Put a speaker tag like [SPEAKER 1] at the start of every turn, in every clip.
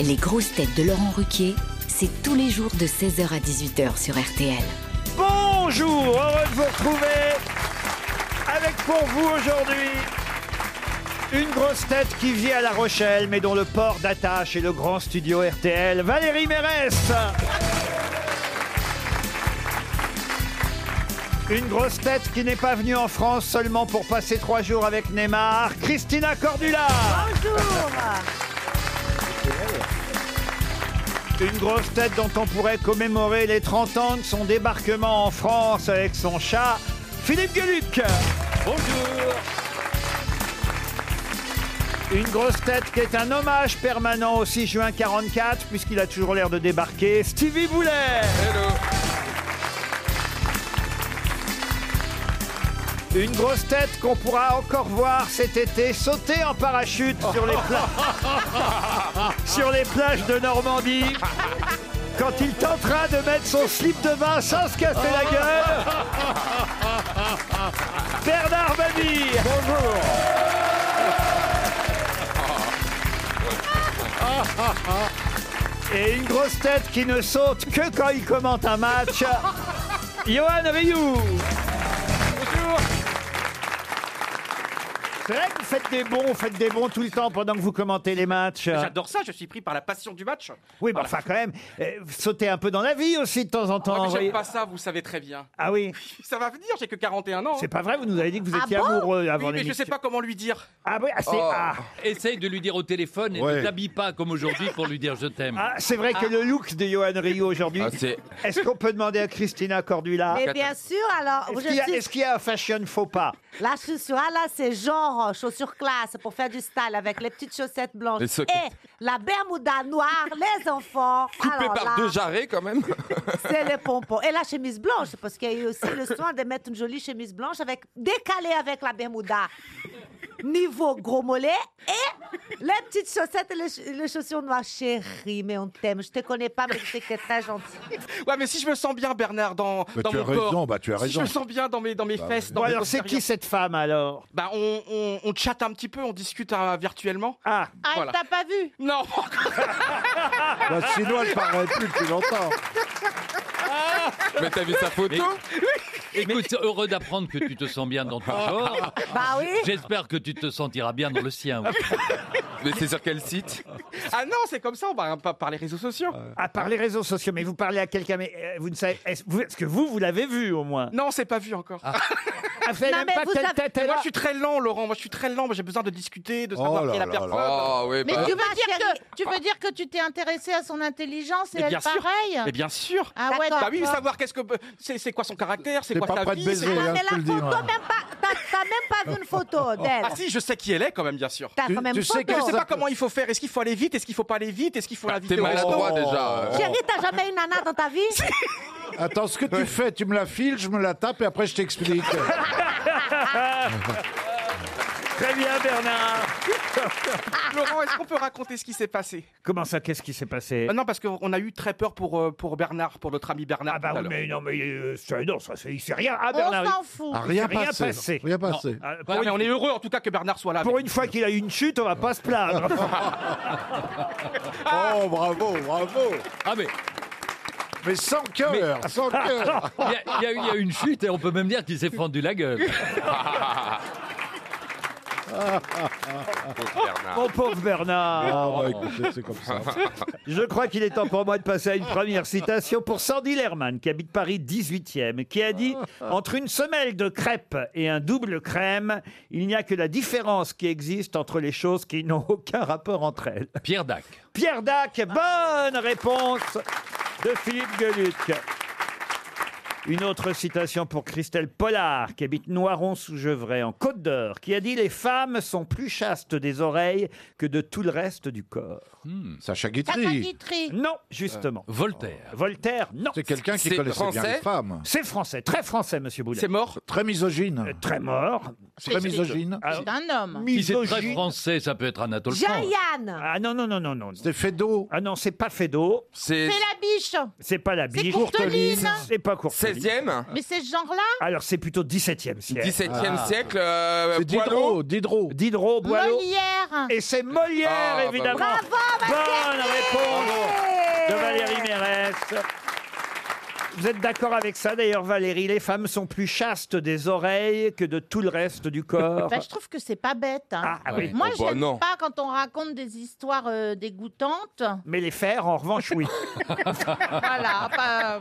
[SPEAKER 1] Les grosses têtes de Laurent Ruquier, c'est tous les jours de 16h à 18h sur RTL.
[SPEAKER 2] Bonjour, heureux de vous retrouver avec pour vous aujourd'hui une grosse tête qui vit à La Rochelle mais dont le port d'attache est le grand studio RTL, Valérie Mérès. Une grosse tête qui n'est pas venue en France seulement pour passer trois jours avec Neymar, Christina Cordula.
[SPEAKER 3] Bonjour
[SPEAKER 2] Une grosse tête dont on pourrait commémorer les 30 ans de son débarquement en France avec son chat, Philippe Gueluc. Bonjour. Une grosse tête qui est un hommage permanent au 6 juin 44 puisqu'il a toujours l'air de débarquer, Stevie Boulet. Une grosse tête qu'on pourra encore voir cet été sauter en parachute sur les plages, sur les plages de Normandie. Quand il tentera de mettre son slip de bain sans se casser la gueule, Bernard Mabille. Bonjour. Et une grosse tête qui ne saute que quand il commente un match, Johan Rioux. C'est vrai que vous faites des bons, vous faites des bons tout le temps pendant que vous commentez les matchs.
[SPEAKER 4] J'adore ça, je suis pris par la passion du match.
[SPEAKER 2] Oui, mais enfin quand même, euh, sautez un peu dans la vie aussi de temps en temps.
[SPEAKER 4] Moi, Oh, mais
[SPEAKER 2] voyez.
[SPEAKER 4] j'aime pas ça, vous savez très bien.
[SPEAKER 2] Ah oui,
[SPEAKER 4] Ça va venir, j'ai que 41 ans. hein.
[SPEAKER 2] c'est pas vrai, vous nous avez dit que vous
[SPEAKER 3] Ah
[SPEAKER 2] étiez
[SPEAKER 3] bon
[SPEAKER 2] amoureux avant
[SPEAKER 4] Oui, mais je
[SPEAKER 2] l'émission.
[SPEAKER 4] sais pas comment lui dire. Oh.
[SPEAKER 2] Ah oui, ah, c'est ah.
[SPEAKER 5] Essaye de lui dire au téléphone et
[SPEAKER 6] Ouais.
[SPEAKER 5] ne t'habille pas comme aujourd'hui pour lui dire je t'aime.
[SPEAKER 2] Ah, c'est vrai que le look de Johan Rio aujourd'hui.
[SPEAKER 6] Ah, c'est-
[SPEAKER 2] Est-ce qu'on peut demander à Christina Cordula
[SPEAKER 3] Mais bien sûr, alors,
[SPEAKER 2] Ah. Est-ce
[SPEAKER 3] je
[SPEAKER 2] qu'il y, a-
[SPEAKER 3] suis-
[SPEAKER 2] est-ce qu'il y a un fashion faux pas
[SPEAKER 3] la chaussure, ah, là, c'est genre euh, chaussures classe pour faire du style avec les petites chaussettes blanches
[SPEAKER 6] Les sockets.
[SPEAKER 3] et la bermuda noire, les enfants.
[SPEAKER 6] Coupé
[SPEAKER 3] alors
[SPEAKER 6] par
[SPEAKER 3] là,
[SPEAKER 6] deux jarrets quand même.
[SPEAKER 3] c'est les pompons. Et la chemise blanche, parce qu'il y a eu aussi le soin de mettre une jolie chemise blanche avec décalée avec la bermuda. Niveau gros mollet et les petites chaussettes et les, ch- les chaussures noires. Chérie, mais on t'aime. Je te connais pas, mais je sais que t'es très gentille.
[SPEAKER 4] Ouais, mais si je me sens bien, Bernard, dans,
[SPEAKER 6] Bah,
[SPEAKER 4] dans
[SPEAKER 6] tu
[SPEAKER 4] mon
[SPEAKER 6] as raison,
[SPEAKER 4] corps,
[SPEAKER 6] bah, tu as
[SPEAKER 4] si je
[SPEAKER 6] raison. Bah,
[SPEAKER 4] me sens bien dans mes, dans mes fesses, dans
[SPEAKER 2] Bon
[SPEAKER 4] mes
[SPEAKER 2] alors c'est qui
[SPEAKER 4] postérieurs,
[SPEAKER 2] cette femme alors
[SPEAKER 4] Bah, on, on, on chatte un petit peu, on discute euh, virtuellement.
[SPEAKER 2] Ah,
[SPEAKER 3] Ah,
[SPEAKER 4] Voilà.
[SPEAKER 3] t'as pas vu
[SPEAKER 4] Non,
[SPEAKER 6] Bah,
[SPEAKER 7] La chinoise parle plus depuis longtemps.
[SPEAKER 6] Mais t'as vu sa photo
[SPEAKER 5] Ah. Écoute, heureux d'apprendre que tu te sens bien dans ton corps.
[SPEAKER 3] Bah oui.
[SPEAKER 5] J'espère que tu te sentiras bien dans le sien. oui.
[SPEAKER 6] Mais c'est sur quel site
[SPEAKER 4] ah non, c'est comme ça, on va pas par les réseaux sociaux. Ah,
[SPEAKER 2] à part les réseaux sociaux, mais vous parlez à quelqu'un, mais euh, vous ne savez, est-ce vous- est-ce que vous, vous l'avez vu au moins
[SPEAKER 4] Non, c'est pas vu encore.
[SPEAKER 2] Ah, vous savez
[SPEAKER 3] Non,
[SPEAKER 2] même
[SPEAKER 3] mais
[SPEAKER 2] pas
[SPEAKER 3] vous
[SPEAKER 2] quelle
[SPEAKER 3] savez-
[SPEAKER 2] tête elle
[SPEAKER 4] Moi,
[SPEAKER 2] a
[SPEAKER 4] je suis très lent, Laurent. Moi, je suis très lent. Moi, J'ai besoin de discuter, de
[SPEAKER 7] Oh
[SPEAKER 4] savoir
[SPEAKER 7] là
[SPEAKER 4] qui est la
[SPEAKER 7] là là.
[SPEAKER 4] personne.
[SPEAKER 6] Oh, ouais,
[SPEAKER 8] Mais
[SPEAKER 4] Euh,
[SPEAKER 6] bah,
[SPEAKER 8] tu veux, dire que, tu veux dire que tu t'es intéressé à son intelligence et
[SPEAKER 4] Mais bien
[SPEAKER 8] elle
[SPEAKER 4] sûr.
[SPEAKER 8] pareil
[SPEAKER 4] Mais bien sûr.
[SPEAKER 8] Ah ouais,
[SPEAKER 3] D'accord.
[SPEAKER 4] Bah oui,
[SPEAKER 8] d'accord.
[SPEAKER 4] savoir qu'est-ce que c'est, c'est quoi son caractère, c'est
[SPEAKER 7] T'es
[SPEAKER 4] quoi
[SPEAKER 7] pas
[SPEAKER 4] sa
[SPEAKER 7] prêt de
[SPEAKER 4] vie.
[SPEAKER 7] baiser,
[SPEAKER 4] c'est-
[SPEAKER 7] hein,
[SPEAKER 3] Non, mais
[SPEAKER 7] je te
[SPEAKER 3] la
[SPEAKER 7] le dis.
[SPEAKER 3] photo,
[SPEAKER 7] moi.
[SPEAKER 3] même pas. T'as t'as même pas vu une photo d'elle.
[SPEAKER 4] Ah si, je sais qui elle est quand même, bien sûr.
[SPEAKER 3] T'as
[SPEAKER 7] tu-
[SPEAKER 3] quand même
[SPEAKER 7] tu sais
[SPEAKER 3] photo.
[SPEAKER 4] Mais je sais
[SPEAKER 7] Ça
[SPEAKER 4] pas
[SPEAKER 7] peut-
[SPEAKER 4] comment il faut faire. Est-ce qu'il faut aller vite Est-ce qu'il faut pas aller vite Est-ce qu'il faut l'inviter
[SPEAKER 6] t'es
[SPEAKER 4] au resto
[SPEAKER 6] maladroit déjà.
[SPEAKER 7] Oh.
[SPEAKER 3] Chérie, t'as jamais eu nana dans ta vie
[SPEAKER 7] Attends, ce que tu fais, tu me la files, je me la tape et après je t'explique.
[SPEAKER 2] Très bien Bernard.
[SPEAKER 4] Laurent, est-ce qu'on peut raconter ce qui s'est passé
[SPEAKER 2] Comment ça, qu'est-ce qui s'est passé
[SPEAKER 4] Euh, Non, parce qu'on a eu très peur pour, euh, pour Bernard, pour notre ami Bernard.
[SPEAKER 2] Ah bah
[SPEAKER 4] tout à
[SPEAKER 2] oui,
[SPEAKER 4] l'heure.
[SPEAKER 2] mais non, mais euh, ça, non, ça, c'est- il s'est rien. Ah
[SPEAKER 8] On
[SPEAKER 2] Bernard,
[SPEAKER 8] s'en fout.
[SPEAKER 7] Ah,
[SPEAKER 2] il s'est
[SPEAKER 7] rien,
[SPEAKER 2] rien
[SPEAKER 7] passé.
[SPEAKER 2] passé.
[SPEAKER 7] Rien passé.
[SPEAKER 2] Ah,
[SPEAKER 4] Ah, mais on est heureux en tout cas que Bernard soit là.
[SPEAKER 2] Pour une fois qu'il a eu une chute, on va pas se plaindre.
[SPEAKER 7] Oh, bravo, bravo.
[SPEAKER 5] Ah mais
[SPEAKER 7] Mais sans cœur, sans cœur.
[SPEAKER 5] il y, a- il y a eu- il y a eu une chute et on peut même dire qu'il s'est fendu la gueule.
[SPEAKER 2] Ah. Mon pauvre Bernard.
[SPEAKER 7] Ah, bah écoutez, c'est comme ça.
[SPEAKER 2] Je crois qu'il est temps pour moi de passer à une première citation pour Sandy Lerman, qui habite Paris 18e, qui a dit
[SPEAKER 7] Ah.
[SPEAKER 2] Entre une semelle de crêpe et un double crème, il n'y a que la différence qui existe entre les choses qui n'ont aucun rapport entre elles.
[SPEAKER 5] Pierre Dac.
[SPEAKER 2] Pierre Dac, bonne réponse de Philippe Gueluc. Une autre citation pour Christelle Pollard, qui habite Noiron-sous-Gevrey, en Côte d'Or, qui a dit Les femmes sont plus chastes des oreilles que de tout le reste du corps.
[SPEAKER 7] Hmm,
[SPEAKER 2] Sacha
[SPEAKER 8] Guitry. Sacha Guitry.
[SPEAKER 2] Non, justement. Oh,
[SPEAKER 5] Voltaire.
[SPEAKER 2] Voltaire, non.
[SPEAKER 7] Euh, C'est quelqu'un qui C'est connaissait bien français les femmes.
[SPEAKER 2] C'est français, très français, monsieur Boulet. C'est
[SPEAKER 6] mort
[SPEAKER 7] Très misogyne.
[SPEAKER 2] très mort. Ah,
[SPEAKER 7] Très misogyne.
[SPEAKER 8] C'est un homme.
[SPEAKER 5] Si c'est très français, ça peut être Anatole France.
[SPEAKER 2] Ah non, non, non, non, non.
[SPEAKER 7] C'est Fédo.
[SPEAKER 2] Ah non, c'est pas Fédo.
[SPEAKER 8] C'est la biche.
[SPEAKER 2] C'est pas la
[SPEAKER 8] C'est
[SPEAKER 2] biche.
[SPEAKER 8] Courteline.
[SPEAKER 2] C'est pas Courteline.
[SPEAKER 6] 16e
[SPEAKER 8] Mais c'est ce genre-là
[SPEAKER 2] Alors c'est plutôt 17e siècle.
[SPEAKER 6] 17e siècle, euh,
[SPEAKER 2] Ah. C'est
[SPEAKER 6] Boileau.
[SPEAKER 2] Diderot. Diderot, Boileau.
[SPEAKER 8] Molière.
[SPEAKER 2] Et c'est Molière,
[SPEAKER 6] Ah, bah
[SPEAKER 2] évidemment.
[SPEAKER 6] voilà.
[SPEAKER 2] Bonne réponse de Valérie Mérès. Vous êtes d'accord avec ça d'ailleurs, Valérie Les femmes sont plus chastes des oreilles que de tout le reste du corps.
[SPEAKER 8] Bah, je trouve que c'est pas bête. hein.
[SPEAKER 2] Ah, ah oui.
[SPEAKER 8] Moi,
[SPEAKER 2] Oh,
[SPEAKER 8] je
[SPEAKER 2] bah,
[SPEAKER 8] n'aime
[SPEAKER 2] non.
[SPEAKER 8] pas quand on raconte des histoires euh, dégoûtantes.
[SPEAKER 2] Mais les fers, en revanche, oui.
[SPEAKER 8] voilà. bah, euh,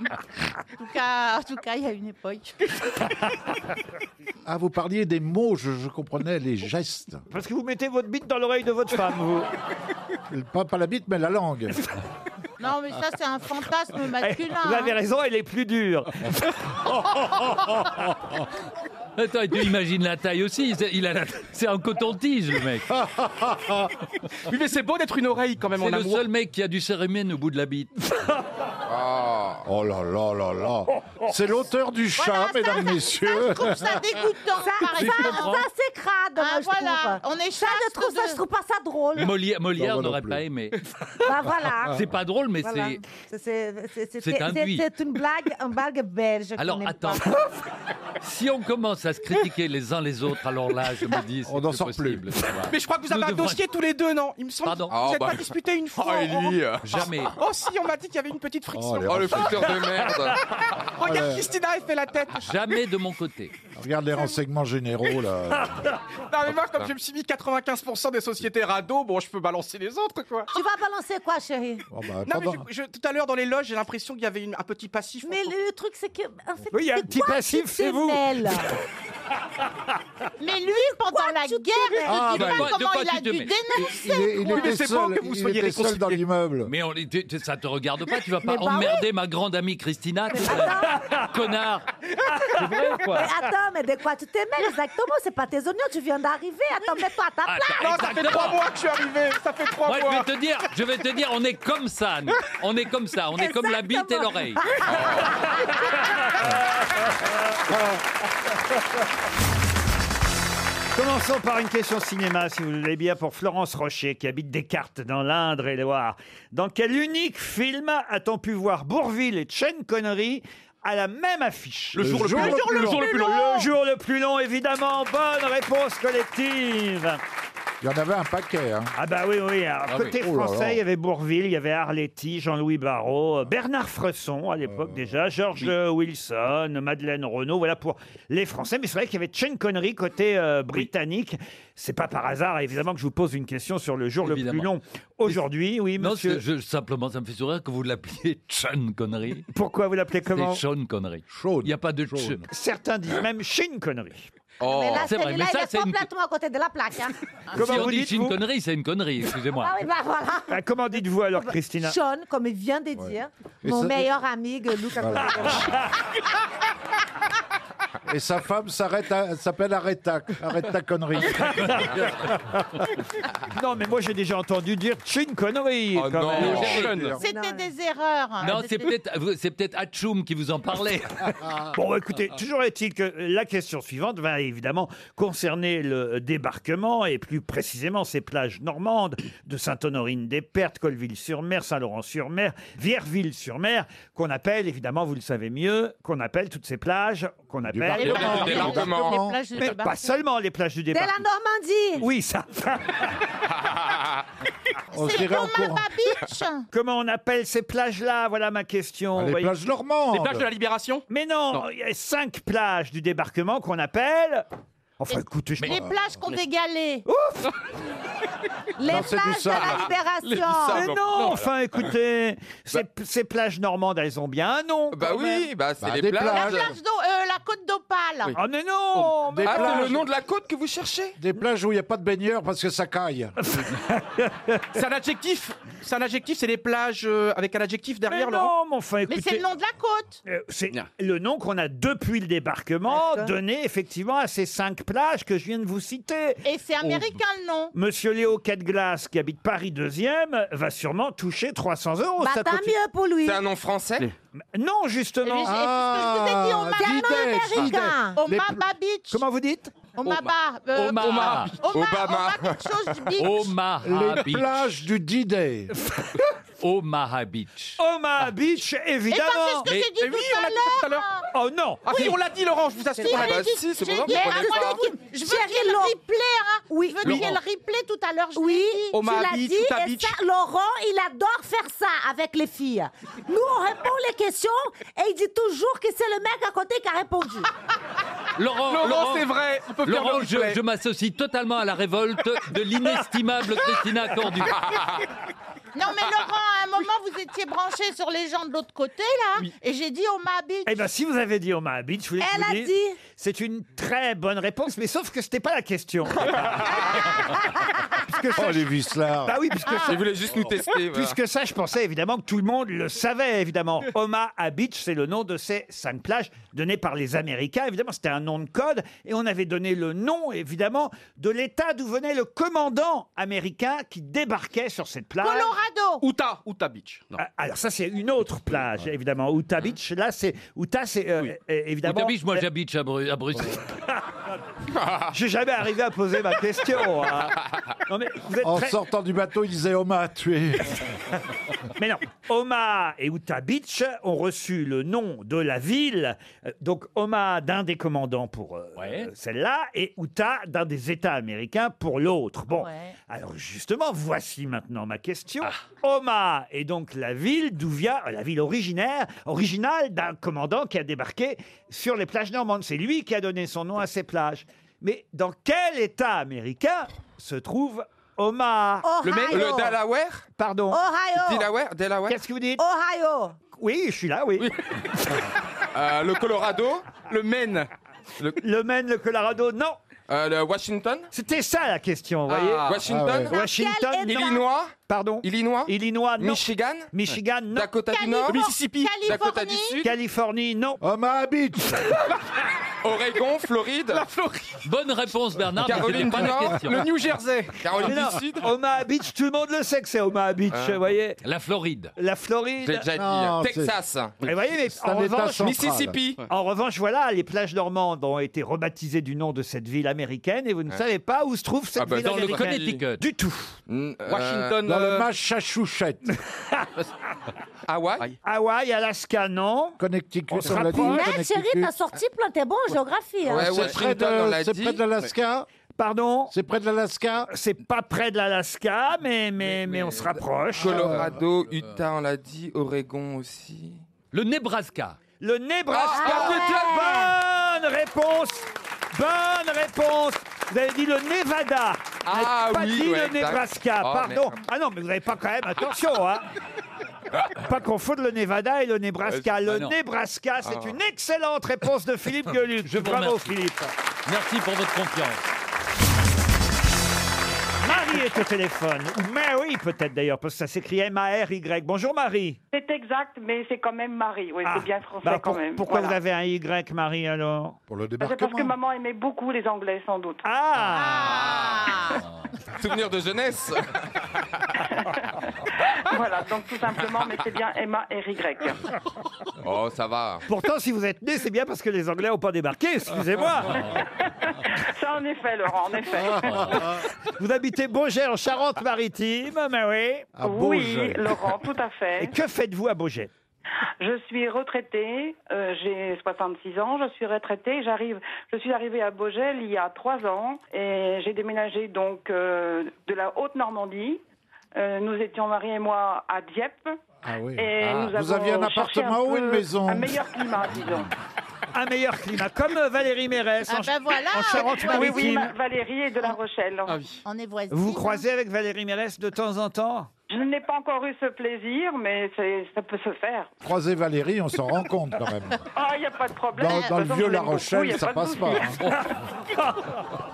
[SPEAKER 8] en tout cas, en tout cas, il y a une époque.
[SPEAKER 7] Ah, vous parliez des mots, je, je comprenais les gestes.
[SPEAKER 2] Parce que vous mettez votre bite dans l'oreille de votre femme, vous.
[SPEAKER 7] Pas, pas la bite, mais la langue.
[SPEAKER 8] Non, mais ça, c'est un fantasme masculin.
[SPEAKER 2] Eh, Vous avez
[SPEAKER 8] hein.
[SPEAKER 2] raison, elle est plus dure.
[SPEAKER 5] Attends, et tu imagines la taille aussi. c'est- Il a la- C'est un coton-tige, le mec.
[SPEAKER 4] Oui, mais c'est beau d'être une oreille quand même en
[SPEAKER 5] C'est le
[SPEAKER 4] amour.
[SPEAKER 5] seul mec qui a du cérémène au bout de la bite.
[SPEAKER 4] Ah.
[SPEAKER 7] Oh là là là là. C'est l'auteur du chat, mesdames, messieurs.
[SPEAKER 8] Je trouve ça dégoûtant.
[SPEAKER 3] Ça,
[SPEAKER 8] par
[SPEAKER 3] ça,
[SPEAKER 8] exemple.
[SPEAKER 3] ça, c'est crade,
[SPEAKER 8] Ah,
[SPEAKER 3] moi, je
[SPEAKER 8] voilà.
[SPEAKER 3] trouve.
[SPEAKER 8] On est
[SPEAKER 3] ça, je
[SPEAKER 8] chaste
[SPEAKER 3] trouve ça,
[SPEAKER 8] de-
[SPEAKER 3] je trouve pas ça drôle.
[SPEAKER 5] Molière, Molière
[SPEAKER 7] Non, moi non
[SPEAKER 5] n'aurait
[SPEAKER 7] plus.
[SPEAKER 5] pas aimé.
[SPEAKER 3] Bah, voilà.
[SPEAKER 5] Ah, C'est pas drôle, mais
[SPEAKER 3] Voilà.
[SPEAKER 5] c'est.
[SPEAKER 3] C'est- c'est- c'est- C'est
[SPEAKER 5] C'est
[SPEAKER 3] c'est-
[SPEAKER 5] induit.
[SPEAKER 3] c'est une blague, une blague belge. qu'on
[SPEAKER 5] Alors
[SPEAKER 3] n'aime
[SPEAKER 5] attends,
[SPEAKER 3] pas.
[SPEAKER 5] si on commence à se critiquer les uns les autres, alors là, je me dis, on n'en sort plus. possible, ça va.
[SPEAKER 4] Mais je crois que vous avez
[SPEAKER 5] Nous Ah,
[SPEAKER 4] un
[SPEAKER 5] devrons-
[SPEAKER 4] dossier tous les deux, non Il me semble.
[SPEAKER 5] Pardon.
[SPEAKER 4] Vous
[SPEAKER 6] Oh,
[SPEAKER 7] Ah,
[SPEAKER 4] n'êtes
[SPEAKER 6] bah.
[SPEAKER 4] pas disputé une fois.
[SPEAKER 6] Oh, et
[SPEAKER 4] en-
[SPEAKER 6] lui, euh.
[SPEAKER 5] Jamais.
[SPEAKER 4] Oh si, on m'a dit qu'il y avait une petite friction.
[SPEAKER 7] Oh, les
[SPEAKER 6] Oh, le fouteur de merde.
[SPEAKER 4] Regarde, Christina, elle fait la tête.
[SPEAKER 5] Jamais de mon côté.
[SPEAKER 7] Regarde les renseignements généraux, là.
[SPEAKER 4] Non, mais moi, comme je me suis mis 95% des sociétés radeaux, bon, je peux balancer les autres, quoi.
[SPEAKER 3] Tu vas balancer quoi, chérie
[SPEAKER 7] Bon, bah,
[SPEAKER 4] Non, mais
[SPEAKER 7] pendant-
[SPEAKER 4] je- je- tout à l'heure, dans les loges, j'ai l'impression qu'il y avait une- un petit passif.
[SPEAKER 3] Mais le, le truc, c'est que. En fait,
[SPEAKER 2] Oui, il y a
[SPEAKER 3] de
[SPEAKER 2] un petit
[SPEAKER 3] quoi
[SPEAKER 2] passif,
[SPEAKER 3] tu te
[SPEAKER 2] c'est vous.
[SPEAKER 3] mêles
[SPEAKER 8] Mais lui, pendant la guerre,
[SPEAKER 7] Ah,
[SPEAKER 8] je ne sais
[SPEAKER 7] bah,
[SPEAKER 5] de
[SPEAKER 8] pas
[SPEAKER 5] quoi- de
[SPEAKER 8] comment
[SPEAKER 5] quoi
[SPEAKER 8] il
[SPEAKER 5] tu
[SPEAKER 8] a
[SPEAKER 5] te
[SPEAKER 8] dû
[SPEAKER 5] mets
[SPEAKER 8] dénoncer.
[SPEAKER 7] Il, est- il
[SPEAKER 4] Oui, mais
[SPEAKER 7] était
[SPEAKER 4] c'est
[SPEAKER 7] seul,
[SPEAKER 4] bon que vous
[SPEAKER 7] il
[SPEAKER 4] soyez
[SPEAKER 7] était seul dans
[SPEAKER 4] réconciliés.
[SPEAKER 7] l'immeuble.
[SPEAKER 5] Mais on, les- tu- tu- ça te regarde pas, tu vas pas
[SPEAKER 3] Mais bah oui.
[SPEAKER 5] emmerder ma grande amie Christina, tu- connard. C'est vrai ou quoi
[SPEAKER 3] Mais attends, mais de quoi tu te mêles exactement C'est pas tes oignons, tu viens d'arriver. Attends, mets-toi à ta place.
[SPEAKER 5] Attends,
[SPEAKER 4] Non, ça fait
[SPEAKER 5] exactement.
[SPEAKER 4] trois mois que je suis arrivé. Ça fait trois
[SPEAKER 5] Moi, je
[SPEAKER 4] mois.
[SPEAKER 5] vais te dire, je vais te dire, on est comme ça, nous. on est comme ça, on est comme la bite et
[SPEAKER 3] Exactement.
[SPEAKER 5] l'oreille.
[SPEAKER 7] Ah.
[SPEAKER 2] Commençons par une question cinéma, si vous le voulez bien, pour Florence Rocher, qui habite Descartes, dans l'Indre et Loire. Dans quel unique film a-t-on pu voir Bourville et Chen Connery à la même affiche
[SPEAKER 7] Le jour le plus long.
[SPEAKER 2] le jour le plus long. Le jour le plus long, évidemment. Bonne réponse collective.
[SPEAKER 7] Il y en avait un paquet. Hein.
[SPEAKER 2] Ah bah oui, oui. Alors,
[SPEAKER 5] Ah
[SPEAKER 2] côté
[SPEAKER 7] oui. Oh là
[SPEAKER 2] français,
[SPEAKER 7] là.
[SPEAKER 2] il y avait Bourville, il y avait Arletty, Jean-Louis Barrault, euh, Bernard Fresson à l'époque déjà, George euh, Wilson, Madeleine Renaud, voilà pour les Français. Mais c'est vrai qu'il y avait Chen Connery côté euh, britannique. C'est pas par hasard, évidemment, que je vous pose une question sur le jour le
[SPEAKER 5] Évidemment.
[SPEAKER 2] plus long. Aujourd'hui, oui,
[SPEAKER 5] Non,
[SPEAKER 2] monsieur.
[SPEAKER 5] c'est- je- simplement, ça me fait sourire que vous l'appeliez Sean Connery.
[SPEAKER 2] Pourquoi vous l'appelez comment
[SPEAKER 5] C'est Sean Connery.
[SPEAKER 7] Sean.
[SPEAKER 5] Il n'y a pas de
[SPEAKER 7] Sean. Oh.
[SPEAKER 5] Ch.
[SPEAKER 2] Certains disent même Shin Connery.
[SPEAKER 3] Ah, mais là,
[SPEAKER 5] Oh, c'est vrai,
[SPEAKER 3] celui-là,
[SPEAKER 5] mais ça,
[SPEAKER 3] il
[SPEAKER 5] c'est
[SPEAKER 3] est
[SPEAKER 5] une-
[SPEAKER 3] complètement à côté de la plaque. hein.
[SPEAKER 2] Comment
[SPEAKER 5] si on
[SPEAKER 2] vous
[SPEAKER 5] dit
[SPEAKER 2] dites
[SPEAKER 5] c'est une
[SPEAKER 2] vous
[SPEAKER 5] connerie, c'est une connerie, excusez-moi.
[SPEAKER 3] Ah oui, bah voilà.
[SPEAKER 2] Ah, Comment dites-vous alors, Christina
[SPEAKER 3] Sean, comme il vient de dire,
[SPEAKER 7] Et
[SPEAKER 3] mon
[SPEAKER 7] ça-
[SPEAKER 3] meilleur ami, que Luca
[SPEAKER 7] Et sa femme s'arrête à- s'appelle Arrête Arrête ta connerie.
[SPEAKER 2] Non, mais moi j'ai déjà entendu dire Shin Connery.
[SPEAKER 6] Oh
[SPEAKER 2] quand
[SPEAKER 6] non.
[SPEAKER 2] même.
[SPEAKER 6] Sean.
[SPEAKER 8] C'était des erreurs.
[SPEAKER 5] Non, c'est peut-être c'est peut-être Hachoum qui vous en parlait.
[SPEAKER 2] Bon, bah, écoutez, toujours est-il que la question suivante va évidemment concerner le débarquement et plus précisément ces plages normandes de Sainte-Honorine-des-Pertes, Colville-sur-Mer, Saint-Laurent-sur-Mer, Vierville-sur-Mer, qu'on appelle évidemment, vous le savez mieux, qu'on appelle toutes ces plages, qu'on appelle.
[SPEAKER 6] Débarquement. Débarquement.
[SPEAKER 8] plages de
[SPEAKER 2] Mais pas
[SPEAKER 8] débarquement.
[SPEAKER 2] seulement les plages du
[SPEAKER 3] de la
[SPEAKER 2] débarquement.
[SPEAKER 3] Normandie.
[SPEAKER 2] Oui, ça.
[SPEAKER 7] On se
[SPEAKER 8] C'est
[SPEAKER 7] dirait en courant.
[SPEAKER 8] Thomas Babich.
[SPEAKER 2] Comment on appelle ces plages-là Voilà ma question.
[SPEAKER 7] Ah,
[SPEAKER 2] vous
[SPEAKER 7] Les
[SPEAKER 2] voyez.
[SPEAKER 7] plages normandes.
[SPEAKER 4] Les plages de la Libération
[SPEAKER 2] Mais non, il y a cinq plages du débarquement qu'on appelle. Enfin, écoutez, je
[SPEAKER 8] Les plages qu'on dégalait.
[SPEAKER 3] Les
[SPEAKER 7] Non, c'est du
[SPEAKER 3] plages de
[SPEAKER 7] sable.
[SPEAKER 2] Ah,
[SPEAKER 3] la
[SPEAKER 6] Les
[SPEAKER 3] Libération.
[SPEAKER 6] sables.
[SPEAKER 2] Mais
[SPEAKER 6] bon,
[SPEAKER 2] non,
[SPEAKER 6] non,
[SPEAKER 2] enfin, écoutez, ces, ces plages normandes, elles ont bien un nom.
[SPEAKER 6] Bah
[SPEAKER 2] quand même.
[SPEAKER 6] oui, bah c'est
[SPEAKER 7] Bah,
[SPEAKER 6] les
[SPEAKER 7] des
[SPEAKER 6] plages.
[SPEAKER 8] La plage d'eau, euh, la la côte d'Opale.
[SPEAKER 7] Oui.
[SPEAKER 8] Ah
[SPEAKER 7] Ah, mais non, mais Ah, c'est le nom de
[SPEAKER 8] la côte que vous cherchez
[SPEAKER 7] Des plages où il n'y a pas de baigneurs parce que ça caille.
[SPEAKER 4] C'est un adjectif. C'est un adjectif, c'est les plages euh, avec un adjectif derrière,
[SPEAKER 2] Mais
[SPEAKER 4] Laurent.
[SPEAKER 2] non, mais enfin,
[SPEAKER 8] Mais
[SPEAKER 2] écoutez-
[SPEAKER 8] c'est le nom de la côte.
[SPEAKER 2] Euh, C'est le nom qu'on a depuis le débarquement donné effectivement à ces cinq plages que je viens de vous citer.
[SPEAKER 8] Et c'est américain le nom.
[SPEAKER 2] Monsieur Léo Cadglass, qui habite Paris 2e, va sûrement toucher 300 euros.
[SPEAKER 8] Bah,
[SPEAKER 2] ça
[SPEAKER 8] tant
[SPEAKER 2] continue.
[SPEAKER 8] mieux pour lui. C'est un nom
[SPEAKER 4] français
[SPEAKER 2] Non, justement. Ah,
[SPEAKER 8] Omaba Omaba Beach.
[SPEAKER 2] Comment vous dites
[SPEAKER 8] Omaba. euh,
[SPEAKER 7] Omar.
[SPEAKER 8] Omaba. Omaba. quelque chose Beach.
[SPEAKER 5] Omaha
[SPEAKER 7] Les
[SPEAKER 5] Beach.
[SPEAKER 7] plages du D-Day.
[SPEAKER 5] Omaha Beach.
[SPEAKER 2] Omaha Beach, évidemment.
[SPEAKER 5] Eh ben, c'est ce que j'ai dit
[SPEAKER 2] Mais-
[SPEAKER 5] tout
[SPEAKER 2] oui,
[SPEAKER 5] à
[SPEAKER 2] on l'a dit tout à l'heure. Oh non.
[SPEAKER 4] Ah si, on l'a dit, Laurent, je vous assure.
[SPEAKER 8] Si,
[SPEAKER 4] on l'a
[SPEAKER 8] j'ai
[SPEAKER 4] dit.
[SPEAKER 8] dit- j'ai dit- Mais attendez, Je veux qu'il y ait le replay, hein.
[SPEAKER 3] Oui.
[SPEAKER 8] Je veux qu'il y ait le
[SPEAKER 3] Laurent.
[SPEAKER 8] replay tout à l'heure. je l'ai
[SPEAKER 3] Oui,
[SPEAKER 8] dit.
[SPEAKER 3] tu l'as dit, et ça, Laurent, il adore faire ça avec les filles. Nous, on répond les questions et il dit toujours que c'est le mec à côté qui a répondu.
[SPEAKER 5] Laurent,
[SPEAKER 4] Laurent, c'est vrai, on peut faire
[SPEAKER 5] Laurent,
[SPEAKER 4] le
[SPEAKER 5] je,
[SPEAKER 4] replay.
[SPEAKER 5] je m'associe totalement à la révolte de l'inestimable Christina Cordu.
[SPEAKER 8] Non, mais Laurent, à un moment, vous étiez branché sur les gens de l'autre côté, là. Et j'ai dit Omaba Beach.
[SPEAKER 2] Eh bien, si vous avez dit Omaha Beach, je voulais que
[SPEAKER 8] Elle
[SPEAKER 2] vous
[SPEAKER 8] a
[SPEAKER 2] dise,
[SPEAKER 8] dit.
[SPEAKER 2] C'est une très bonne réponse, mais sauf que c'était pas la question. Puisque ça,
[SPEAKER 7] Oh,
[SPEAKER 2] je-
[SPEAKER 7] les vicelards.
[SPEAKER 2] Bah oui, puisque ça-
[SPEAKER 7] Il voulait Ah. juste nous tester, voilà.
[SPEAKER 2] Puisque ça, je pensais évidemment que tout le monde le savait, évidemment. Omaha Beach, c'est le nom de ces cinq plages données par les Américains. Évidemment, c'était un nom de code. Et on avait donné le nom, évidemment, de l'État d'où venait le commandant américain qui débarquait sur cette plage.
[SPEAKER 8] Colorado.
[SPEAKER 2] Utah, Utah Beach. Alors ça, c'est une autre plage, évidemment. Utah Beach, là, c'est... Utah, c'est euh, euh, évidemment...
[SPEAKER 5] Évidemment, moi j'habite à, Bru- à Bruxelles.
[SPEAKER 2] J'ai jamais arrivé à poser ma question. hein. Non, mais vous êtes
[SPEAKER 7] En
[SPEAKER 2] très-
[SPEAKER 7] sortant du bateau, il disait Oma a tué.
[SPEAKER 2] Mais non, Omaha et Utah Beach ont reçu le nom de la ville. Euh, Donc Omaha d'un des commandants pour euh, euh, celle-là et Utah d'un des États américains pour l'autre. Bon, alors justement, voici maintenant ma question.
[SPEAKER 6] Ah.
[SPEAKER 2] Omaha est donc la ville d'où vient euh, la ville originaire, originale d'un commandant qui a débarqué sur les plages normandes. C'est lui qui a donné son nom à ces plages. Mais dans quel État américain se trouve Omaha
[SPEAKER 6] Le mec- Ohio. le Delaware
[SPEAKER 2] Pardon.
[SPEAKER 3] Ohio.
[SPEAKER 6] Delaware, Delaware.
[SPEAKER 2] Qu'est-ce que vous dites
[SPEAKER 3] Ohio.
[SPEAKER 2] Oui, je suis là, oui.
[SPEAKER 6] Euh, le Colorado, le Maine. Euh,
[SPEAKER 2] Le, Maine, le Colorado, non.
[SPEAKER 6] le Washington
[SPEAKER 2] C'était ça la question, vous
[SPEAKER 6] Ah,
[SPEAKER 2] voyez
[SPEAKER 6] Washington Dans quel
[SPEAKER 2] Washington,
[SPEAKER 6] État
[SPEAKER 2] non.
[SPEAKER 6] Illinois
[SPEAKER 2] Pardon
[SPEAKER 6] Illinois
[SPEAKER 2] Illinois, non.
[SPEAKER 6] Michigan
[SPEAKER 2] Michigan, non.
[SPEAKER 6] Dakota du Nord Californie. Mississippi Dakota du Sud
[SPEAKER 2] Californie, non.
[SPEAKER 7] Omaha Beach
[SPEAKER 6] Oregon, Floride. La
[SPEAKER 4] Floride.
[SPEAKER 5] Bonne réponse, Bernard. mais c'était
[SPEAKER 6] Caroline
[SPEAKER 5] pas
[SPEAKER 6] du
[SPEAKER 5] la
[SPEAKER 6] Nord,
[SPEAKER 5] question.
[SPEAKER 6] le New Jersey.
[SPEAKER 2] Mais non, Omaha Beach, tout le monde le sait que c'est Omaha Beach,
[SPEAKER 5] Ah.
[SPEAKER 2] vous voyez
[SPEAKER 5] La Floride.
[SPEAKER 2] La Floride.
[SPEAKER 5] J'ai déjà dit, Non, Texas. c'est-
[SPEAKER 2] Et voyez, mais
[SPEAKER 5] C'est
[SPEAKER 2] en
[SPEAKER 5] un État
[SPEAKER 2] revanche,
[SPEAKER 5] central. Mississippi.
[SPEAKER 2] En revanche, voilà, les plages normandes ont été rebaptisées du nom de cette ville américaine et vous ne
[SPEAKER 5] Ouais.
[SPEAKER 2] savez pas où se trouve cette
[SPEAKER 5] Ah bah,
[SPEAKER 2] ville
[SPEAKER 5] dans le
[SPEAKER 2] américaine.
[SPEAKER 5] Connecticut.
[SPEAKER 2] Du tout.
[SPEAKER 6] Mm,
[SPEAKER 7] Washington, Dans le euh, Massachusetts.
[SPEAKER 6] Hawaï.
[SPEAKER 2] Hawaï, Alaska, non.
[SPEAKER 7] Connecticut,
[SPEAKER 2] On se
[SPEAKER 7] on l'a dit,
[SPEAKER 2] rapproche.
[SPEAKER 7] Connecticut.
[SPEAKER 3] Hey, chérie, t'as sorti plein, t'es bon en géographie. hein.
[SPEAKER 7] c'est près de,
[SPEAKER 2] euh,
[SPEAKER 7] c'est près de l'Alaska
[SPEAKER 2] Pardon
[SPEAKER 7] C'est près de l'Alaska
[SPEAKER 2] C'est pas près de l'Alaska, mais, mais, mais, on se rapproche.
[SPEAKER 6] Colorado, Utah, on l'a dit, Oregon aussi.
[SPEAKER 5] Le Nebraska.
[SPEAKER 2] Le
[SPEAKER 5] Ah.
[SPEAKER 2] Nebraska. Bonne réponse. Bonne réponse. Vous avez dit le Nevada. Vous n'avez
[SPEAKER 6] Ah
[SPEAKER 2] pas
[SPEAKER 6] oui,
[SPEAKER 2] dit
[SPEAKER 6] ouais,
[SPEAKER 2] le
[SPEAKER 6] exact.
[SPEAKER 2] Nebraska.
[SPEAKER 6] Oh,
[SPEAKER 2] Pardon.
[SPEAKER 6] merde.
[SPEAKER 2] Ah non, mais vous n'avez pas quand même. Attention, hein. Pas confondre le Nevada et le Nebraska.
[SPEAKER 5] Ouais,
[SPEAKER 2] Le
[SPEAKER 5] ah non.
[SPEAKER 2] Nebraska, c'est
[SPEAKER 5] Ah.
[SPEAKER 2] une excellente réponse de Philippe Gueluc.
[SPEAKER 5] Je vous
[SPEAKER 2] Bravo,
[SPEAKER 5] remercie.
[SPEAKER 2] Philippe.
[SPEAKER 5] Merci pour votre confiance.
[SPEAKER 2] Marie est au téléphone. Ou Mary, peut-être d'ailleurs, parce que ça s'écrit M-A-R-Y. Bonjour, Marie.
[SPEAKER 9] C'est exact, mais c'est quand même Marie. Oui, c'est bien français
[SPEAKER 2] Bah,
[SPEAKER 9] quand
[SPEAKER 2] pour-
[SPEAKER 9] même.
[SPEAKER 2] Pourquoi
[SPEAKER 9] Voilà.
[SPEAKER 2] vous avez un Y, Marie, alors
[SPEAKER 7] Pour le
[SPEAKER 9] C'est parce que maman aimait beaucoup les Anglais, sans doute.
[SPEAKER 2] Ah.
[SPEAKER 6] Souvenir de jeunesse.
[SPEAKER 9] voilà, donc tout simplement, mais c'est bien Emma et Y.
[SPEAKER 6] Oh, ça va.
[SPEAKER 2] Pourtant, si vous êtes né, c'est bien parce que les Anglais n'ont pas débarqué, excusez-moi.
[SPEAKER 9] Ça, en effet, Laurent, en effet.
[SPEAKER 2] vous habitez Beaugé en Charente-Maritime, Mary.
[SPEAKER 9] Ah, bah oui, Laurent, tout à fait.
[SPEAKER 2] Et que faites-vous à Beaugé
[SPEAKER 9] Je suis retraitée, euh, j'ai 66 ans, je suis retraitée, j'arrive, je suis arrivée à Beaugel il y a trois ans et j'ai déménagé donc euh, de la Haute-Normandie. Euh, nous étions mariés et moi à Dieppe.
[SPEAKER 7] Ah oui.
[SPEAKER 9] Et Eh, nous
[SPEAKER 7] Vous
[SPEAKER 9] avons
[SPEAKER 7] aviez un
[SPEAKER 9] cherché un
[SPEAKER 7] appartement ou une
[SPEAKER 9] peu
[SPEAKER 7] maison
[SPEAKER 9] Un meilleur climat, disons.
[SPEAKER 2] Un meilleur climat, comme euh, Valérie Mérès
[SPEAKER 8] Ah
[SPEAKER 2] en,
[SPEAKER 8] ben voilà,
[SPEAKER 2] en
[SPEAKER 9] Oui, oui,
[SPEAKER 2] Charente-Maritime.
[SPEAKER 9] ma- Valérie est de La Rochelle.
[SPEAKER 8] On est voisins.
[SPEAKER 2] Vous vous croisez avec Valérie Mérès de temps en temps
[SPEAKER 9] Je n'ai pas encore eu ce plaisir, mais c'est- ça peut se faire.
[SPEAKER 7] Croiser Valérie, on s'en rend compte quand même.
[SPEAKER 9] Ah, il n'y a pas de problème.
[SPEAKER 7] Dans-
[SPEAKER 9] De
[SPEAKER 7] dans le
[SPEAKER 9] toute façon,
[SPEAKER 7] vieux
[SPEAKER 9] je
[SPEAKER 7] La
[SPEAKER 9] l'aime beaucoup,
[SPEAKER 7] Rochelle,
[SPEAKER 9] y a
[SPEAKER 7] ça
[SPEAKER 9] de
[SPEAKER 7] passe
[SPEAKER 9] souci.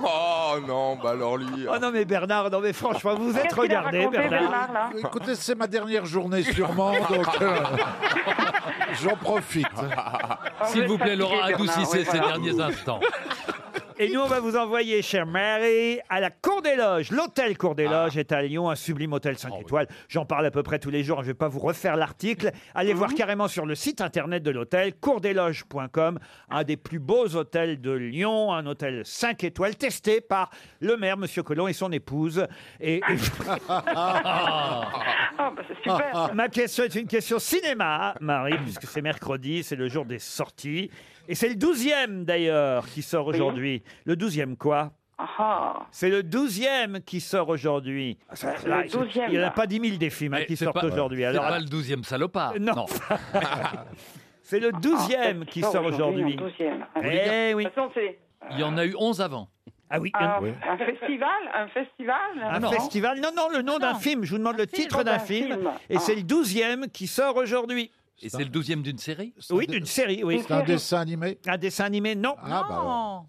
[SPEAKER 6] Oh non, bah alors lui.
[SPEAKER 2] Oh non, mais Bernard, non, mais franchement, vous
[SPEAKER 6] Qu'est-ce
[SPEAKER 2] êtes
[SPEAKER 6] qu'il a
[SPEAKER 2] regardé,
[SPEAKER 6] raconté, Bernard, là
[SPEAKER 7] Écoutez, c'est ma dernière journée sûrement, donc euh, j'en profite.
[SPEAKER 6] Ah,
[SPEAKER 5] S'il vous plaît, Laurent, adoucissez ces derniers instants.
[SPEAKER 2] Et nous, on va vous envoyer, chère Mary, à la Cour des Loges. L'hôtel Cour des Loges est à Lyon, un sublime hôtel 5 étoiles. J'en parle à peu près tous les jours, hein. je ne vais pas vous refaire l'article. Allez voir carrément sur le site internet de l'hôtel, courdesloges.com, un des plus beaux hôtels de Lyon, un hôtel 5 étoiles testé par le maire, Monsieur Colomb, et son épouse. Et, et-
[SPEAKER 9] Ah.
[SPEAKER 2] Ah.
[SPEAKER 9] bah, super.
[SPEAKER 2] Ma question est une question cinéma, Marie, puisque c'est mercredi, c'est le jour des sorties. Et c'est le 12e d'ailleurs qui sort aujourd'hui. Le 12e quoi C'est le 12e qui sort aujourd'hui. Ah, Ça,
[SPEAKER 5] Ah, Le
[SPEAKER 2] là, il-
[SPEAKER 5] 12e,
[SPEAKER 2] Il n'y en a
[SPEAKER 5] là.
[SPEAKER 2] pas 10 000 des films hein,
[SPEAKER 5] Mais
[SPEAKER 2] qui
[SPEAKER 5] c'est
[SPEAKER 2] sortent
[SPEAKER 5] pas-
[SPEAKER 2] aujourd'hui.
[SPEAKER 5] C'est
[SPEAKER 2] Alors,
[SPEAKER 5] pas le douzième salopard.
[SPEAKER 2] Non. c'est
[SPEAKER 9] Ah,
[SPEAKER 2] le 12e qui sort aujourd'hui. Eh oui.
[SPEAKER 5] Il y en a eu 11 avant.
[SPEAKER 2] Ah oui.
[SPEAKER 9] Un, un festival Un festival
[SPEAKER 2] Un festival Non, non, le nom d'un film. Je vous demande le titre d'un
[SPEAKER 9] d'un
[SPEAKER 2] film.
[SPEAKER 9] film.
[SPEAKER 2] Et
[SPEAKER 9] Ah.
[SPEAKER 2] c'est le 12e qui sort aujourd'hui.
[SPEAKER 5] Et c'est le douzième d'une série
[SPEAKER 2] Oui, d'une série, oui.
[SPEAKER 7] C'est un dessin bah,
[SPEAKER 2] animé Un dessin animé, non. Ah,
[SPEAKER 3] Non.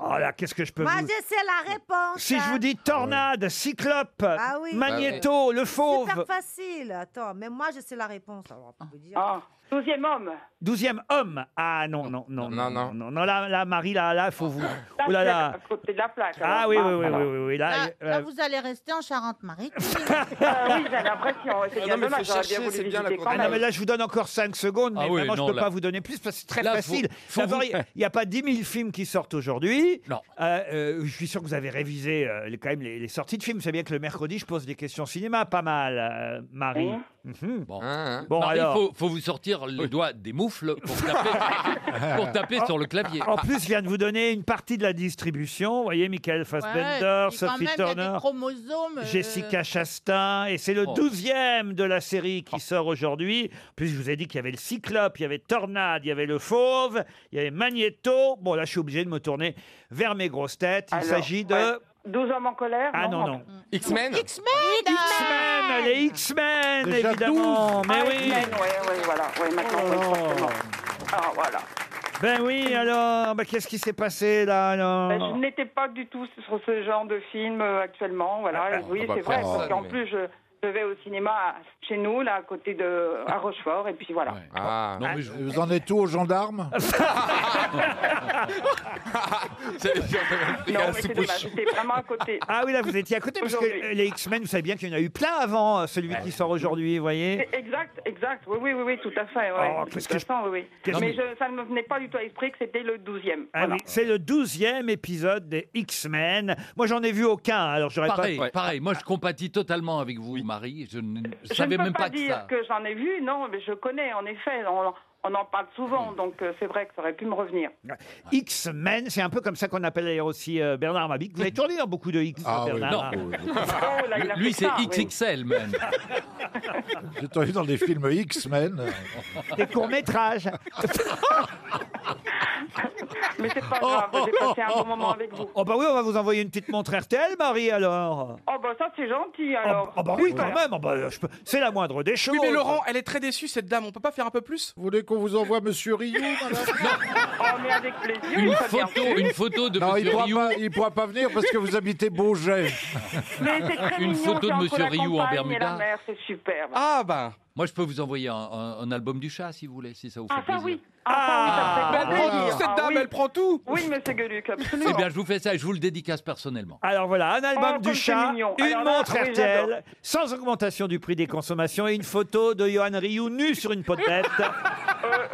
[SPEAKER 2] Oh là, qu'est-ce que je peux
[SPEAKER 3] Moi,
[SPEAKER 2] vous...
[SPEAKER 3] je sais la réponse. hein.
[SPEAKER 2] Si je vous dis tornade, cyclope,
[SPEAKER 3] Ah oui.
[SPEAKER 2] magnéto, le fauve,
[SPEAKER 3] Super facile. Attends, mais moi, je sais la réponse. Alors, on peut dire.
[SPEAKER 9] Ah, Douzième homme.
[SPEAKER 2] douzième homme. Ah non, non, non, non, non, non, là, là, Marie, là, là, faut vous. Oh là là.
[SPEAKER 9] Ah, À côté de la plaque.
[SPEAKER 2] Ah
[SPEAKER 9] alors.
[SPEAKER 2] oui, oui, oui,
[SPEAKER 9] voilà.
[SPEAKER 2] oui, oui, oui, là,
[SPEAKER 9] Ah,
[SPEAKER 2] euh,
[SPEAKER 8] Là, hein. vous allez rester en Charente-Maritime.
[SPEAKER 9] Ah oui, j'ai l'impression. ouais, C'est
[SPEAKER 6] Ah
[SPEAKER 9] bien
[SPEAKER 6] non, mais
[SPEAKER 9] dommage, j'aurais
[SPEAKER 6] faut chercher,
[SPEAKER 9] bien voulu
[SPEAKER 6] c'est bien la
[SPEAKER 9] visiter quand
[SPEAKER 2] Ah non,
[SPEAKER 9] même.
[SPEAKER 2] mais là, je vous donne encore 5 secondes, mais
[SPEAKER 5] Ah oui,
[SPEAKER 2] vraiment, je
[SPEAKER 5] non,
[SPEAKER 2] ne peux
[SPEAKER 5] là.
[SPEAKER 2] pas vous donner plus parce que c'est très
[SPEAKER 5] Là, faut-
[SPEAKER 2] facile.
[SPEAKER 5] faut
[SPEAKER 2] D'abord,
[SPEAKER 5] vous-
[SPEAKER 2] il n'y a pas 10 000 films qui sortent aujourd'hui.
[SPEAKER 5] Non.
[SPEAKER 2] Euh, euh, je suis sûr que vous avez révisé euh, les- quand même les, les sorties de films. C'est bien que le mercredi, je pose des questions cinéma, pas mal, euh, Marie. Mhm.
[SPEAKER 5] Bon,
[SPEAKER 2] Bon,
[SPEAKER 5] Marie,
[SPEAKER 2] alors.
[SPEAKER 5] faut, faut vous sortir les doigts des moufles pour taper, pour taper sur le clavier.
[SPEAKER 2] En plus, je viens de vous donner une partie de la distribution. Vous voyez, Michael Fassbender,
[SPEAKER 8] Ouais, et puis quand
[SPEAKER 2] Sophie
[SPEAKER 8] même, il y a des
[SPEAKER 2] Turner.
[SPEAKER 8] chromosomes, euh,
[SPEAKER 2] Jessica Chastain, et c'est le
[SPEAKER 5] Oh.
[SPEAKER 2] douzième de la série
[SPEAKER 8] Oh.
[SPEAKER 2] qui sort aujourd'hui. En Plus je vous ai dit qu'il y avait le Cyclope, il y avait Tornade, il y avait le Fauve, il y avait Magneto. Bon, là, je suis obligé de me tourner vers mes grosses têtes. Il
[SPEAKER 9] Alors,
[SPEAKER 2] s'agit de...
[SPEAKER 9] ouais. 12 hommes en colère
[SPEAKER 2] Ah non, non.
[SPEAKER 6] X-Men
[SPEAKER 8] X-Men
[SPEAKER 2] Ah. X-Men, les X-Men,
[SPEAKER 9] Déjà
[SPEAKER 2] évidemment. Mais
[SPEAKER 9] Ah,
[SPEAKER 2] oui.
[SPEAKER 9] X-Men, ouais, ouais, voilà. Ouais, maintenant, oui,
[SPEAKER 2] Oh.
[SPEAKER 9] forcément. Ah, voilà.
[SPEAKER 2] Ben oui, alors, ben, qu'est-ce qui s'est passé là alors
[SPEAKER 9] Ben, je n'étais pas du tout sur ce genre de film euh, actuellement. Voilà. Et oui,
[SPEAKER 2] bah,
[SPEAKER 9] c'est vrai.
[SPEAKER 2] personne,
[SPEAKER 9] Parce qu'en
[SPEAKER 2] mais-
[SPEAKER 9] plus, je, je vais au cinéma à- chez nous, là, à côté de à Rochefort. Et puis voilà.
[SPEAKER 7] Ah, Vous en êtes tout aux gendarmes
[SPEAKER 9] Non, mais c'est dommage. J'étais vraiment à côté.
[SPEAKER 2] Ah oui, là, vous étiez à côté, parce que
[SPEAKER 9] Aujourd'hui.
[SPEAKER 2] les X-Men, vous savez bien qu'il y en a eu plein avant euh, celui qui sort aujourd'hui, vous voyez.
[SPEAKER 9] C'est Exact, exact. Oui, oui, oui, oui, tout à fait. Ouais.
[SPEAKER 2] Ah. Oh,
[SPEAKER 9] De
[SPEAKER 2] qu'est-ce
[SPEAKER 9] toute
[SPEAKER 2] que je-
[SPEAKER 9] façon, oui, oui.
[SPEAKER 2] qu'est-ce
[SPEAKER 9] Mais
[SPEAKER 2] que-
[SPEAKER 9] je- ça ne me venait pas du tout à l'esprit que c'était le 12e.
[SPEAKER 2] Ah oui, c'est le douzième épisode des X-Men. Moi, j'en ai vu aucun, alors j'aurais pas...
[SPEAKER 5] Pareil, pareil. Moi, je compatis totalement avec vous, Marie. Je ne
[SPEAKER 9] Je
[SPEAKER 5] savais
[SPEAKER 9] ne peux
[SPEAKER 5] même
[SPEAKER 9] pas,
[SPEAKER 5] pas, que
[SPEAKER 9] dire
[SPEAKER 5] ça.
[SPEAKER 9] que j'en ai vu, non, mais je connais, en effet. On, on en parle souvent, donc euh, c'est vrai que ça aurait pu me revenir.
[SPEAKER 2] X-Men, c'est un peu comme ça qu'on appelle d'ailleurs aussi euh, Bernard Mabic. Vous avez tourné dans beaucoup de X, hein,
[SPEAKER 7] Ah oui,
[SPEAKER 2] Bernard.
[SPEAKER 7] beaucoup, oui,
[SPEAKER 9] Oh, là, il a
[SPEAKER 5] Lui,
[SPEAKER 9] fait
[SPEAKER 5] c'est
[SPEAKER 9] ça, oui.
[SPEAKER 5] XXL, même.
[SPEAKER 7] J'ai tombé dans des films X-Men. Ah,
[SPEAKER 2] Des courts-métrages.
[SPEAKER 9] Mais c'est pas grave, j'ai passé un bon moment avec vous.
[SPEAKER 2] Oh bah oui, on va vous envoyer une petite montre RTL, Marie, alors.
[SPEAKER 9] Oh, bah ça, c'est gentil, alors.
[SPEAKER 2] Oh bah oui, quand même. oh bah, je peux- C'est la moindre des choses.
[SPEAKER 4] Oui, mais Laurent, elle est très déçue, cette dame. On peut pas faire un peu plus
[SPEAKER 7] Vous voulez qu'on vous envoie Monsieur Rioux,
[SPEAKER 9] Oh, mais avec plaisir.
[SPEAKER 5] Une
[SPEAKER 9] ça vient
[SPEAKER 5] photo,
[SPEAKER 9] plus.
[SPEAKER 5] une photo de
[SPEAKER 7] Non, il
[SPEAKER 5] Monsieur
[SPEAKER 7] pourra,
[SPEAKER 5] Rioux.
[SPEAKER 7] pas, il pourra pas venir parce que vous habitez Beauget.
[SPEAKER 9] Mais c'est très
[SPEAKER 5] Une
[SPEAKER 9] mignon,
[SPEAKER 5] photo de
[SPEAKER 9] c'est entre
[SPEAKER 5] Monsieur
[SPEAKER 9] la
[SPEAKER 5] Rioux en
[SPEAKER 9] campagne et
[SPEAKER 5] Bermuda.
[SPEAKER 9] la mer, C'est superbe.
[SPEAKER 4] Ah ben.
[SPEAKER 5] Moi, je peux vous envoyer un, un- un album du chat, si vous voulez, si ça vous fait
[SPEAKER 9] Ah, ça
[SPEAKER 5] plaisir.
[SPEAKER 9] oui. Ah, ça, oui, ça me fait
[SPEAKER 4] Mais elle prend
[SPEAKER 9] plaisir.
[SPEAKER 4] tout, cette
[SPEAKER 9] Ah,
[SPEAKER 4] dame,
[SPEAKER 9] oui.
[SPEAKER 4] elle prend tout.
[SPEAKER 9] Oui, monsieur Gueluc,
[SPEAKER 2] Ah,
[SPEAKER 9] absolument.
[SPEAKER 5] Eh bien, je vous fais ça et je vous le dédicace personnellement.
[SPEAKER 2] Alors voilà, un album
[SPEAKER 9] Oh,
[SPEAKER 2] du
[SPEAKER 9] comme c'est
[SPEAKER 2] chat,
[SPEAKER 9] mignon.
[SPEAKER 2] une
[SPEAKER 9] Alors là,
[SPEAKER 2] montre
[SPEAKER 9] oui, j'adore.
[SPEAKER 2] RTL, sans augmentation du prix des consommations et une photo de Johan Rioux nu sur une potette.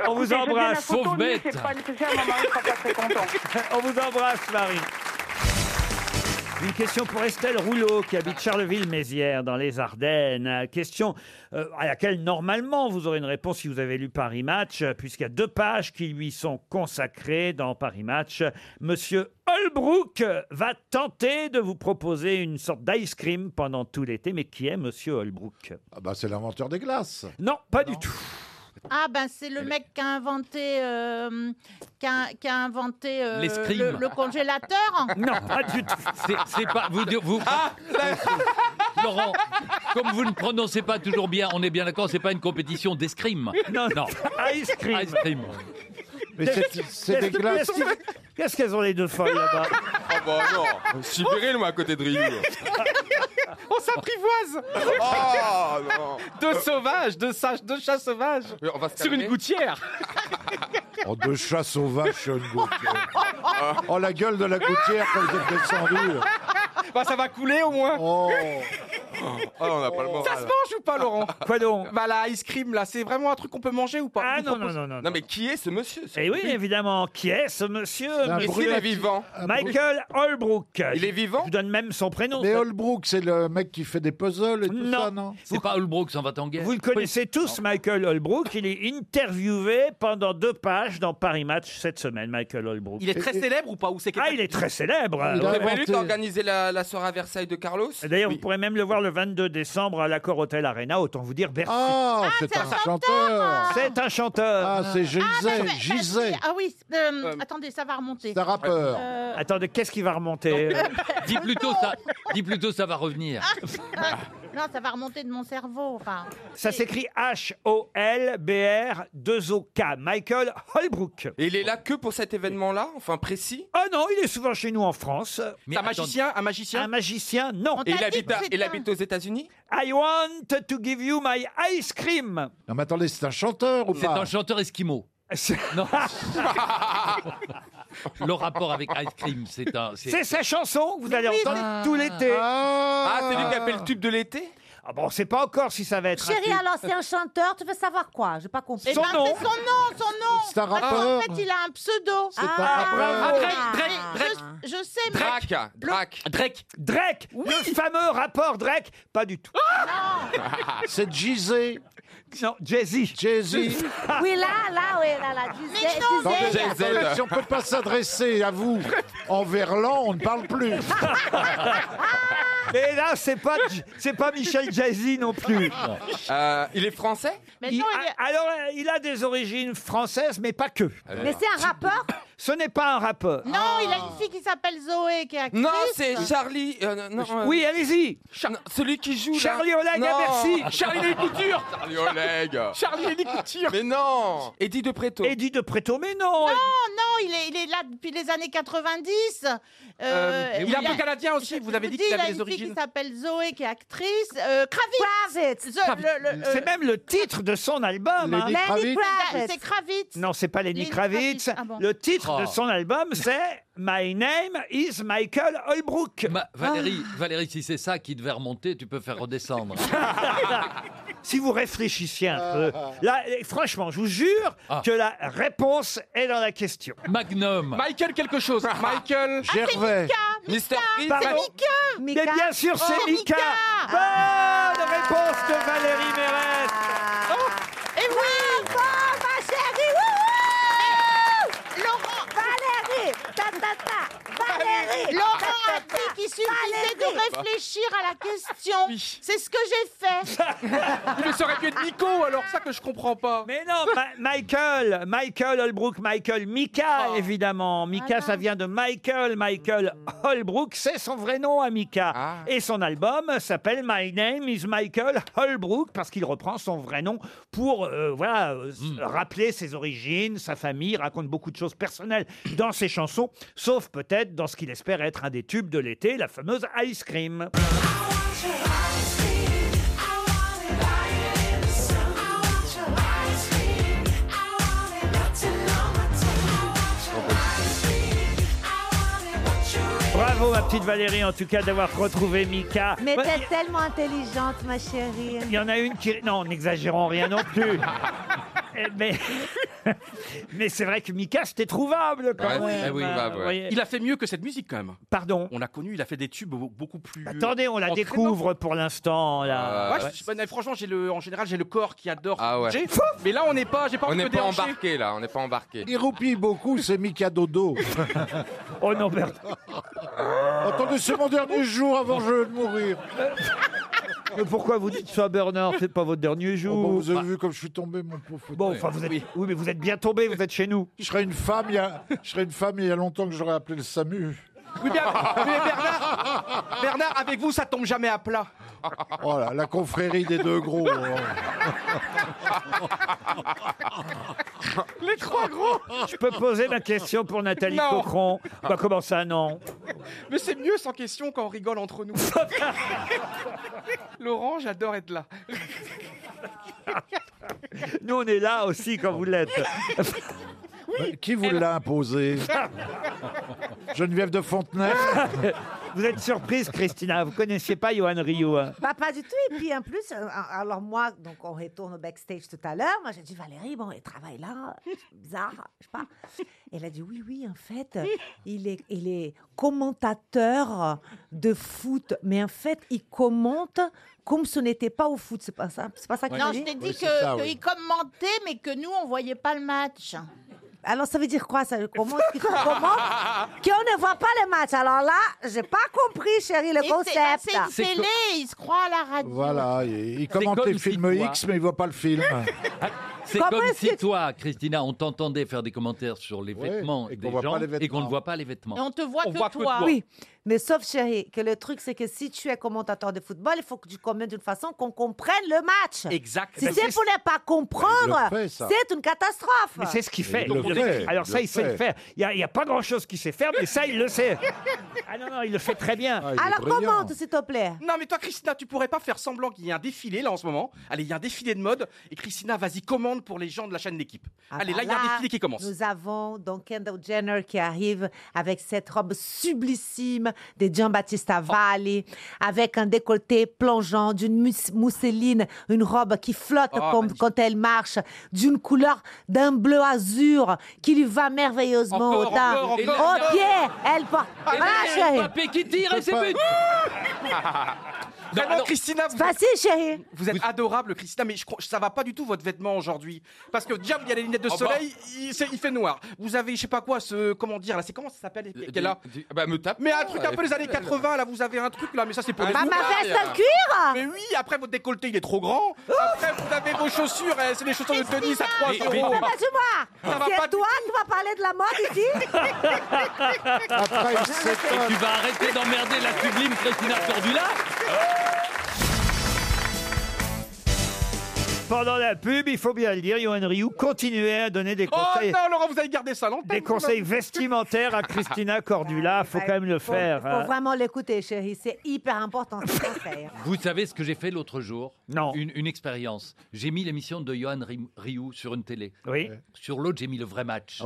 [SPEAKER 2] on
[SPEAKER 9] Et Euh,
[SPEAKER 2] vous
[SPEAKER 9] je viens la
[SPEAKER 2] embrasse.
[SPEAKER 9] photo, lui, C'est pas nécessaire, mon mari sera pas très content.
[SPEAKER 2] On vous embrasse, Marie. Une question pour Estelle Rouleau, qui habite Charleville-Mézières, dans les Ardennes. Question euh, à laquelle, normalement, vous aurez une réponse si vous avez lu Paris Match, euh, puisqu'il y a deux pages qui lui sont consacrées dans Paris Match. Monsieur Holbrook va tenter de vous proposer une sorte d'ice cream pendant tout l'été. Mais qui est Monsieur Holbrook
[SPEAKER 7] Ah bah, c'est l'inventeur des glaces.
[SPEAKER 2] Non, pas du tout.
[SPEAKER 8] Ah ben c'est le mec qui a inventé, euh, qui a, qui a inventé euh,
[SPEAKER 5] L'escrime.
[SPEAKER 8] le, le congélateur.
[SPEAKER 2] Non, pas du tout. Ah, ben,
[SPEAKER 5] C'est c'est pas. Vous, vous- Laurent, Comme vous ne prononcez pas toujours bien, on est bien d'accord, c'est pas une compétition d'escrime.
[SPEAKER 2] Non,
[SPEAKER 5] non.
[SPEAKER 2] Ice cream.
[SPEAKER 5] Ice cream.
[SPEAKER 7] Mais c'est- c'est des glaces.
[SPEAKER 2] Qu'est-ce qu'elles ont les deux folles là-bas
[SPEAKER 6] Ah bah non, je suis viril moi à côté de Ryu.
[SPEAKER 4] On s'apprivoise
[SPEAKER 6] Oh, non.
[SPEAKER 4] Deux sauvages, deux, sages, deux chats sauvages
[SPEAKER 6] On va se
[SPEAKER 4] Sur
[SPEAKER 6] calmer.
[SPEAKER 4] une gouttière
[SPEAKER 7] Oh, de chat sauvage sur une gouttière. Oh, la gueule de la gouttière quand vous êtes descendu.
[SPEAKER 4] Bah ça va couler au moins
[SPEAKER 7] Oh.
[SPEAKER 6] Ah, on n'a pas le moral.
[SPEAKER 4] Ça se mange ou pas, Laurent
[SPEAKER 2] Quoi donc
[SPEAKER 4] Bah la ice cream, là, c'est vraiment un truc qu'on peut manger ou pas
[SPEAKER 2] Ah
[SPEAKER 4] Vous
[SPEAKER 2] non, non,
[SPEAKER 4] proposez-
[SPEAKER 2] non, non.
[SPEAKER 6] Non mais qui est ce monsieur
[SPEAKER 2] Eh oui, évidemment. Qui est ce monsieur
[SPEAKER 7] C'est un
[SPEAKER 2] monsieur-
[SPEAKER 7] brûlé.
[SPEAKER 6] Il est vivant.
[SPEAKER 2] Michael Holbrook.
[SPEAKER 6] Il est vivant
[SPEAKER 2] Je vous donne même son prénom.
[SPEAKER 7] Mais
[SPEAKER 2] ça-
[SPEAKER 7] Holbrook, c'est le mec qui fait des puzzles et tout ça, non
[SPEAKER 5] C'est pas Holbrook s'en va en guerre.
[SPEAKER 2] Vous le connaissez tous, Michael Holbrook. Il est interviewé pendant deux pages dans Paris Match cette semaine, Michael Holbrook.
[SPEAKER 4] Il est très célèbre ou pas ou c'est
[SPEAKER 2] Ah, il est très célèbre.
[SPEAKER 6] Il
[SPEAKER 2] Ouais.
[SPEAKER 6] aurait voulu d'organiser la, la soirée à Versailles de Carlos
[SPEAKER 2] D'ailleurs, vous pourrez même le voir le 22 décembre à l'Accor Hotel Arena. Autant vous dire Bercy.
[SPEAKER 7] Ah, c'est un chanteur.
[SPEAKER 2] C'est un chanteur.
[SPEAKER 7] Ah, c'est
[SPEAKER 8] Ah,
[SPEAKER 7] Gisèle.
[SPEAKER 8] mais-
[SPEAKER 7] Gisèle.
[SPEAKER 8] Ah oui, euh, attendez, ça va remonter.
[SPEAKER 7] C'est un rappeur.
[SPEAKER 8] Euh,
[SPEAKER 2] Attendez, qu'est-ce qui va remonter euh
[SPEAKER 5] Dis plutôt ça. Dis plutôt ça va revenir.
[SPEAKER 8] non, ça va remonter de mon cerveau. Enfin,
[SPEAKER 2] Ça s'écrit H-O-L-B-R-2-O-K. Michael Holbrook.
[SPEAKER 6] Et il est là que pour cet événement-là, enfin précis
[SPEAKER 2] Ah non, il est souvent chez nous en France.
[SPEAKER 4] C'est un magicien, un magicien
[SPEAKER 2] Un magicien, non.
[SPEAKER 6] Et il habite, à- il habite aux États-Unis
[SPEAKER 2] I want to give you my ice cream.
[SPEAKER 7] Non, mais attendez, c'est un chanteur ou
[SPEAKER 5] C'est
[SPEAKER 7] pas
[SPEAKER 5] un chanteur esquimau. Non. le rapport avec ice cream, c'est un. c'est-
[SPEAKER 2] C'est sa chanson que vous allez
[SPEAKER 8] Oui,
[SPEAKER 2] entendre
[SPEAKER 8] mais-
[SPEAKER 2] tout l'été.
[SPEAKER 7] Ah,
[SPEAKER 6] Ah, c'est lui qui appelle le tube de l'été
[SPEAKER 2] Ah bon, on sait pas encore si ça va être. un
[SPEAKER 3] Chérie,
[SPEAKER 2] tube.
[SPEAKER 3] alors c'est un chanteur, tu veux savoir quoi J'ai pas compris.
[SPEAKER 8] eh ben,
[SPEAKER 2] nom.
[SPEAKER 8] c'est son nom, son nom.
[SPEAKER 7] C'est un
[SPEAKER 8] Parce qu'en
[SPEAKER 7] rappeur.
[SPEAKER 8] fait, il a un pseudo.
[SPEAKER 7] C'est un
[SPEAKER 3] Ah,
[SPEAKER 7] rappeur.
[SPEAKER 4] Ah, Drake, Drake,
[SPEAKER 8] Mais
[SPEAKER 4] Drake,
[SPEAKER 8] je, je sais, mais
[SPEAKER 6] Drac Drac
[SPEAKER 4] Drake
[SPEAKER 2] Drake, le fameux rapport Drake, pas du tout.
[SPEAKER 3] Ah!
[SPEAKER 7] C'est Gisé.
[SPEAKER 2] non, Jay-Z.
[SPEAKER 7] Jay-Z.
[SPEAKER 3] Oui, là, là, oui, là, là. Disais,
[SPEAKER 8] non,
[SPEAKER 7] Attendez,
[SPEAKER 3] disais.
[SPEAKER 6] Jay-Z.
[SPEAKER 7] attendez, Si on peut pas s'adresser à vous en verlan, on ne parle plus.
[SPEAKER 2] Et là, c'est pas, J- c'est pas Michel Jay-Z non plus.
[SPEAKER 6] Euh, Il est français
[SPEAKER 8] mais
[SPEAKER 2] Il-
[SPEAKER 8] non, il est-
[SPEAKER 2] a- alors, euh, il a des origines françaises, mais pas que.
[SPEAKER 4] Euh.
[SPEAKER 7] Euh.
[SPEAKER 3] Mais c'est un rappeur
[SPEAKER 2] Ce n'est pas un rappeur.
[SPEAKER 8] non, il a
[SPEAKER 7] Ah.
[SPEAKER 8] une fille qui s'appelle Zoé qui est actrice.
[SPEAKER 6] Non, c'est Charlie. euh, non, euh,
[SPEAKER 2] Oui, allez-y.
[SPEAKER 6] Char- non, celui qui joue là.
[SPEAKER 2] Charlie Oleg à
[SPEAKER 6] Non.
[SPEAKER 2] Bercy.
[SPEAKER 4] Charlie les coutures
[SPEAKER 6] Charlie Oleg
[SPEAKER 4] Charlie les coutures
[SPEAKER 6] Mais non Eddie de Préto.
[SPEAKER 2] Eddie de Préto, mais non.
[SPEAKER 8] Non, non, il est, il est là depuis les années 90. Euh,
[SPEAKER 4] Euh, Il est un peu canadien aussi,
[SPEAKER 8] je
[SPEAKER 4] vous avez dit
[SPEAKER 8] dis,
[SPEAKER 4] qu'il
[SPEAKER 8] il a
[SPEAKER 4] avait
[SPEAKER 8] une
[SPEAKER 4] des
[SPEAKER 8] fille qui
[SPEAKER 4] origines.
[SPEAKER 8] s'appelle Zoé qui est actrice. Euh, Kravitz.
[SPEAKER 3] Kravitz.
[SPEAKER 8] The- le- le-
[SPEAKER 2] C'est
[SPEAKER 8] euh,
[SPEAKER 2] même le titre de son album. hein.
[SPEAKER 7] Lenny
[SPEAKER 3] Lenny
[SPEAKER 7] Kravitz.
[SPEAKER 8] c'est-
[SPEAKER 3] Kravitz.
[SPEAKER 8] c'est Kravitz.
[SPEAKER 2] Non, c'est pas Lenny
[SPEAKER 8] Lenny
[SPEAKER 2] Kravitz.
[SPEAKER 8] Kravitz, ah bon.
[SPEAKER 2] Le titre de
[SPEAKER 5] Oh.
[SPEAKER 2] son album, c'est My Name is Michael Holbrook. Ah.
[SPEAKER 5] Ma- Valérie, Valérie, si c'est ça qui devait remonter, tu peux faire redescendre.
[SPEAKER 2] Si vous réfléchissiez un peu. Là, eh, franchement, je vous jure
[SPEAKER 5] Ah.
[SPEAKER 2] que la réponse est dans la question.
[SPEAKER 5] Magnum.
[SPEAKER 4] Michael quelque chose Michael
[SPEAKER 7] Gervais.
[SPEAKER 6] Mr. Freeze
[SPEAKER 2] Par- Mais
[SPEAKER 3] Mika.
[SPEAKER 2] bien sûr, c'est
[SPEAKER 10] Oh,
[SPEAKER 2] Mika. Bonne réponse de Valérie Mérès. Oh.
[SPEAKER 8] Et oui
[SPEAKER 3] Bon, ma chérie, wouhou
[SPEAKER 8] Laurent,
[SPEAKER 3] Valérie, ta ta ta, Valérie,
[SPEAKER 8] Laurent
[SPEAKER 3] ta, ta,
[SPEAKER 8] a
[SPEAKER 3] ta.
[SPEAKER 8] dit qu'il suffisait de réfléchir à la question.
[SPEAKER 4] Oui.
[SPEAKER 8] C'est ce que j'ai fait.
[SPEAKER 4] Mais ça aurait pu être Nico alors, ça que je comprends pas
[SPEAKER 2] Mais non, Ma- Michael, Michael Holbrook, Michael, Mika,
[SPEAKER 4] Oh.
[SPEAKER 2] évidemment. Mika, ça vient de Michael, Michael Holbrook, c'est son vrai nom à Mika.
[SPEAKER 6] Ah.
[SPEAKER 2] Et son album s'appelle My Name is Michael Holbrook, parce qu'il reprend son vrai nom pour euh, voilà, euh, s-
[SPEAKER 4] Hmm.
[SPEAKER 2] rappeler ses origines, sa famille, raconte beaucoup de choses personnelles dans ses chansons, sauf peut-être dans ce qu'il espère être un des tubes de l'été, la fameuse Ice Cream. Bravo, ma petite Valérie, en tout cas, d'avoir retrouvé Mika.
[SPEAKER 3] Mais
[SPEAKER 2] Bah,
[SPEAKER 3] t'es tellement intelligente, ma chérie.
[SPEAKER 2] Il y en a une qui... Non, n'exagérons rien non plus. Eh, Mais, mais c'est vrai que Mika, c'était trouvable quand
[SPEAKER 6] Ouais,
[SPEAKER 2] même.
[SPEAKER 6] eh oui,
[SPEAKER 2] Euh,
[SPEAKER 6] bah ouais.
[SPEAKER 2] vous voyez.
[SPEAKER 4] Il a fait mieux que cette musique quand même
[SPEAKER 2] Pardon.
[SPEAKER 4] On l'a connu, il a fait des tubes beaucoup plus
[SPEAKER 2] Attendez, on la
[SPEAKER 4] entraînants.
[SPEAKER 2] découvre pour l'instant. là.
[SPEAKER 4] Ouais, je- bah, franchement, j'ai le, en général, j'ai le corps qui adore
[SPEAKER 6] Euh, Ah ouais.
[SPEAKER 4] bouger. Mais là, on n'est pas, j'ai pas
[SPEAKER 6] On
[SPEAKER 4] envie de
[SPEAKER 6] n'est
[SPEAKER 4] me
[SPEAKER 6] pas
[SPEAKER 4] déranger.
[SPEAKER 6] embarqué là, on n'est pas embarqué.
[SPEAKER 7] Il roupille beaucoup, c'est Mika Dodo.
[SPEAKER 2] Oh non, Bert-
[SPEAKER 7] Attendez, c'est mon dernier jour avant je de mourir.
[SPEAKER 2] mais pourquoi vous dites ça, Bernard C'est pas votre dernier
[SPEAKER 7] Oh,
[SPEAKER 2] jour. Bah.
[SPEAKER 7] bon, vous avez vu comme je suis tombé, mon pauvre.
[SPEAKER 2] Bon, enfin, vous êtes... oui. mais vous êtes bien tombé, vous êtes chez nous.
[SPEAKER 7] Je serais une femme, il y a, je serais une femme il y a longtemps que j'aurais appelé le SAMU.
[SPEAKER 2] Ah.
[SPEAKER 4] Oui, mais, mais Bernard, Bernard, avec vous, ça tombe jamais à plat.
[SPEAKER 7] Oh là, la confrérie des deux gros. hein.
[SPEAKER 2] Les trois gros Je peux poser ma question pour Nathalie
[SPEAKER 4] Non.
[SPEAKER 2] Cochron. Bah, comment ça, non
[SPEAKER 4] Mais c'est mieux sans question quand on rigole entre nous. Laurent, j'adore être là.
[SPEAKER 2] Nous, on est là aussi quand vous l'êtes.
[SPEAKER 7] Bah, Qui vous l'a imposé Geneviève de Fontenay
[SPEAKER 2] Vous êtes surprise, Christina. Vous connaissiez pas Johan Rio. hein
[SPEAKER 3] Bah, pas du tout. Et puis, en plus, euh, alors moi, donc on retourne au backstage tout à l'heure. Moi, j'ai dit, Valérie, bon, il travaille là. C'est Bizarre, je sais pas. Elle a dit, oui, oui, en fait, il est, il est commentateur de foot. Mais en fait, il commente comme ce n'était pas au foot. C'est pas ça, c'est pas ça que
[SPEAKER 8] Non,
[SPEAKER 3] tu
[SPEAKER 8] je
[SPEAKER 3] dis
[SPEAKER 8] t'ai dit que- que il commentait, mais que nous, on voyait pas le match.
[SPEAKER 3] Alors, ça veut dire quoi ça Comment est-ce qu'il faut- comment Qu'on ne voit pas le match. Alors là, j'ai pas compris, chérie, le
[SPEAKER 8] Et c'est- ah,
[SPEAKER 3] concept.
[SPEAKER 8] C'est une télé, il se croit à la radio.
[SPEAKER 7] Voilà, il, il commente
[SPEAKER 5] comme
[SPEAKER 7] les
[SPEAKER 5] si
[SPEAKER 7] films
[SPEAKER 5] toi-
[SPEAKER 7] X, mais il voit pas le film.
[SPEAKER 5] C'est
[SPEAKER 7] Comment
[SPEAKER 5] comme
[SPEAKER 7] est-ce
[SPEAKER 5] si toi, Christina, on t'entendait faire des commentaires sur les
[SPEAKER 7] Ouais,
[SPEAKER 5] vêtements
[SPEAKER 7] et qu'on
[SPEAKER 5] des
[SPEAKER 7] voit pas
[SPEAKER 5] gens
[SPEAKER 7] les
[SPEAKER 5] et qu'on
[SPEAKER 7] vêtements.
[SPEAKER 5] ne voit pas les vêtements.
[SPEAKER 3] Et on te voit
[SPEAKER 5] On
[SPEAKER 3] que
[SPEAKER 5] voit que
[SPEAKER 3] toi.
[SPEAKER 5] toi.
[SPEAKER 3] Oui, mais sauf chérie, que le truc c'est que si tu es commentateur de football, il faut que tu commentes d'une façon qu'on comprenne le match.
[SPEAKER 5] Exact.
[SPEAKER 3] Si
[SPEAKER 5] Ben,
[SPEAKER 3] c'est
[SPEAKER 5] c'est-
[SPEAKER 3] pour ne pas
[SPEAKER 2] Ben,
[SPEAKER 3] comprendre,
[SPEAKER 2] il le fait, ça.
[SPEAKER 3] c'est une catastrophe.
[SPEAKER 2] Mais c'est ce qu'il fait.
[SPEAKER 7] Il le
[SPEAKER 2] Donc,
[SPEAKER 7] fait,
[SPEAKER 2] Alors
[SPEAKER 7] il
[SPEAKER 2] ça,
[SPEAKER 7] le
[SPEAKER 2] il sait le
[SPEAKER 7] fait.
[SPEAKER 2] faire. Il n'y a, pas grand-chose qu'il sait faire, mais ça, il le sait. Ah non, non, il le fait très bien.
[SPEAKER 6] Ah,
[SPEAKER 4] Ah,
[SPEAKER 3] Alors commente, s'il te plaît.
[SPEAKER 4] Non, mais toi, Christina, tu pourrais pas faire semblant qu'il y ait un défilé là en ce moment. Allez, il y a un défilé de mode et Christina, vas-y, commande pour les gens de la chaîne d'équipe.
[SPEAKER 3] Ah
[SPEAKER 4] Allez,
[SPEAKER 3] bah
[SPEAKER 4] là, il y a un défilé qui commence.
[SPEAKER 3] Nous avons donc Kendall Jenner qui arrive avec cette robe sublissime de Giambattista
[SPEAKER 4] Oh.
[SPEAKER 3] Valli, avec un décolleté plongeant, d'une mus- mousseline, une robe qui flotte
[SPEAKER 8] Oh,
[SPEAKER 3] comme-
[SPEAKER 8] magnifique.
[SPEAKER 3] quand elle marche, d'une couleur d'un bleu azur qui lui va merveilleusement
[SPEAKER 8] Encore,
[SPEAKER 3] au teint.
[SPEAKER 8] encore, encore,
[SPEAKER 3] au
[SPEAKER 8] encore.
[SPEAKER 3] pied, elle porte.
[SPEAKER 8] Et
[SPEAKER 3] Voilà,
[SPEAKER 8] derrière,
[SPEAKER 3] Ah, chérie.
[SPEAKER 5] Mbappé qui tire et c'est but.
[SPEAKER 4] Ah. Non, non, Christina, vous,
[SPEAKER 3] chérie.
[SPEAKER 4] vous êtes adorable, Christina, mais je, crois- ça va pas du tout votre vêtement aujourd'hui. Parce que déjà, il y a les lunettes de
[SPEAKER 6] Oh bah.
[SPEAKER 4] soleil, il, c'est- il fait noir. Vous avez, je sais pas quoi, ce. Comment dire là C'est comment ça s'appelle qu'elle a
[SPEAKER 6] Du- bah, me tape.
[SPEAKER 4] Mais un
[SPEAKER 6] pas,
[SPEAKER 4] truc un peu
[SPEAKER 6] elle-
[SPEAKER 4] les années 80, là, vous avez un truc là, mais ça c'est pour les.
[SPEAKER 6] Bah, ma
[SPEAKER 4] foulards,
[SPEAKER 6] veste en
[SPEAKER 4] euh.
[SPEAKER 3] cuir
[SPEAKER 4] Mais oui, après votre décolleté il est trop grand. Après vous avez vos chaussures, euh, c'est des chaussures de tennis à 3
[SPEAKER 3] Mais-
[SPEAKER 4] euros.
[SPEAKER 3] mais- mais tu vois,
[SPEAKER 4] Ça va
[SPEAKER 3] c'est
[SPEAKER 4] pas du
[SPEAKER 3] toi qui vas parler de la mode ici
[SPEAKER 5] Après, et tu vas arrêter d'emmerder la sublime Christina Cordula
[SPEAKER 2] Pendant la pub, il faut bien le dire, Johan Rioux continuait à donner des
[SPEAKER 4] Oh
[SPEAKER 2] conseils.
[SPEAKER 4] non, Laurent, vous avez gardé ça longtemps.
[SPEAKER 2] des conseils vestimentaires à Christina Cordula, faut quand même le
[SPEAKER 3] Faut-
[SPEAKER 2] faire.
[SPEAKER 3] Faut,
[SPEAKER 2] hein.
[SPEAKER 3] vraiment l'écouter, chérie. C'est hyper important ce hein. conseil.
[SPEAKER 5] Vous savez ce que j'ai fait l'autre jour Non. Une, une expérience. J'ai mis l'émission de Johan Ri- Rioux sur une télé.
[SPEAKER 2] Oui.
[SPEAKER 5] Sur l'autre, j'ai mis le vrai match.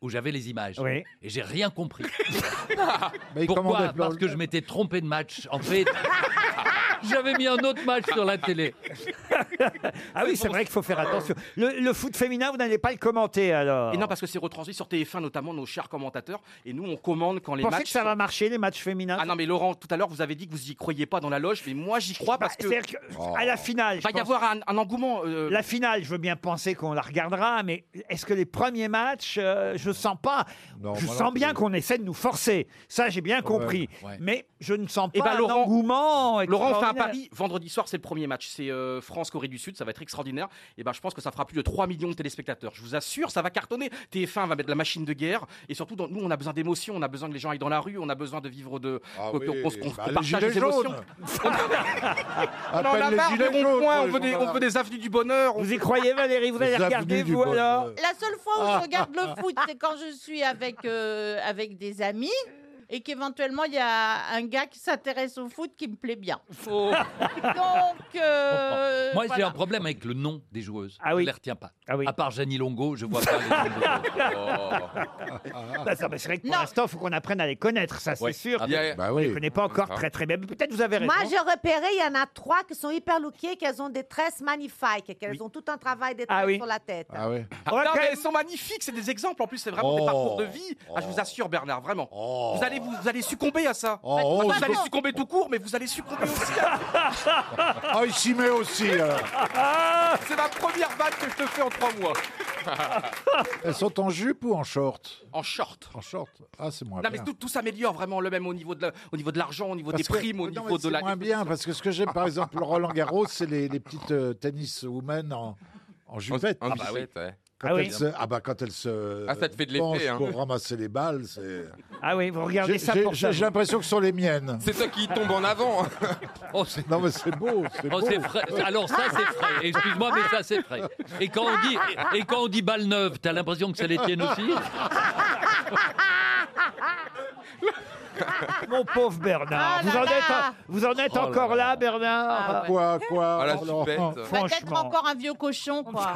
[SPEAKER 5] Où j'avais les images.
[SPEAKER 2] Oui.
[SPEAKER 5] Et j'ai rien compris.
[SPEAKER 7] Mais il commandait
[SPEAKER 5] Pourquoi
[SPEAKER 7] plein-
[SPEAKER 5] Parce que je m'étais trompé de match. En fait, j'avais mis un autre match sur la télé.
[SPEAKER 2] Ah oui, c'est vrai qu'il faut faire attention. Le, le foot féminin, vous n'allez pas le commenter alors.
[SPEAKER 4] Et non, parce que c'est retransmis sur TF1, notamment nos chers commentateurs. Et nous, on commande quand les
[SPEAKER 2] Vous pensez
[SPEAKER 4] matchs.
[SPEAKER 2] que ça va marcher, les matchs féminins
[SPEAKER 4] Ah non, mais Laurent, tout à l'heure, vous avez dit que vous y croyez pas dans la loge, mais moi, j'y crois parce
[SPEAKER 2] Bah,
[SPEAKER 4] que. Oh.
[SPEAKER 2] c'est-à-dire que, à la finale.
[SPEAKER 4] Va y avoir un, engouement. euh.
[SPEAKER 2] La finale, je veux bien penser qu'on la regardera, mais est-ce que les premiers matchs, euh, je sens pas. je
[SPEAKER 7] moi
[SPEAKER 2] sens
[SPEAKER 7] non
[SPEAKER 2] bien qu'on essaie de nous forcer. Ça, j'ai bien compris.
[SPEAKER 4] Ouais.
[SPEAKER 2] Mais je ne sens pas
[SPEAKER 4] Eh ben,
[SPEAKER 2] un
[SPEAKER 4] Laurent-
[SPEAKER 2] engouement.
[SPEAKER 4] Laurent, on fait un
[SPEAKER 2] extraordinaire.
[SPEAKER 4] pari. Vendredi soir, c'est le premier match. C'est euh, France-Corée du Sud. Ça va être extraordinaire. Et ben, je pense que ça fera plus de 3 millions de téléspectateurs. Je vous assure, ça va cartonner. TF1 va mettre la machine de guerre. Et surtout, dans- nous, on a besoin d'émotions. On a besoin que les gens aillent dans la rue. On a besoin de vivre de.
[SPEAKER 7] Ah
[SPEAKER 4] qu'on-
[SPEAKER 7] oui,
[SPEAKER 4] qu'on- qu'on-
[SPEAKER 7] bah,
[SPEAKER 4] qu'on
[SPEAKER 7] les
[SPEAKER 4] partage
[SPEAKER 7] gilets
[SPEAKER 4] les émotions.
[SPEAKER 7] jaunes.
[SPEAKER 4] on en
[SPEAKER 7] Appelle
[SPEAKER 4] a
[SPEAKER 7] les
[SPEAKER 4] marre des
[SPEAKER 7] gilets jaunes,
[SPEAKER 4] ronds-points.
[SPEAKER 7] pour
[SPEAKER 4] On
[SPEAKER 7] les
[SPEAKER 4] veut des,
[SPEAKER 7] gens
[SPEAKER 4] on
[SPEAKER 7] là.
[SPEAKER 4] veut des avenues du bonheur.
[SPEAKER 2] Vous y croyez, Valérie Vous
[SPEAKER 7] Les
[SPEAKER 2] allez
[SPEAKER 7] avenues
[SPEAKER 2] regarder,
[SPEAKER 7] du
[SPEAKER 2] vous
[SPEAKER 7] bonheur.
[SPEAKER 2] alors
[SPEAKER 8] La seule fois où je regarde le foot, c'est quand je suis avec, euh, avec des amis et qu'éventuellement il y a un gars qui s'intéresse au foot qui me plaît bien.
[SPEAKER 2] Oh.
[SPEAKER 8] Donc, euh,
[SPEAKER 5] Moi, j'ai
[SPEAKER 8] voilà.
[SPEAKER 5] un problème avec le nom des joueuses. Je ne les retiens pas.
[SPEAKER 2] Ah oui.
[SPEAKER 5] À part Jenny Longo, je vois pas les noms des joueuses.
[SPEAKER 2] Ah, Oh. Bah, ça, bah, c'est vrai que pour l'instant, il faut qu'on apprenne à les connaître, ça c'est
[SPEAKER 5] Ouais.
[SPEAKER 2] sûr.
[SPEAKER 5] Ah ben,
[SPEAKER 7] Bah
[SPEAKER 2] Je ne les connais pas encore très très bien. Mais Peut-être vous avez raison.
[SPEAKER 3] Moi, j'ai repéré, il y en a trois qui sont hyper lookées, qu'elles ont des tresses magnifiques, qu'elles ont tout un travail de tresses
[SPEAKER 4] oui.
[SPEAKER 3] sur la tête.
[SPEAKER 7] Ah oui.
[SPEAKER 4] non, mais elles sont magnifiques, c'est des exemples. En plus, c'est vraiment
[SPEAKER 7] Oh.
[SPEAKER 4] des parcours de vie. Ah, je vous assure, Bernard, vraiment. Vous, allez, vous, vous allez succomber à ça.
[SPEAKER 7] Oh,
[SPEAKER 4] vous
[SPEAKER 7] oh,
[SPEAKER 4] allez
[SPEAKER 7] je-
[SPEAKER 4] succomber tout court, mais vous allez succomber aussi.
[SPEAKER 7] Ah, il s'y met aussi. alors.
[SPEAKER 4] à- c'est ma première balle que je te fais en trois mois.
[SPEAKER 7] Elles sont en jupe ou en short
[SPEAKER 4] En short.
[SPEAKER 7] En short. Ah, c'est moins
[SPEAKER 4] Non, mais
[SPEAKER 7] bien.
[SPEAKER 4] tout, tout s'améliore vraiment, le même au niveau de la- au niveau de l'argent, au niveau
[SPEAKER 7] Parce
[SPEAKER 4] des
[SPEAKER 7] que-
[SPEAKER 4] primes, au
[SPEAKER 7] non,
[SPEAKER 4] niveau
[SPEAKER 7] mais
[SPEAKER 4] de la.
[SPEAKER 7] C'est moins bien, parce que ce que j'aime, par exemple, le Roland Garros, c'est les, les petites euh, tennis women en, en jupette.
[SPEAKER 6] En- en Ah bah oui. jupette, ouais.
[SPEAKER 7] Quand
[SPEAKER 2] Ah oui.
[SPEAKER 7] elle se, ah bah quand elle se
[SPEAKER 6] Ah, ça te fait de l'effet,
[SPEAKER 7] penche
[SPEAKER 6] hein.
[SPEAKER 7] pour ramasser les balles, c'est.
[SPEAKER 2] Ah oui, vous regardez
[SPEAKER 7] J'ai-
[SPEAKER 2] ça
[SPEAKER 7] j'ai-
[SPEAKER 2] pour ça,
[SPEAKER 7] J'ai j'ai
[SPEAKER 2] vous.
[SPEAKER 7] l'impression que ce sont les miennes.
[SPEAKER 6] C'est toi qui tombe en avant.
[SPEAKER 7] non mais c'est beau, c'est
[SPEAKER 5] Oh,
[SPEAKER 7] beau.
[SPEAKER 5] c'est frais. Alors ça c'est frais. Excuse-moi mais ça c'est frais. Et quand on dit et quand on dit balle neuve, t'as l'impression que c'est les tiennes aussi
[SPEAKER 2] Ah Mon pauvre Bernard,
[SPEAKER 8] Ah
[SPEAKER 2] vous,
[SPEAKER 8] là
[SPEAKER 2] en
[SPEAKER 8] là.
[SPEAKER 2] êtes, vous en êtes
[SPEAKER 5] Oh là
[SPEAKER 2] encore là, Bernard
[SPEAKER 8] Ah ouais.
[SPEAKER 7] Quoi, quoi
[SPEAKER 6] Ah, la
[SPEAKER 7] alors
[SPEAKER 6] supette.
[SPEAKER 8] Peut-être
[SPEAKER 2] Franchement.
[SPEAKER 8] encore un vieux cochon, quoi.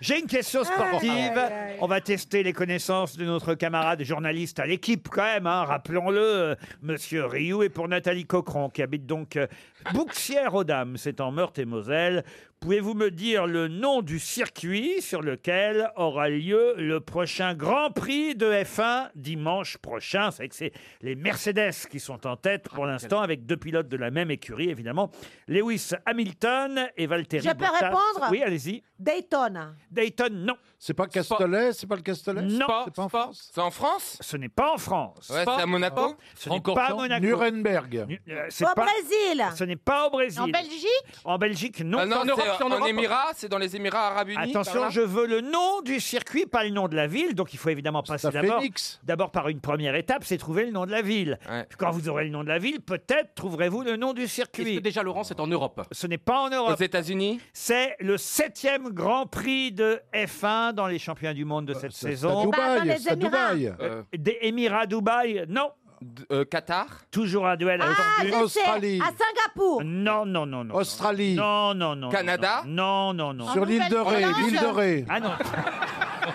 [SPEAKER 2] J'ai une question sportive. On va tester les connaissances de notre camarade journaliste à l'équipe, quand même, hein, rappelons-le, euh, Monsieur Rioux, et pour Nathalie Cochran, qui habite donc euh, Bouxières-aux-Dames, c'est en Meurthe-et-Moselle. Pouvez-vous me dire le nom du circuit sur lequel aura lieu le prochain Grand Prix de F1 dimanche prochain C'est vrai que c'est les Mercedes qui sont en tête pour
[SPEAKER 3] Ah,
[SPEAKER 2] l'instant, avec deux pilotes de la même écurie, évidemment, Lewis Hamilton et Valtteri
[SPEAKER 3] Je peux
[SPEAKER 2] Bottas.
[SPEAKER 3] répondre
[SPEAKER 2] Oui, allez-y.
[SPEAKER 3] Daytona.
[SPEAKER 2] Dayton, non.
[SPEAKER 7] C'est pas Castellet, c'est pas le Castellet
[SPEAKER 2] Non.
[SPEAKER 7] c'est pas en France.
[SPEAKER 6] C'est en France
[SPEAKER 2] Ce n'est pas en France.
[SPEAKER 6] Ouais, c'est à Monaco
[SPEAKER 2] Ce n'est pas à Monaco.
[SPEAKER 7] Nuremberg.
[SPEAKER 2] Nu- euh, c'est
[SPEAKER 3] Au
[SPEAKER 2] pas-
[SPEAKER 3] Brésil.
[SPEAKER 2] Ce n'est pas au Brésil.
[SPEAKER 8] En Belgique
[SPEAKER 2] En Belgique, non.
[SPEAKER 6] Ah non,
[SPEAKER 2] En
[SPEAKER 6] c'est
[SPEAKER 2] Europe, c'est en
[SPEAKER 6] en,
[SPEAKER 2] Europe.
[SPEAKER 6] Émirats, c'est dans les Émirats Arabes Unis. par
[SPEAKER 2] Attention,
[SPEAKER 6] là.
[SPEAKER 2] je veux le nom du circuit, pas le nom de la ville. Donc, il faut évidemment passer
[SPEAKER 7] à
[SPEAKER 2] d'abord,
[SPEAKER 7] Phoenix.
[SPEAKER 2] d'abord par une première étape, c'est trouver le nom de la ville.
[SPEAKER 6] Ouais.
[SPEAKER 2] Quand vous aurez le nom de la ville, peut-être trouverez-vous le nom du
[SPEAKER 4] Est-ce que
[SPEAKER 2] circuit.
[SPEAKER 4] déjà Laurent, c'est en Europe
[SPEAKER 2] Ce n'est pas en
[SPEAKER 6] Aux
[SPEAKER 2] Europe.
[SPEAKER 6] États-Unis
[SPEAKER 2] C'est le septième Grand Prix de F1 dans les championnats du monde de cette
[SPEAKER 7] Euh, C'est à
[SPEAKER 2] saison.
[SPEAKER 3] Bah, dans
[SPEAKER 7] Dubaï,
[SPEAKER 3] les
[SPEAKER 7] c'est à
[SPEAKER 3] Émirats.
[SPEAKER 7] Dubaï.
[SPEAKER 6] Euh,
[SPEAKER 2] Des Émirats, Dubaï, non.
[SPEAKER 6] d- euh, Qatar
[SPEAKER 2] Toujours un duel.
[SPEAKER 3] Ah,
[SPEAKER 2] attendu.
[SPEAKER 3] je sais,
[SPEAKER 7] Australie.
[SPEAKER 3] à Singapour.
[SPEAKER 2] Non, non, non, non.
[SPEAKER 7] Australie.
[SPEAKER 2] Non, non, non.
[SPEAKER 6] Canada
[SPEAKER 2] Non, non, non. non.
[SPEAKER 7] Sur l'île de Ré,
[SPEAKER 8] Nouvelle-Zélande.
[SPEAKER 7] l'île de Ré.
[SPEAKER 2] Ah non,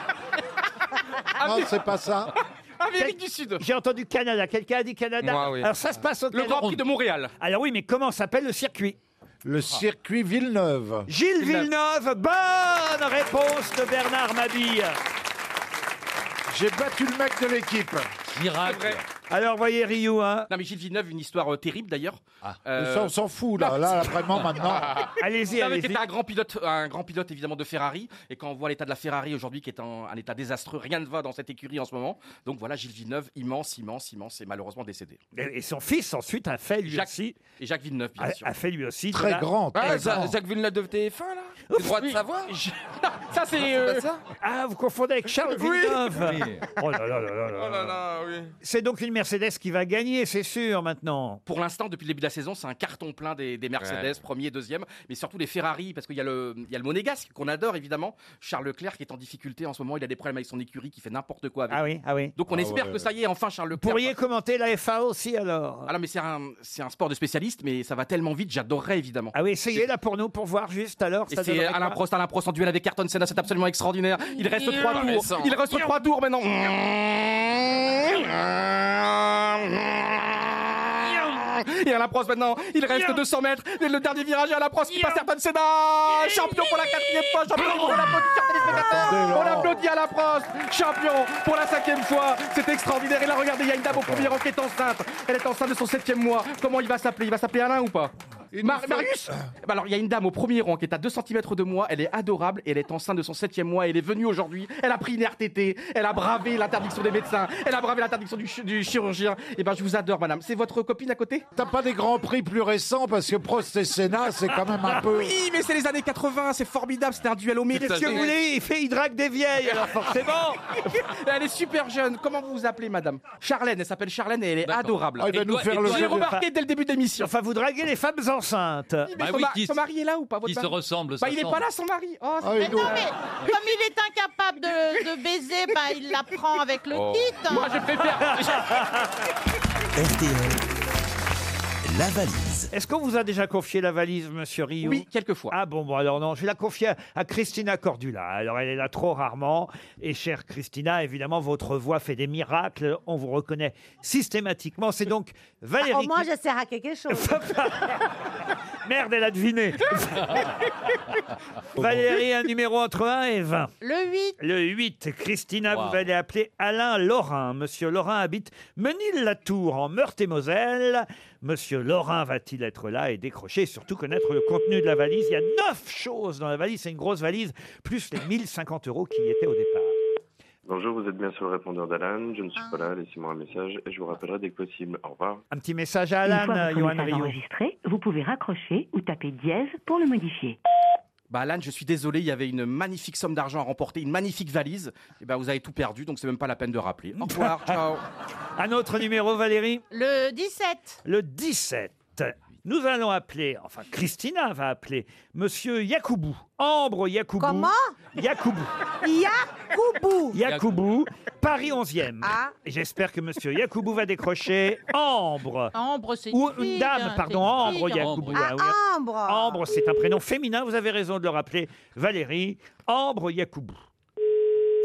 [SPEAKER 7] Non, c'est pas ça.
[SPEAKER 6] Amérique du Sud
[SPEAKER 2] j'ai entendu Canada. Quelqu'un a dit Canada
[SPEAKER 6] Moi, oui.
[SPEAKER 2] Alors ça se passe au
[SPEAKER 4] Le Grand Prix de Montréal.
[SPEAKER 2] Alors oui, mais comment s'appelle le circuit
[SPEAKER 7] Le circuit Villeneuve.
[SPEAKER 2] Gilles Villeneuve, bonne réponse de Bernard Mabille.
[SPEAKER 7] J'ai battu le mec de l'équipe.
[SPEAKER 5] Miracle.
[SPEAKER 2] Alors voyez Ryu, hein.
[SPEAKER 4] Non mais Gilles Villeneuve, une histoire euh, terrible d'ailleurs.
[SPEAKER 7] Mais
[SPEAKER 4] Euh,
[SPEAKER 7] ça, on s'en fout, là. Là, vraiment, maintenant.
[SPEAKER 2] allez-y,
[SPEAKER 4] Non, mais qui
[SPEAKER 2] allez-y.
[SPEAKER 4] était un grand pilote, un grand pilote évidemment de Ferrari. Et quand on voit l'état de la Ferrari aujourd'hui, qui est en un état désastreux, rien ne va dans cette écurie en ce moment. Donc voilà, Gilles Villeneuve, immense, immense, immense, et malheureusement décédé.
[SPEAKER 2] Et son fils ensuite a fait lui
[SPEAKER 4] Jacques-
[SPEAKER 2] aussi,
[SPEAKER 4] Et Jacques Villeneuve, bien
[SPEAKER 2] a,
[SPEAKER 4] sûr.
[SPEAKER 2] a fait lui aussi. de
[SPEAKER 7] Très
[SPEAKER 2] la-
[SPEAKER 7] grand.
[SPEAKER 6] Ah,
[SPEAKER 7] très
[SPEAKER 6] Za-
[SPEAKER 7] grand.
[SPEAKER 6] Jacques Villeneuve de TF1 là Le droit de savoir
[SPEAKER 4] Je- ça c'est.
[SPEAKER 6] C'est
[SPEAKER 4] euh,
[SPEAKER 6] pas ça
[SPEAKER 2] Ah, vous confondez avec Charles Villeneuve. Oh là là là là là.
[SPEAKER 6] Oh là là, oui.
[SPEAKER 2] C'est donc une Mercedes qui va gagner, c'est sûr maintenant.
[SPEAKER 4] Pour l'instant, depuis le début de la saison, c'est un carton plein des, des Mercedes,
[SPEAKER 6] Ouais.
[SPEAKER 4] premier, deuxième, mais surtout les Ferrari, parce qu'il y a le, il y a le monégasque qu'on adore évidemment. Charles Leclerc qui est en difficulté en ce moment, il a des problèmes avec son écurie qui fait n'importe quoi. Avec.
[SPEAKER 2] Ah oui, ah oui.
[SPEAKER 4] Donc on
[SPEAKER 7] Ah
[SPEAKER 4] espère
[SPEAKER 7] ouais.
[SPEAKER 4] que ça y est, enfin Charles Leclerc.
[SPEAKER 2] Pourriez commenter la FA aussi alors.
[SPEAKER 4] Ah non, mais c'est un, c'est un sport de spécialiste, mais ça va tellement vite, j'adorerais évidemment.
[SPEAKER 2] Ah oui, essayez là pour nous, pour voir juste alors.
[SPEAKER 4] Et
[SPEAKER 2] ça
[SPEAKER 4] c'est
[SPEAKER 2] donnerait
[SPEAKER 4] Alain
[SPEAKER 2] quoi
[SPEAKER 4] Prost, Alain Prost en duel avec Ayrton Senna, c'est absolument extraordinaire. Il reste trois tours.
[SPEAKER 6] Intéressant.
[SPEAKER 4] Il reste trois tours maintenant. Et Alain Prost maintenant, il reste 200 mètres. Et le dernier virage, et Alain Prost qui passe Ayrton Senna. Champion pour la quatrième fois, champion pour la téléspectateurs. On applaudit Alain Prost, champion pour la cinquième fois. C'est extraordinaire. Et là, regardez, il y a une dame au premier rang qui est enceinte. Elle est enceinte de son septième mois. Comment il va s'appeler Il va s'appeler Alain ou pas Mar-
[SPEAKER 7] Ah.
[SPEAKER 4] Marius Bah Alors, il y a une dame au premier rang qui est à 2 cm de moi, elle est adorable, et elle est enceinte de son septième mois, elle est venue aujourd'hui, elle a pris une RTT, elle a bravé l'interdiction des médecins, elle a bravé l'interdiction du, chi- du chirurgien. Et ben, je vous adore, madame. C'est votre copine à côté
[SPEAKER 7] T'as pas des grands prix plus récents parce que Prost et Sénat, c'est quand même un peu.
[SPEAKER 4] Ah Oui, mais c'est les années 80, c'est formidable, c'était un duel au mérite.
[SPEAKER 2] Qu'est-ce que vous voulez Il fait, il drague des vieilles, alors forcément.
[SPEAKER 4] Elle est super jeune, comment vous vous appelez, madame Charlène, elle s'appelle Charlène et elle est
[SPEAKER 5] D'accord.
[SPEAKER 4] adorable.
[SPEAKER 7] Ah, il va
[SPEAKER 5] Et
[SPEAKER 7] nous
[SPEAKER 5] toi-
[SPEAKER 7] faire
[SPEAKER 5] et
[SPEAKER 7] le
[SPEAKER 5] toi-
[SPEAKER 4] J'ai
[SPEAKER 7] jeu.
[SPEAKER 4] remarqué dès le début de l'émission.
[SPEAKER 2] Enfin, vous draguez les femmes enceintes.
[SPEAKER 4] Mais
[SPEAKER 5] Bah
[SPEAKER 4] son,
[SPEAKER 5] oui,
[SPEAKER 4] ma-
[SPEAKER 5] qui-
[SPEAKER 4] son mari est là ou pas votre
[SPEAKER 5] Ils se
[SPEAKER 4] mari
[SPEAKER 5] ressemblent.
[SPEAKER 4] Bah, il est
[SPEAKER 5] s'assemblent.
[SPEAKER 4] pas là, son mari. Oh, c'est
[SPEAKER 7] Ah, il
[SPEAKER 8] Mais non, mais comme il est incapable de, de baiser, bah, il la prend avec le
[SPEAKER 6] Oh.
[SPEAKER 8] kit.
[SPEAKER 4] Moi, je préfère.
[SPEAKER 11] La valise.
[SPEAKER 2] Est-ce qu'on vous a déjà confié la valise, monsieur Rio
[SPEAKER 4] Oui, quelquefois.
[SPEAKER 2] Ah bon, bon, alors non, je vais la confier à, à Christina Cordula. Alors elle est là trop rarement. Et chère Christina, évidemment, votre voix fait des miracles. On vous reconnaît systématiquement. C'est donc Valérie.
[SPEAKER 3] Bah, Ah, Au moins,
[SPEAKER 2] qui-
[SPEAKER 3] je sers à quelque chose.
[SPEAKER 2] Merde, elle a deviné. Valérie, un numéro entre 1 et 20.
[SPEAKER 8] Le 8.
[SPEAKER 2] Le 8, Christina,
[SPEAKER 5] Wow.
[SPEAKER 2] vous allez appeler Alain Lorrain. Monsieur Lorrain habite Menil-la-Tour, en Meurthe-et-Moselle. Monsieur Lorrain va-t-il être là et décrocher, et surtout connaître le contenu de la valise Il y a neuf choses dans la valise, c'est une grosse valise, plus les 1050 euros qui y étaient au départ.
[SPEAKER 12] Bonjour, vous êtes bien sur le répondeur d'Alan. Je ne suis pas là, laissez-moi un message et je vous rappellerai dès que possible. Au revoir.
[SPEAKER 2] Un petit message à
[SPEAKER 13] Une fois
[SPEAKER 2] Alan,
[SPEAKER 13] votre
[SPEAKER 2] Johan
[SPEAKER 13] message
[SPEAKER 2] Rio.
[SPEAKER 13] enregistré, vous pouvez raccrocher ou taper dièse pour le modifier.
[SPEAKER 4] Bah Alan, je suis désolé, il y avait une magnifique somme d'argent à remporter, une magnifique valise. Et ben vous avez tout perdu, donc c'est même pas la peine de rappeler. Au revoir, ciao.
[SPEAKER 2] Un autre numéro, Valérie
[SPEAKER 8] Le 17.
[SPEAKER 2] Le 17, nous allons appeler, enfin Christina va appeler, Monsieur Yakoubou, Ambre Yakoubou.
[SPEAKER 3] Comment
[SPEAKER 2] Yakoubou.
[SPEAKER 3] Yakoubou.
[SPEAKER 2] Yakoubou, Paris 11e.
[SPEAKER 8] Ah.
[SPEAKER 2] J'espère que Monsieur Yakoubou va décrocher Ambre.
[SPEAKER 8] Ambre, c'est
[SPEAKER 2] Ou
[SPEAKER 8] fille,
[SPEAKER 2] une dame,
[SPEAKER 8] hein,
[SPEAKER 2] pardon,
[SPEAKER 8] c'est une
[SPEAKER 2] Ambre
[SPEAKER 8] fille.
[SPEAKER 2] Yakoubou.
[SPEAKER 8] Ah,
[SPEAKER 2] ah oui.
[SPEAKER 3] Ambre.
[SPEAKER 2] Ambre, c'est un prénom féminin, vous avez raison de le rappeler, Valérie. Ambre Yakoubou.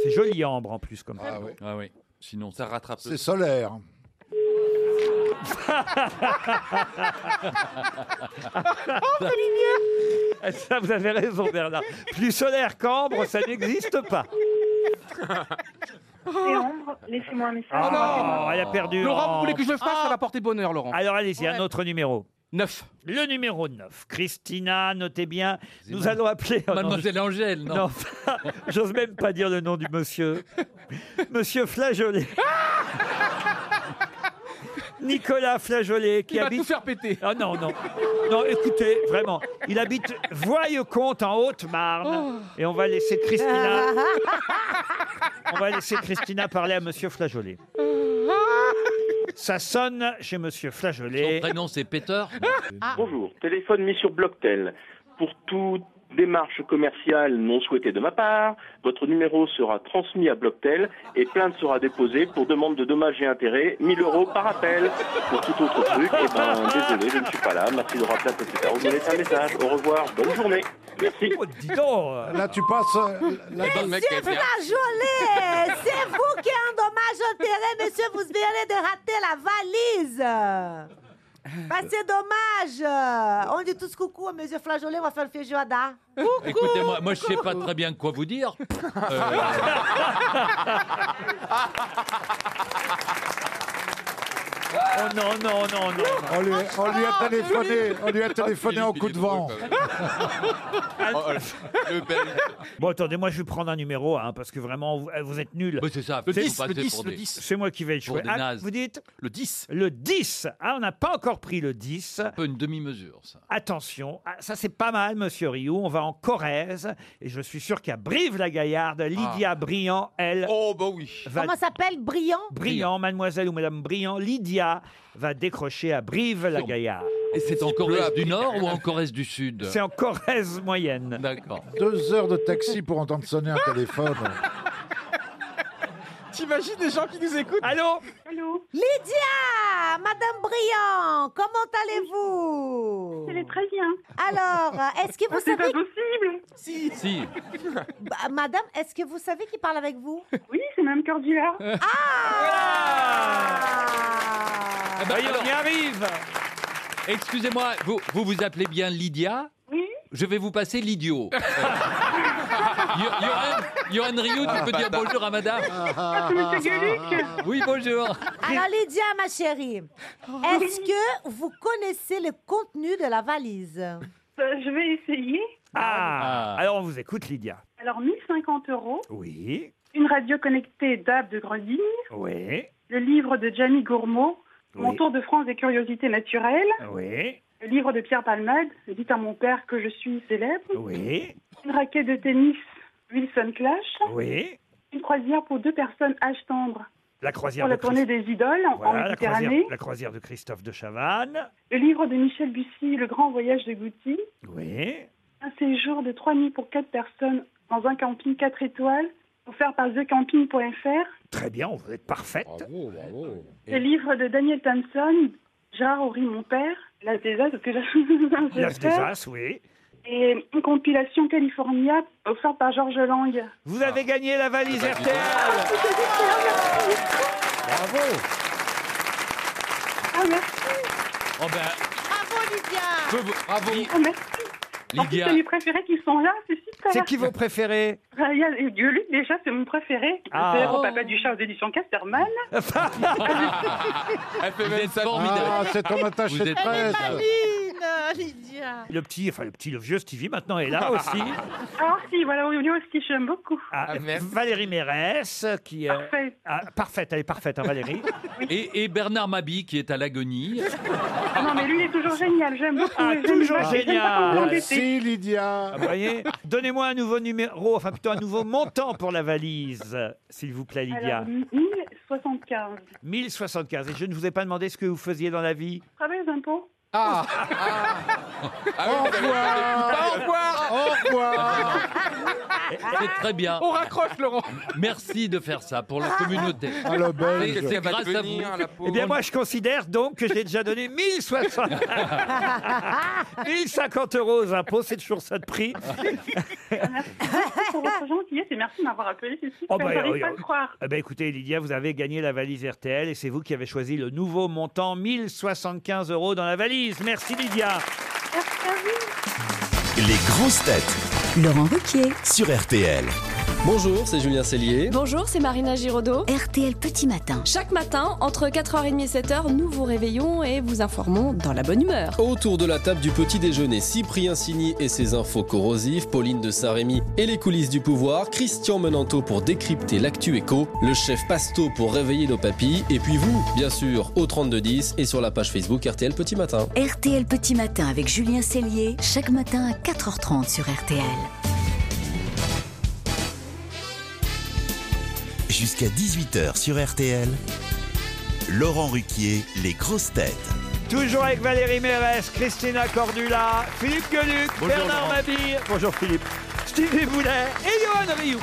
[SPEAKER 2] C'est joli Ambre en plus comme ça.
[SPEAKER 5] Ah oui. Sinon, ça rattrape.
[SPEAKER 7] C'est solaire.
[SPEAKER 2] Ça, vous avez raison, Bernard. Plus solaire qu'ambre, ça n'existe pas.
[SPEAKER 14] C'est Ambre, laissez-moi un message.
[SPEAKER 2] Ah, elle a perdu.
[SPEAKER 4] Oh Laurent,
[SPEAKER 2] Ambre.
[SPEAKER 4] vous voulez que je le fasse Ça va porter bonheur, Laurent.
[SPEAKER 2] Alors allez-y, un
[SPEAKER 4] Ouais.
[SPEAKER 2] autre numéro.
[SPEAKER 4] 9.
[SPEAKER 2] Le numéro 9. Christina, notez bien. Nous allons appeler. oh non,
[SPEAKER 5] Mademoiselle
[SPEAKER 2] je-
[SPEAKER 5] Angèle, non.
[SPEAKER 2] J'ose même pas dire le nom du monsieur. Monsieur Flageolet. Nicolas Flageolet qui
[SPEAKER 4] Il va
[SPEAKER 2] habite.
[SPEAKER 4] tout faire péter.
[SPEAKER 2] Ah non, non. Non, écoutez, vraiment. Il habite Voyeux-Comte en Haute-Marne.
[SPEAKER 4] Oh.
[SPEAKER 2] Et on va laisser Christina. On va laisser Christina parler à monsieur Flageolet. Ça sonne chez monsieur Flageolet. Ah.
[SPEAKER 5] Son prénom, c'est Peter.
[SPEAKER 13] Bonjour, téléphone mis sur Blocktel. Pour toute démarche commerciale non souhaitée de ma part, votre numéro sera transmis à Blocktel et plainte sera déposée pour demande de dommages et intérêts, 1000 euros par appel. Pour tout autre truc, eh ben, désolé, je ne suis pas là, merci de rappeler un peu plus tard, vous me laissez un message. Au revoir, bonne journée. Merci.
[SPEAKER 2] Oh, Dis donc
[SPEAKER 7] Là, tu passes. euh, là-
[SPEAKER 3] Monsieur Flageolet, c'est vous qui avez un dommage intérêt, monsieur, vous venez de rater la valise. Bah, c'est dommage. On dit tous coucou à monsieur Flageolet, on va faire le feijoada.
[SPEAKER 5] Écoutez, moi, moi, je sais pas très bien quoi vous dire. Euh, Euh,
[SPEAKER 2] Oh non, non, non, non.
[SPEAKER 7] On lui, on lui
[SPEAKER 15] Ah,
[SPEAKER 7] a téléphoné, on lui a téléphoné en coup de vent.
[SPEAKER 2] Bon, attendez, moi je vais prendre un numéro, hein, parce que vraiment, vous, vous êtes nuls.
[SPEAKER 5] c'est ça.
[SPEAKER 4] Le 10, le 10, le 10.
[SPEAKER 2] C'est moi qui vais le
[SPEAKER 5] Pour
[SPEAKER 2] jouer.
[SPEAKER 5] des
[SPEAKER 2] Ah,
[SPEAKER 5] nazes.
[SPEAKER 2] vous dites
[SPEAKER 4] Le 10.
[SPEAKER 2] Le 10. Ah, on n'a pas encore pris le 10. Un
[SPEAKER 5] peu une demi-mesure, ça.
[SPEAKER 2] Attention, Ah, ça c'est pas mal, monsieur Rioux. On va en Corrèze. Et je suis sûr qu'à Brive-la-Gaillarde,
[SPEAKER 5] Ah.
[SPEAKER 2] Lydia Briand, elle.
[SPEAKER 16] Oh, bah oui.
[SPEAKER 3] Comment s'appelle Brillant
[SPEAKER 2] Briand, mademoiselle ou madame Briand, Lydia va décrocher à Brive-la-Gaillarde.
[SPEAKER 5] Et c'est en Corrèze du Nord ou en Corrèze du Sud
[SPEAKER 2] C'est en Corrèze moyenne.
[SPEAKER 5] D'accord.
[SPEAKER 7] Deux heures de taxi pour entendre sonner un téléphone.
[SPEAKER 4] T'imagines les gens qui nous écoutent
[SPEAKER 2] Allô
[SPEAKER 14] Allô
[SPEAKER 3] Lydia, Madame Briand, comment allez-vous
[SPEAKER 14] Elle est très bien.
[SPEAKER 3] Alors, euh, est-ce que vous
[SPEAKER 14] C'est pas
[SPEAKER 3] savez...
[SPEAKER 14] possible
[SPEAKER 4] Si.
[SPEAKER 5] Si.
[SPEAKER 3] Bah, madame, est-ce que vous savez qui parle avec vous Ah,
[SPEAKER 14] Oui, c'est même Cordula.
[SPEAKER 2] Ah
[SPEAKER 5] Eh
[SPEAKER 2] bah,
[SPEAKER 5] ben, alors, Excusez-moi, vous, vous vous appelez bien Lydia
[SPEAKER 14] Oui.
[SPEAKER 5] Je vais vous passer l'idiot. Euh, Yo- Johan, Johan Rioux, tu peux dire bonjour à madame
[SPEAKER 2] Ah,
[SPEAKER 14] c'est monsieur Gueluc.
[SPEAKER 5] Oui, bonjour.
[SPEAKER 3] Alors Lydia, ma chérie, est-ce que vous connaissez le contenu de la valise
[SPEAKER 14] Euh, Je vais essayer.
[SPEAKER 2] Ah, Alors on vous écoute, Lydia.
[SPEAKER 14] Alors, 1050 euros,
[SPEAKER 2] Oh. Oui,
[SPEAKER 14] une radio connectée d'Ab de Grandine,
[SPEAKER 2] oui,
[SPEAKER 14] le livre de Jamie Gourmaud, Mon
[SPEAKER 2] Oui. Ah,
[SPEAKER 14] tour de France des curiosités naturelles,
[SPEAKER 2] oui,
[SPEAKER 14] le livre de Pierre Palmade, Dites à mon père que je suis célèbre,
[SPEAKER 2] oui,
[SPEAKER 14] une raquette de tennis Wilson Clash,
[SPEAKER 2] oui.
[SPEAKER 14] une croisière pour deux personnes à tendre
[SPEAKER 2] La croisière
[SPEAKER 14] pour la
[SPEAKER 2] de
[SPEAKER 14] tournée
[SPEAKER 2] Christ-
[SPEAKER 14] des idoles en
[SPEAKER 2] Voilà, la croisière,
[SPEAKER 14] Méditerranée,
[SPEAKER 2] la croisière de Christophe de Chavannes.
[SPEAKER 14] le livre de Michel Bussy, Le grand voyage de Gouty,
[SPEAKER 2] Oui.
[SPEAKER 14] un séjour de trois nuits pour quatre personnes dans un camping 4 étoiles, offert par thecamping.fr,
[SPEAKER 2] Très bien, vous êtes parfaite.
[SPEAKER 14] Le livre de Daniel Thompson, Gérard Horry, mon père, Las Désas, parce que j'ai
[SPEAKER 2] Las Vegas, oui.
[SPEAKER 14] Et une compilation California offerte par Georges Lang.
[SPEAKER 2] Vous avez gagné Ah. la valise RTL. Bravo.
[SPEAKER 14] Ah, merci,
[SPEAKER 5] Oh ben,
[SPEAKER 8] Bravo, Lydia.
[SPEAKER 5] je vous- bravo.
[SPEAKER 14] ah, merci. En plus,
[SPEAKER 5] Lydia.
[SPEAKER 14] c'est mes préférés qui sont là, c'est super.
[SPEAKER 2] C'est qui vos préférés
[SPEAKER 14] Ah, il y a- et Gueuluc, déjà, c'est mon préféré.
[SPEAKER 2] Ah.
[SPEAKER 14] C'est au papa du chat aux éditions Casterman.
[SPEAKER 5] Elle fait même ça
[SPEAKER 7] Ah, c'est ton attaché
[SPEAKER 5] Vous
[SPEAKER 7] de
[SPEAKER 5] êtes
[SPEAKER 7] presse.
[SPEAKER 8] Maline, Lydia.
[SPEAKER 14] ah.
[SPEAKER 8] déjà.
[SPEAKER 2] Le petit, enfin le petit, le vieux Stevie maintenant est là aussi.
[SPEAKER 14] Alors si, voilà, oui, lui aussi, j'aime beaucoup.
[SPEAKER 2] Ah, Valérie Mérès, qui est. Ah, parfaite, elle est parfaite, hein, Valérie.
[SPEAKER 5] Et, et Bernard Mabi qui est à l'agonie.
[SPEAKER 14] Non, mais lui, il est toujours génial, j'aime beaucoup.
[SPEAKER 2] Ah,
[SPEAKER 14] j'aime
[SPEAKER 2] toujours
[SPEAKER 14] pas- j'aime pas comment
[SPEAKER 2] génial.
[SPEAKER 14] l'embêter.
[SPEAKER 2] Lydia. Ah, vous voyez, donnez-moi un nouveau numéro, enfin plutôt un nouveau montant pour la valise, s'il vous plaît, Lydia.
[SPEAKER 14] Alors, 1075.
[SPEAKER 2] 1075. Et je ne vous ai pas demandé ce que vous faisiez dans la vie.
[SPEAKER 14] Travail aux impôts.
[SPEAKER 6] Ah,
[SPEAKER 2] Ah
[SPEAKER 6] Au revoir. Au revoir.
[SPEAKER 7] Au revoir.
[SPEAKER 5] C'est
[SPEAKER 14] Ah.
[SPEAKER 5] très bien.
[SPEAKER 6] On raccroche, Laurent.
[SPEAKER 5] Merci de faire ça pour la communauté.
[SPEAKER 7] Ah, le Belge.
[SPEAKER 5] C'est-
[SPEAKER 7] Qu'est-ce
[SPEAKER 5] C'est
[SPEAKER 7] qu'elle va
[SPEAKER 5] grâce à vous.
[SPEAKER 7] devenir, la pauvre
[SPEAKER 2] Eh bien, moi, je considère donc que j'ai déjà donné 1060... 1050 euros aux impôts, c'est toujours ça de prix.
[SPEAKER 14] Merci pour votre gentillesse et merci de m'avoir accueilli. C'est super,
[SPEAKER 2] Oh, bah,
[SPEAKER 14] j'arrive
[SPEAKER 2] oh,
[SPEAKER 14] pas à
[SPEAKER 2] oh.
[SPEAKER 14] le croire.
[SPEAKER 2] Eh ben, écoutez, Lydia, vous avez gagné la valise RTL et c'est vous qui avez choisi le nouveau montant 1075 euros dans la valise. Merci, Lydia.
[SPEAKER 17] Les grosses têtes. Laurent Ruquier. Sur RTL. Bonjour, c'est Julien Cellier.
[SPEAKER 18] Bonjour, c'est Marina Giraudot. RTL Petit Matin. Chaque matin, entre 4h30 et 7h, nous vous réveillons et vous informons dans la bonne humeur.
[SPEAKER 17] Autour de la table du petit déjeuner, Cyprien Sini et ses infos corrosives, Pauline de Saint-Rémy et les coulisses du pouvoir, Christian Menanto pour décrypter l'actu écho, le chef Pasto pour réveiller nos papilles, et puis vous, bien sûr, au 3210 et sur la page Facebook RTL Petit Matin.
[SPEAKER 1] RTL Petit Matin avec Julien Cellier, chaque matin à 4h30 sur RTL.
[SPEAKER 17] Jusqu'à 18h sur RTL, Laurent Ruquier, les grosses têtes.
[SPEAKER 2] Toujours avec Valérie Mérès, Christina Cordula, Philippe Gueluc,
[SPEAKER 17] Bonjour,
[SPEAKER 2] Bernard
[SPEAKER 17] Laurent.
[SPEAKER 2] Mabille. Bonjour Philippe. Stevie Boulet et Johan Rioux.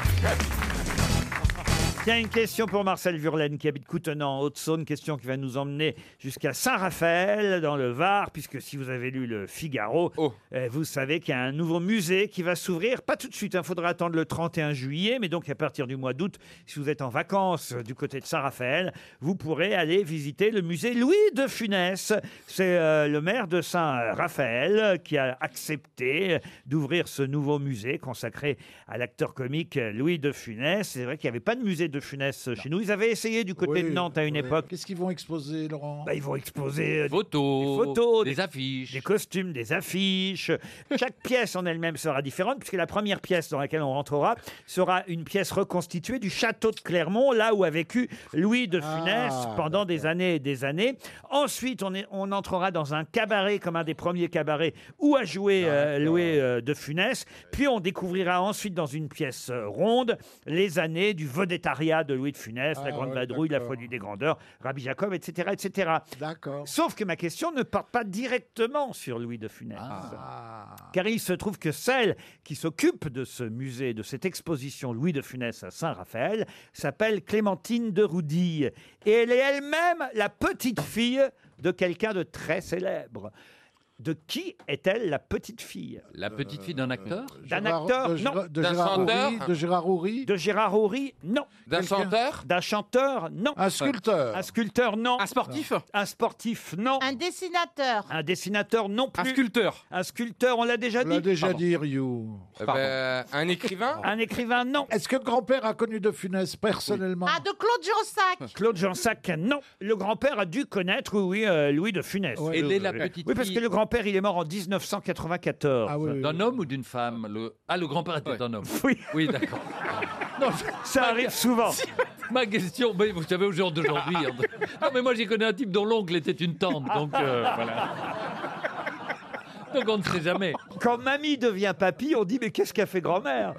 [SPEAKER 2] Tiens, une question pour Marcel Vurlaine qui habite Coutenant en Haute-Saône, question qui va nous emmener jusqu'à Saint-Raphaël dans le Var, puisque si vous avez lu le Figaro, euh, vous savez qu'il y a un nouveau musée qui va s'ouvrir, pas tout de suite, il faudra attendre le 31 juillet, mais donc à partir du mois d'août, si vous êtes en vacances euh, du côté de Saint-Raphaël, vous pourrez aller visiter le musée Louis de Funès. C'est euh, le maire de Saint-Raphaël qui a accepté d'ouvrir ce nouveau musée consacré à l'acteur comique Louis de Funès. C'est vrai qu'il n'y avait pas de musée de Funès chez nous. Ils avaient essayé du côté de Nantes à une époque.
[SPEAKER 15] Qu'est-ce qu'ils vont exposer, Laurent
[SPEAKER 2] Bah, ils vont exposer euh, des-
[SPEAKER 5] Photos,
[SPEAKER 2] des, photos,
[SPEAKER 5] des affiches,
[SPEAKER 2] des costumes, des affiches. Chaque pièce en elle-même sera différente puisque la première pièce dans laquelle on rentrera sera une pièce reconstituée du château de Clermont, là où a vécu Louis de Funès
[SPEAKER 15] Ah,
[SPEAKER 2] pendant des années et des années. Ensuite, on, est- on entrera dans un cabaret comme un des premiers cabarets où a joué euh, Louis euh, de Funès. Puis on découvrira ensuite dans une pièce euh, ronde les années du vedettariat de Louis de Funès, la
[SPEAKER 15] Ah,
[SPEAKER 2] Grande
[SPEAKER 15] ouais,
[SPEAKER 2] Vadrouille, la Folie des Grandeurs, Rabbi Jacob, etc., etc.
[SPEAKER 15] D'accord.
[SPEAKER 2] Sauf que ma question ne porte pas directement sur Louis de Funès.
[SPEAKER 15] Ah.
[SPEAKER 2] Car il se trouve que celle qui s'occupe de ce musée, de cette exposition Louis de Funès à Saint-Raphaël, s'appelle Clémentine de Roudille. Et elle est elle-même la petite fille de quelqu'un de très célèbre. De qui est-elle la petite fille
[SPEAKER 15] Euh,
[SPEAKER 5] La petite fille d'un acteur
[SPEAKER 2] D'un acteur, non.
[SPEAKER 15] De Euh, Gérard Houry, de Gérard Houry.
[SPEAKER 2] De Gérard Houry, non.
[SPEAKER 15] D'un Quelqu'un- chanteur
[SPEAKER 2] D'un chanteur, non.
[SPEAKER 15] Un sculpteur
[SPEAKER 2] Un sculpteur, non. Un sportif Un sportif, non. Un dessinateur Un dessinateur, non plus. Un sculpteur Un sculpteur, on l'a déjà
[SPEAKER 15] On
[SPEAKER 2] dit.
[SPEAKER 15] l'a déjà
[SPEAKER 2] Pardon.
[SPEAKER 15] dit, Ryu.
[SPEAKER 6] un écrivain
[SPEAKER 2] Un écrivain, non.
[SPEAKER 15] Est-ce que le grand-père a connu de Funès personnellement
[SPEAKER 8] Ah, de Claude Jansac.
[SPEAKER 2] Claude Jansac, non. Le grand-père a dû connaître, oui, oui, euh, Louis de Funès.
[SPEAKER 5] Ouais, Et le- dès la petite
[SPEAKER 2] Oui, parce
[SPEAKER 5] fille-
[SPEAKER 2] que le grand-père, il est mort en 1994.
[SPEAKER 15] Ah
[SPEAKER 5] D'un homme ou d'une femme le... Ah, le grand-père était un homme.
[SPEAKER 2] Oui.
[SPEAKER 5] Oui, d'accord.
[SPEAKER 2] ça arrive souvent.
[SPEAKER 5] Ma question, mais vous savez, au jour d'aujourd'hui. hein. Non, mais moi, j'ai connu un type dont l'oncle était une tante, donc
[SPEAKER 15] Ah.
[SPEAKER 5] euh, voilà. Donc on ne sait jamais.
[SPEAKER 2] Quand mamie devient papy, on dit mais qu'est-ce qu'a fait grand-mère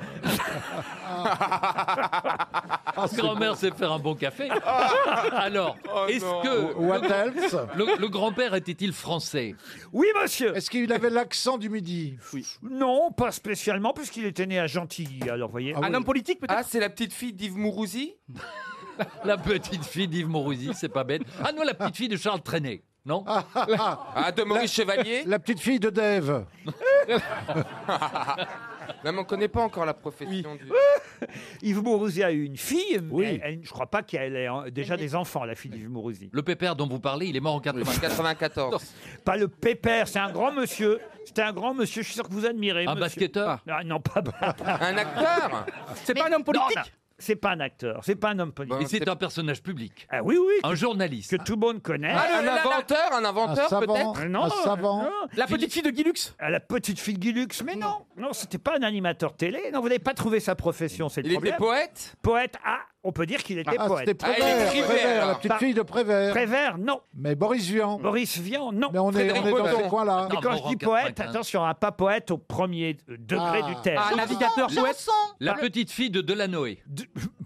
[SPEAKER 15] Ah,
[SPEAKER 5] Grand-mère sait faire un bon café. Alors, est-ce
[SPEAKER 15] Oh non.
[SPEAKER 5] que.
[SPEAKER 15] What
[SPEAKER 5] le grand-
[SPEAKER 15] else
[SPEAKER 5] le- le grand-père était-il français
[SPEAKER 2] Oui, monsieur.
[SPEAKER 15] Est-ce qu'il avait l'accent du midi
[SPEAKER 2] Non, pas spécialement, puisqu'il était né à Gentilly. Alors, voyez.
[SPEAKER 6] Un homme politique peut-être Ah, c'est la petite fille d'Yves Mourouzi
[SPEAKER 5] La petite fille d'Yves Mourouzi, c'est pas bête. Ah non, la petite fille de Charles Trenet, non
[SPEAKER 6] Ah, de Maurice
[SPEAKER 15] La-
[SPEAKER 6] Chevalier
[SPEAKER 15] La petite fille de Dave.
[SPEAKER 6] Non, mais on connaît pas encore la profession du.
[SPEAKER 2] Yves Mourouzi a eu une fille, mais elle- elle- je crois pas qu'elle ait en- déjà des enfants, la fille d'Yves Mourouzi.
[SPEAKER 5] Le pépère dont vous parlez, il est mort en 94.
[SPEAKER 2] Pas le pépère, c'est un grand monsieur. C'était un grand monsieur, je suis sûr que vous admirez.
[SPEAKER 5] Un
[SPEAKER 2] monsieur.
[SPEAKER 5] basketteur
[SPEAKER 2] Ah, Non, pas
[SPEAKER 6] Un acteur C'est pas un homme politique
[SPEAKER 2] C'est pas un acteur, c'est pas un homme politique.
[SPEAKER 5] Et c'est un personnage public.
[SPEAKER 2] Ah oui, oui.
[SPEAKER 5] Un journaliste.
[SPEAKER 2] Que tout le monde connaît.
[SPEAKER 5] Ah, le- Un la- la- inventeur,
[SPEAKER 2] un
[SPEAKER 5] inventeur, Un savant, peut-être
[SPEAKER 2] Non,
[SPEAKER 5] un savant.
[SPEAKER 2] La petite fille de Guilux La petite fille de Guilux, mais non. Non, c'était pas un animateur télé. Non, vous n'avez pas trouvé sa profession, c'est le
[SPEAKER 6] Il était
[SPEAKER 2] problème.
[SPEAKER 6] poète
[SPEAKER 2] Poète, ah, on peut dire qu'il était
[SPEAKER 15] Ah,
[SPEAKER 2] poète.
[SPEAKER 15] c'était Prévert, Prévert, la petite
[SPEAKER 2] Par-
[SPEAKER 15] fille de Prévert.
[SPEAKER 2] Prévert, non.
[SPEAKER 15] Mais Boris Vian.
[SPEAKER 2] Boris Vian, non.
[SPEAKER 15] Mais on est, on est dans ces coins-là.
[SPEAKER 2] Mais quand je dis poète, attention, un pas poète au premier euh, degré
[SPEAKER 5] Ah.
[SPEAKER 2] du terme.
[SPEAKER 5] Ah, navigateur Chanson, poète.
[SPEAKER 8] chanson.
[SPEAKER 5] La petite fille de Delanoé.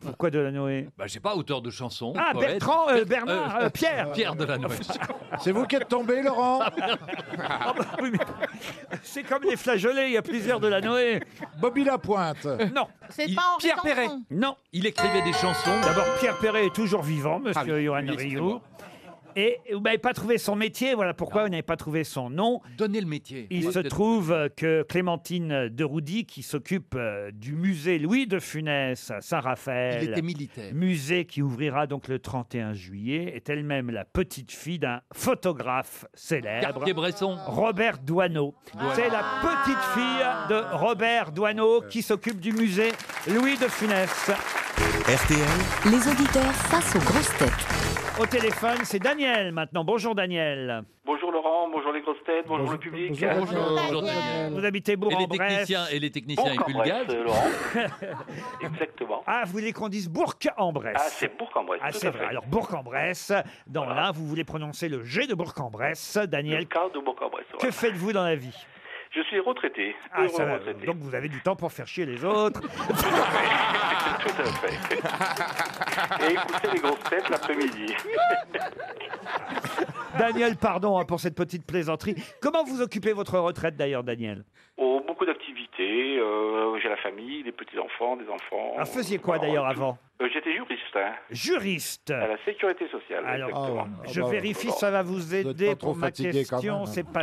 [SPEAKER 2] Pourquoi Delanoé
[SPEAKER 5] Bah, j'ai pas auteur de chansons.
[SPEAKER 2] Ah,
[SPEAKER 5] poète.
[SPEAKER 2] Bertrand, euh,
[SPEAKER 5] Ber-
[SPEAKER 2] Bernard, euh, Pierre.
[SPEAKER 5] Pierre Delanoé.
[SPEAKER 15] C'est vous qui êtes tombé, Laurent
[SPEAKER 2] C'est comme les flageolets, il y a plusieurs Delanoé.
[SPEAKER 15] Bobby Lapointe.
[SPEAKER 2] Non.
[SPEAKER 8] C'est pas Henri Pierre Perret.
[SPEAKER 2] Non.
[SPEAKER 5] Il écrivait des chansons. Ah
[SPEAKER 2] D'abord, Pierre Perret est toujours vivant, monsieur Johan Rioux. Et vous n'avez pas trouvé son métier, voilà pourquoi vous n'avez pas trouvé son nom.
[SPEAKER 5] Donnez le métier.
[SPEAKER 2] Il se trouve euh, que Clémentine de Roudy, qui s'occupe euh, du musée Louis de Funès à Saint-Raphaël,
[SPEAKER 5] Il était militaire.
[SPEAKER 2] musée qui ouvrira donc le 31 juillet, est elle-même la petite fille d'un photographe célèbre.
[SPEAKER 5] Cartier-Bresson.
[SPEAKER 2] Robert Doineau.
[SPEAKER 5] Doineau.
[SPEAKER 2] C'est la petite fille de Robert Doineau qui s'occupe du musée Louis de Funès.
[SPEAKER 11] RTL.
[SPEAKER 1] Les auditeurs face aux grosses têtes.
[SPEAKER 2] Au téléphone, c'est Daniel maintenant. Bonjour Daniel.
[SPEAKER 10] Bonjour Laurent, bonjour les grosses têtes, bonjour, le public.
[SPEAKER 5] Bonjour, Daniel.
[SPEAKER 2] Vous habitez
[SPEAKER 5] Et les
[SPEAKER 2] Bourg-en-Bresse.
[SPEAKER 5] techniciens, et les techniciens
[SPEAKER 10] Encore
[SPEAKER 5] éculent le gaz.
[SPEAKER 10] bref, euh, Laurent. Exactement.
[SPEAKER 2] Ah, vous voulez qu'on dise Bourg-en-Bresse
[SPEAKER 10] Ah, c'est Bourg-en-Bresse,
[SPEAKER 2] Ah,
[SPEAKER 10] tout
[SPEAKER 2] c'est
[SPEAKER 10] à
[SPEAKER 2] vrai.
[SPEAKER 10] fait.
[SPEAKER 2] Alors, Bourg-en-Bresse, dans l'un, vous voulez prononcer le G de Bourg-en-Bresse. Daniel,
[SPEAKER 10] Le quart de Bourg-en-Bresse.
[SPEAKER 2] que
[SPEAKER 10] voilà.
[SPEAKER 2] faites-vous dans la vie
[SPEAKER 10] Je suis retraité.
[SPEAKER 2] Ah,
[SPEAKER 10] heureux
[SPEAKER 2] ça va.
[SPEAKER 10] retraité.
[SPEAKER 2] Donc, vous avez du temps pour faire chier les autres.
[SPEAKER 10] Tout à fait. Et écoutez les grosses têtes l'après-midi.
[SPEAKER 2] Daniel, pardon hein, pour cette petite plaisanterie. Comment vous occupez votre retraite d'ailleurs, Daniel
[SPEAKER 10] Oh, beaucoup d'activités. euh, J'ai la famille, des petits-enfants, des enfants.
[SPEAKER 2] Ah, faisiez quoi d'ailleurs avant
[SPEAKER 10] Euh, J'étais juriste. hein,
[SPEAKER 2] Juriste.
[SPEAKER 10] à la sécurité sociale.
[SPEAKER 2] Ah. Alors, oh,
[SPEAKER 10] exactement. Ah bah, oh,
[SPEAKER 2] je vérifie, ça va vous aider
[SPEAKER 10] pas trop
[SPEAKER 2] pour ma
[SPEAKER 10] fatigué quand
[SPEAKER 2] question.
[SPEAKER 10] même, hein.
[SPEAKER 2] C'est pas,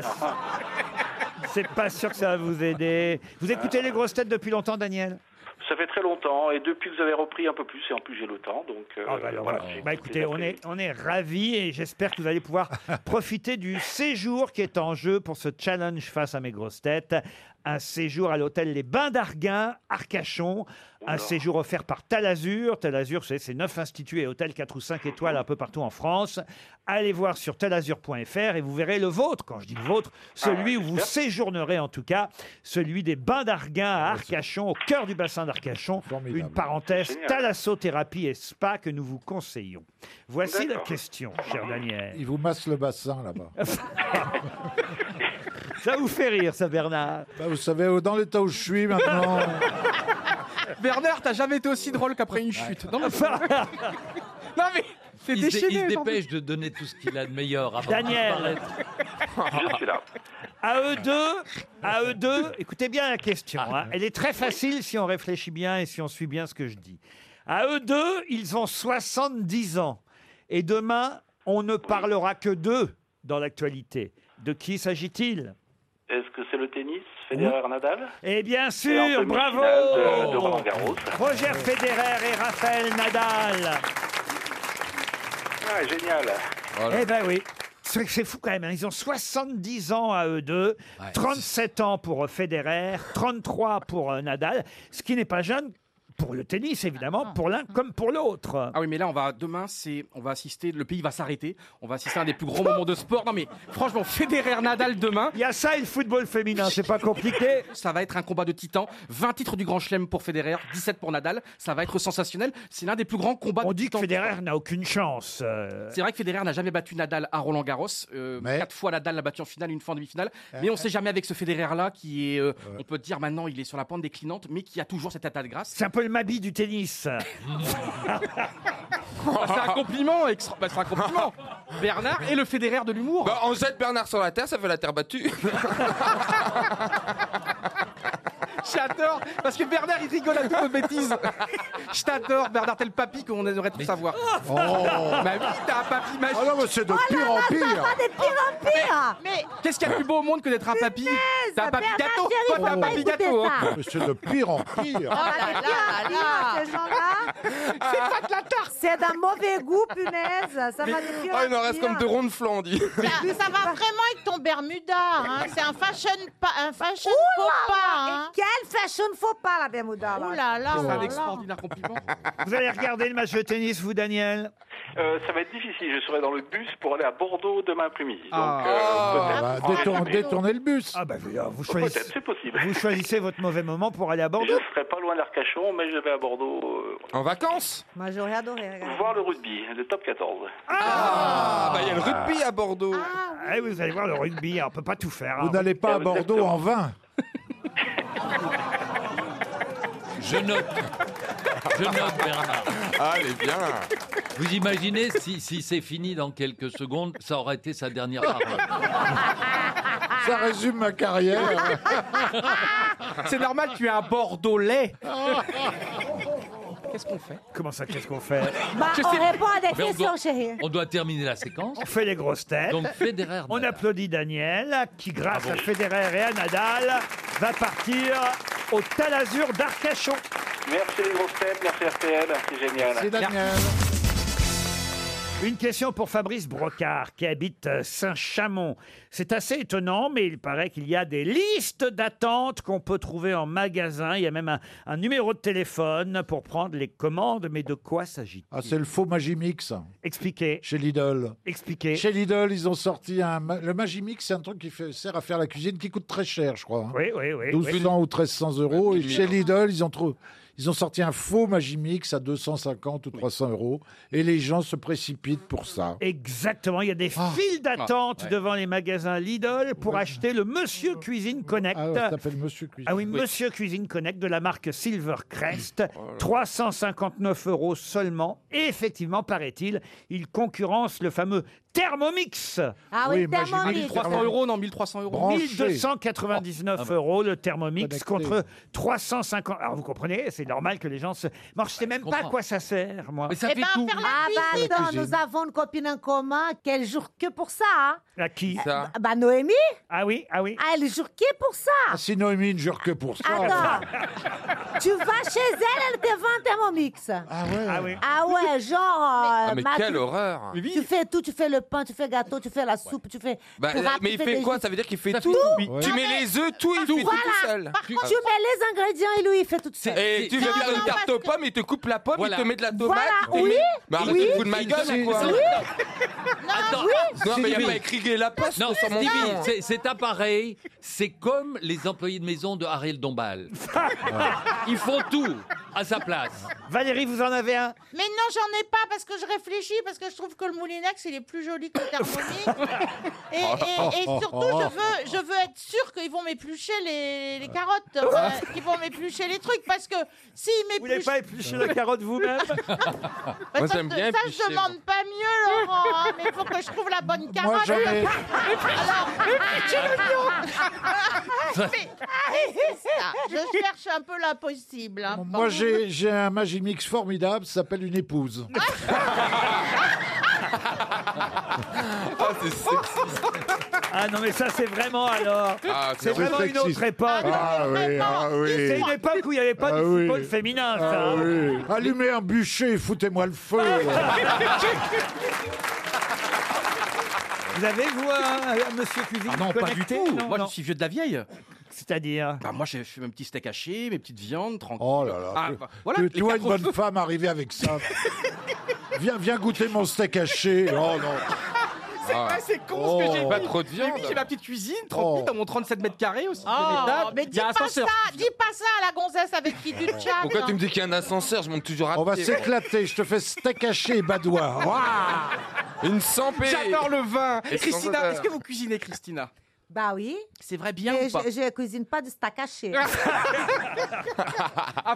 [SPEAKER 2] c'est pas sûr que ça va vous aider. Vous écoutez les grosses têtes depuis longtemps, Daniel
[SPEAKER 10] Ça fait très longtemps. Et depuis que vous avez repris un peu plus, et en plus j'ai le temps, donc. euh, voilà, j'ai
[SPEAKER 2] Bah
[SPEAKER 10] écouté
[SPEAKER 2] écoutez, on est, on est ravis et j'espère que vous allez pouvoir profiter du séjour qui est en jeu pour ce challenge face à mes grosses têtes. Un séjour à l'hôtel Les Bains d'Arguin, Arcachon. Un séjour offert par Talazur. Talazur, c'est c'est neuf instituts et hôtels 4 ou 5 étoiles un peu partout en France. Allez voir sur talazur.fr et vous verrez le vôtre. Quand je dis le vôtre, celui où vous séjournerez en tout cas, celui des Bains d'Arguin à Arcachon, au cœur du bassin d'Arcachon. Une parenthèse, thalassothérapie et spa que nous vous conseillons. Voici la question, cher Daniel.
[SPEAKER 15] Il vous masse le bassin là-bas.
[SPEAKER 2] Ça vous fait rire, ça, Bernard
[SPEAKER 15] Bah, Vous savez, euh, dans l'état où je suis maintenant. euh,
[SPEAKER 4] Bernard, t'as jamais été aussi drôle qu'après une chute. Non, mais, non, mais t'es
[SPEAKER 5] Il se, dé- il
[SPEAKER 4] déchaîné.
[SPEAKER 5] se
[SPEAKER 4] aujourd'hui.
[SPEAKER 5] dépêche de donner tout ce qu'il a de meilleur avant
[SPEAKER 2] Daniel.
[SPEAKER 5] de disparaître.
[SPEAKER 2] À eux deux, à eux deux, écoutez bien la question.
[SPEAKER 10] Ah.
[SPEAKER 2] hein. Elle est très facile si on réfléchit bien et si on suit bien ce que je dis. À eux deux, ils ont 70 ans. Et demain, on ne parlera que d'eux dans l'actualité. De qui s'agit-il
[SPEAKER 10] Est-ce que c'est le tennis, Federer, Nadal
[SPEAKER 2] Eh bien
[SPEAKER 10] Et en
[SPEAKER 2] sûr,
[SPEAKER 10] demi-finale
[SPEAKER 2] bravo
[SPEAKER 10] euh, de- de Roland Garros.
[SPEAKER 2] Roger Federer et Raphaël Nadal.
[SPEAKER 10] Ah, génial.
[SPEAKER 2] Eh ben oui. C'est c'est fou quand même, hein. ils ont 70 ans à eux deux, 37 ans pour euh, Federer, 33 pour euh, Nadal, ce qui n'est pas jeune pour le tennis évidemment, pour l'un comme pour l'autre.
[SPEAKER 4] Ah oui, mais là, on va demain, c'est, on va assister, le pays va s'arrêter. On va assister à un des plus grands moments de sport. Non, mais franchement, Federer, Nadal demain.
[SPEAKER 2] Il y a ça et le football féminin, c'est pas compliqué.
[SPEAKER 4] Ça va être un combat de titans. 20 titres du Grand Chelem pour Federer, 17 pour Nadal. Ça va être sensationnel. C'est l'un des plus grands combats.
[SPEAKER 2] On dit que Federer n'a aucune chance. euh.
[SPEAKER 4] C'est vrai que Federer n'a jamais battu Nadal à Roland Garros. Euh, Quatre fois Nadal l'a battu en finale, une fois en demi-finale. Mais on ne sait jamais avec ce Federer-là qui est, euh, on peut dire maintenant, il est sur la pente déclinante, mais qui a toujours cet état de grâce.
[SPEAKER 2] C'est un peu le Mabi du tennis.
[SPEAKER 4] Bah, c'est un compliment, extra- bah, c'est un compliment. Bernard est le Federer de l'humour.
[SPEAKER 6] Bah, on jette Bernard sur la terre, ça fait la terre battue.
[SPEAKER 4] J'adore, parce que Bernard il rigole à toutes nos bêtises. Je t'adore, Bernard, t'es le papy qu'on aimerait tout savoir.
[SPEAKER 7] Oh.
[SPEAKER 4] Ma vie, t'as un papy magique.
[SPEAKER 7] Oh non, mais c'est de Oh là pire en là, ça pire. va
[SPEAKER 4] de pire en pire. Mais qu'est-ce qu'il y a de plus beau au monde que d'être un papy T'as un papy
[SPEAKER 3] Bernard,
[SPEAKER 4] gâteau, hein.
[SPEAKER 3] chérie,
[SPEAKER 4] toi t'as un
[SPEAKER 3] faut pas
[SPEAKER 4] papy
[SPEAKER 3] écouter
[SPEAKER 4] gâteau.
[SPEAKER 3] ça.
[SPEAKER 4] hein.
[SPEAKER 10] Ah,
[SPEAKER 15] Mais c'est de pire en pire.
[SPEAKER 3] Ah, là, là, là. pas de la tarte. C'est d'un mauvais goût, punaise. Ça va de pire
[SPEAKER 6] Ah, il en
[SPEAKER 3] en
[SPEAKER 6] reste
[SPEAKER 3] pire.
[SPEAKER 6] comme deux ronds de flanc, on dit.
[SPEAKER 8] Ça, ça va vraiment avec ton Bermuda. hein. C'est un fashion, pa- un fashion
[SPEAKER 3] Ouh
[SPEAKER 8] faux
[SPEAKER 3] là
[SPEAKER 8] pas.
[SPEAKER 3] là,
[SPEAKER 8] hein.
[SPEAKER 3] et Quel fashion faux pas, la Bermuda. là.
[SPEAKER 8] Ouh là là,
[SPEAKER 6] C'est
[SPEAKER 8] oh là
[SPEAKER 6] un
[SPEAKER 8] là.
[SPEAKER 6] extraordinaire compliment.
[SPEAKER 2] Vous allez regarder le match de tennis, vous, Daniel
[SPEAKER 13] Euh, ça va être difficile. Je serai dans le bus pour aller à Bordeaux demain après-midi. Donc,
[SPEAKER 2] Ah.
[SPEAKER 13] euh, peut-être en
[SPEAKER 2] détourner
[SPEAKER 13] réserver.
[SPEAKER 2] le bus. Ah bah, vous, vous choisissez,
[SPEAKER 13] Peut-être, c'est possible.
[SPEAKER 2] vous choisissez votre mauvais moment pour aller à
[SPEAKER 13] Je
[SPEAKER 2] Bordeaux.
[SPEAKER 13] serai pas loin d'Arcachon, mais je vais à Bordeaux euh,
[SPEAKER 6] En vacances
[SPEAKER 3] Moi, j'aurais adoré. regarde.
[SPEAKER 13] voir le rugby, le top 14.
[SPEAKER 6] Ah, bah il y a le rugby à Bordeaux.
[SPEAKER 2] Ah, oui, vous allez voir le rugby, on peut pas tout faire. hein.
[SPEAKER 7] Vous n'allez pas à Bordeaux en vain.
[SPEAKER 5] Je note. Je note, Bernard.
[SPEAKER 6] Allez, bien.
[SPEAKER 5] Vous imaginez si, si c'est fini dans quelques secondes, ça aurait été sa dernière parole.
[SPEAKER 7] Ça résume ma carrière.
[SPEAKER 4] C'est normal, tu es un bordelais.
[SPEAKER 2] Qu'est-ce qu'on fait Comment ça, qu'est-ce qu'on fait
[SPEAKER 3] Bah,
[SPEAKER 5] Je
[SPEAKER 3] on
[SPEAKER 5] sais-
[SPEAKER 3] répond à des
[SPEAKER 5] Mais on,
[SPEAKER 3] questions,
[SPEAKER 5] doit,
[SPEAKER 3] chérie.
[SPEAKER 5] on doit terminer la séquence.
[SPEAKER 2] On fait les grosses têtes.
[SPEAKER 5] Donc Federer.
[SPEAKER 2] Eh,
[SPEAKER 5] Ah
[SPEAKER 2] On applaudit Daniel, qui grâce à Federer et à Nadal va partir au Talazur d'Arcachon.
[SPEAKER 13] Merci les grosses têtes, merci RTL, c'est génial.
[SPEAKER 2] Une question pour Fabrice Brocard qui habite euh, Saint-Chamond. C'est assez étonnant, mais il paraît qu'il y a des listes d'attente qu'on peut trouver en magasin. Il y a même un, un numéro de téléphone pour prendre les commandes. Mais de quoi s'agit-il
[SPEAKER 7] Ah, c'est le faux Magimix.
[SPEAKER 2] Expliquez.
[SPEAKER 7] Chez Lidl.
[SPEAKER 2] Expliquez.
[SPEAKER 7] Chez Lidl, ils ont sorti un. ma- Le Magimix, c'est un truc qui fait- sert à faire la cuisine qui coûte très cher, je crois. hein.
[SPEAKER 2] Oui, oui, oui.
[SPEAKER 7] 1200 ou 1300 euros. Et
[SPEAKER 2] oui.
[SPEAKER 7] chez Lidl, ils ont, trou- ils ont sorti un faux Magimix à 250 ou 300 euros. Et les gens se précipitent pour ça.
[SPEAKER 2] Exactement, il y a des files d'attente
[SPEAKER 7] Ah, ouais.
[SPEAKER 2] devant les magasins Lidl pour acheter le Monsieur Cuisine Connect.
[SPEAKER 7] Ah ouais, ça s'appelle Monsieur Cuisine.
[SPEAKER 2] Ah oui, Monsieur Cuisine Connect Oh de la marque Silvercrest. 359 euros seulement. Et effectivement, paraît-il, il concurrence le fameux Thermomix.
[SPEAKER 3] Ah oui, Oui, moi, j'ai Thermomix.
[SPEAKER 4] 1300 euros, non, 1300 euros.
[SPEAKER 2] 1299
[SPEAKER 4] Ah bah.
[SPEAKER 2] euros le Thermomix
[SPEAKER 4] Connecté.
[SPEAKER 2] contre 350. Alors vous comprenez, c'est normal que les gens se. Moi, je sais même pas à quoi ça sert,
[SPEAKER 6] Ah.
[SPEAKER 2] moi.
[SPEAKER 3] Eh ben, faire la
[SPEAKER 2] cuisine.
[SPEAKER 3] ah bah
[SPEAKER 2] La
[SPEAKER 3] attends,
[SPEAKER 2] cuisine.
[SPEAKER 3] nous avons une copine en commun qu'elle jure que pour ça. hein.
[SPEAKER 2] À qui
[SPEAKER 3] Bah, Bah Noémie
[SPEAKER 2] Ah oui, ah oui.
[SPEAKER 3] Elle jure que pour ça.
[SPEAKER 7] Ah, si Noémie ne jure que pour ça.
[SPEAKER 3] Attends. tu vas chez elle, elle te vend un Thermomix.
[SPEAKER 7] Ah ouais
[SPEAKER 2] Ah ouais,
[SPEAKER 3] genre... euh,
[SPEAKER 6] Ah, mais
[SPEAKER 3] ma-
[SPEAKER 6] quelle
[SPEAKER 3] tu-
[SPEAKER 6] horreur. Mais
[SPEAKER 3] Tu fais tout, tu fais le pain, tu fais le gâteau, tu fais la soupe, tu fais...
[SPEAKER 6] Bah,
[SPEAKER 3] tu
[SPEAKER 6] là,
[SPEAKER 3] râpes,
[SPEAKER 6] mais
[SPEAKER 3] tu
[SPEAKER 6] il
[SPEAKER 3] fais
[SPEAKER 6] fait
[SPEAKER 3] des-
[SPEAKER 6] quoi Ça veut dire qu'il fait tout.
[SPEAKER 3] Ouais.
[SPEAKER 6] Tu
[SPEAKER 3] Non,
[SPEAKER 6] mets
[SPEAKER 3] Ah, mais-
[SPEAKER 6] les œufs, tout, il fait tout
[SPEAKER 3] Voilà.
[SPEAKER 6] tout seul.
[SPEAKER 3] Par contre, tu mets les ingrédients et lui, il fait tout seul. Ah,
[SPEAKER 6] Et tu lui donnes une tarte aux pommes, il te coupe la pomme,
[SPEAKER 3] Voilà.
[SPEAKER 6] il te met de la tomate.
[SPEAKER 3] Voilà,
[SPEAKER 6] il-
[SPEAKER 3] oui,
[SPEAKER 6] Mais arrête
[SPEAKER 3] oui.
[SPEAKER 6] de te foutre de ma gueule, quoi.
[SPEAKER 3] Oui.
[SPEAKER 5] Attends,
[SPEAKER 6] Non, mais il n'y
[SPEAKER 5] Stevie.
[SPEAKER 6] a pas écrit la poste
[SPEAKER 5] Non,
[SPEAKER 6] sur mon
[SPEAKER 5] Stevie,
[SPEAKER 6] front.
[SPEAKER 5] c'est- cet appareil, c'est comme les employés de maison de Ariel Dombal. Ils font tout à sa place.
[SPEAKER 2] Valérie, vous en avez un
[SPEAKER 8] Mais non, j'en ai pas parce que je réfléchis, parce que je trouve que le Moulinex, il est plus joli que le Thermomix. et, et- et surtout, je veux, je veux être sûre qu'ils vont m'éplucher les, les carottes, euh, qu'ils vont m'éplucher les trucs, parce que s'ils m'épluchent... Vous
[SPEAKER 2] voulez pas éplucher la carotte vous-même
[SPEAKER 6] Moi,
[SPEAKER 8] ça,
[SPEAKER 6] j'aime
[SPEAKER 8] je-
[SPEAKER 6] bien
[SPEAKER 8] ça,
[SPEAKER 6] éplucher,
[SPEAKER 8] je demande pas mieux, Laurent, hein, mais il faut que je trouve la bonne carotte. ah,
[SPEAKER 7] j'en ai-
[SPEAKER 8] Alors,
[SPEAKER 7] Ça-
[SPEAKER 8] Mais- Ah, Je cherche un peu l'impossible. hein.
[SPEAKER 7] Moi, j'ai j'ai un Magimix formidable, ça s'appelle une épouse.
[SPEAKER 6] Ah, c'est sexy.
[SPEAKER 2] Ah non, mais ça, c'est vraiment alors.
[SPEAKER 6] Ah,
[SPEAKER 2] c'est
[SPEAKER 6] c'est
[SPEAKER 2] vraiment
[SPEAKER 6] sexiste.
[SPEAKER 2] une autre époque.
[SPEAKER 7] Ah oui, ah oui.
[SPEAKER 2] C'est une époque où il n'y avait pas
[SPEAKER 7] Ah
[SPEAKER 2] de
[SPEAKER 7] oui.
[SPEAKER 2] football féminin, ça.
[SPEAKER 7] Ah
[SPEAKER 2] hein.
[SPEAKER 7] oui. Allumez un bûcher, foutez-moi le feu.
[SPEAKER 2] Vous avez, vous, un, un monsieur cuisine
[SPEAKER 4] Ah non, pas
[SPEAKER 2] connecté
[SPEAKER 4] du tout.
[SPEAKER 2] Non,
[SPEAKER 4] Moi,
[SPEAKER 2] non.
[SPEAKER 4] je suis vieux de la vieille.
[SPEAKER 2] C'est-à-dire
[SPEAKER 4] Bah, moi, j'ai fait mes petits steaks hachés, mes petites viandes, tranquille.
[SPEAKER 7] Oh là là.
[SPEAKER 4] Ah,
[SPEAKER 7] tu-
[SPEAKER 4] bah, voilà,
[SPEAKER 7] tu,
[SPEAKER 4] les
[SPEAKER 7] tu vois une
[SPEAKER 4] quatre
[SPEAKER 7] bonne femme arriver avec ça. viens, viens goûter mon steak haché. Oh non.
[SPEAKER 4] C'est
[SPEAKER 7] Ah.
[SPEAKER 4] vrai, c'est con ce que j'ai
[SPEAKER 7] Oh.
[SPEAKER 4] dit.
[SPEAKER 7] Pas trop de
[SPEAKER 4] Mais oui,
[SPEAKER 7] viande.
[SPEAKER 4] j'ai ma petite cuisine,
[SPEAKER 6] Oh.
[SPEAKER 4] 30 minutes dans mon 37 mètres carrés aussi.
[SPEAKER 8] Oh, mais
[SPEAKER 4] il
[SPEAKER 8] dis
[SPEAKER 4] y a un
[SPEAKER 8] pas ça,
[SPEAKER 4] ascenseur.
[SPEAKER 8] dis pas ça à la gonzesse avec qui tu tchattes.
[SPEAKER 6] Pourquoi tu me dis qu'il y a un ascenseur Je monte toujours à
[SPEAKER 7] On va
[SPEAKER 6] pied.
[SPEAKER 7] s'éclater, je te fais steak haché et badois. Ouah.
[SPEAKER 6] Une sampée.
[SPEAKER 4] J'adore le vin.
[SPEAKER 6] Et sans
[SPEAKER 4] Christina,
[SPEAKER 6] odeur.
[SPEAKER 4] est-ce que vous cuisinez, Christina
[SPEAKER 3] Bah oui.
[SPEAKER 4] C'est vrai bien
[SPEAKER 3] Et
[SPEAKER 4] ou pas
[SPEAKER 3] je, je cuisine pas de steak haché.
[SPEAKER 8] Ah,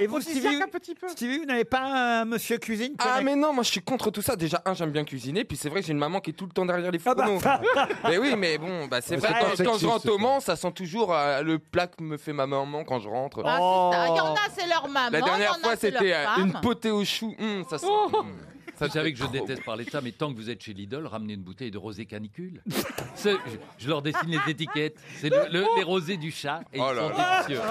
[SPEAKER 2] Et vous, Stevie,
[SPEAKER 4] un petit peu.
[SPEAKER 2] Stevie, vous n'avez pas un monsieur cuisine
[SPEAKER 6] Ah
[SPEAKER 2] connecté
[SPEAKER 6] mais non, moi je suis contre tout ça. Déjà, un, j'aime bien cuisiner, puis c'est vrai que j'ai une maman qui est tout le temps derrière les
[SPEAKER 2] Ah bah.
[SPEAKER 6] fourneaux. mais oui, mais bon, bah, c'est
[SPEAKER 7] Ouais,
[SPEAKER 6] vrai,
[SPEAKER 7] c'est pas
[SPEAKER 6] quand, quand
[SPEAKER 7] sexiste,
[SPEAKER 6] je rentre
[SPEAKER 7] c'est
[SPEAKER 6] au Mans, ça sent toujours euh, le plat que me fait ma maman quand je rentre.
[SPEAKER 8] Ah,
[SPEAKER 4] Oh.
[SPEAKER 8] c'est ça. Il y en a, c'est leur maman.
[SPEAKER 6] La dernière
[SPEAKER 8] il y en a,
[SPEAKER 6] fois,
[SPEAKER 8] c'est leur
[SPEAKER 6] c'était euh,
[SPEAKER 8] femme. Oh.
[SPEAKER 6] une potée au chou. Hum, ça sent... hum.
[SPEAKER 5] Vous savez que je déteste parler de ça, mais tant que vous êtes chez Lidl, ramenez une bouteille de rosé canicule. Ce- je, je leur dessine les étiquettes. C'est le- le- les rosés du chat et
[SPEAKER 6] Oh
[SPEAKER 5] ils
[SPEAKER 6] là
[SPEAKER 5] sont
[SPEAKER 6] là.
[SPEAKER 5] délicieux.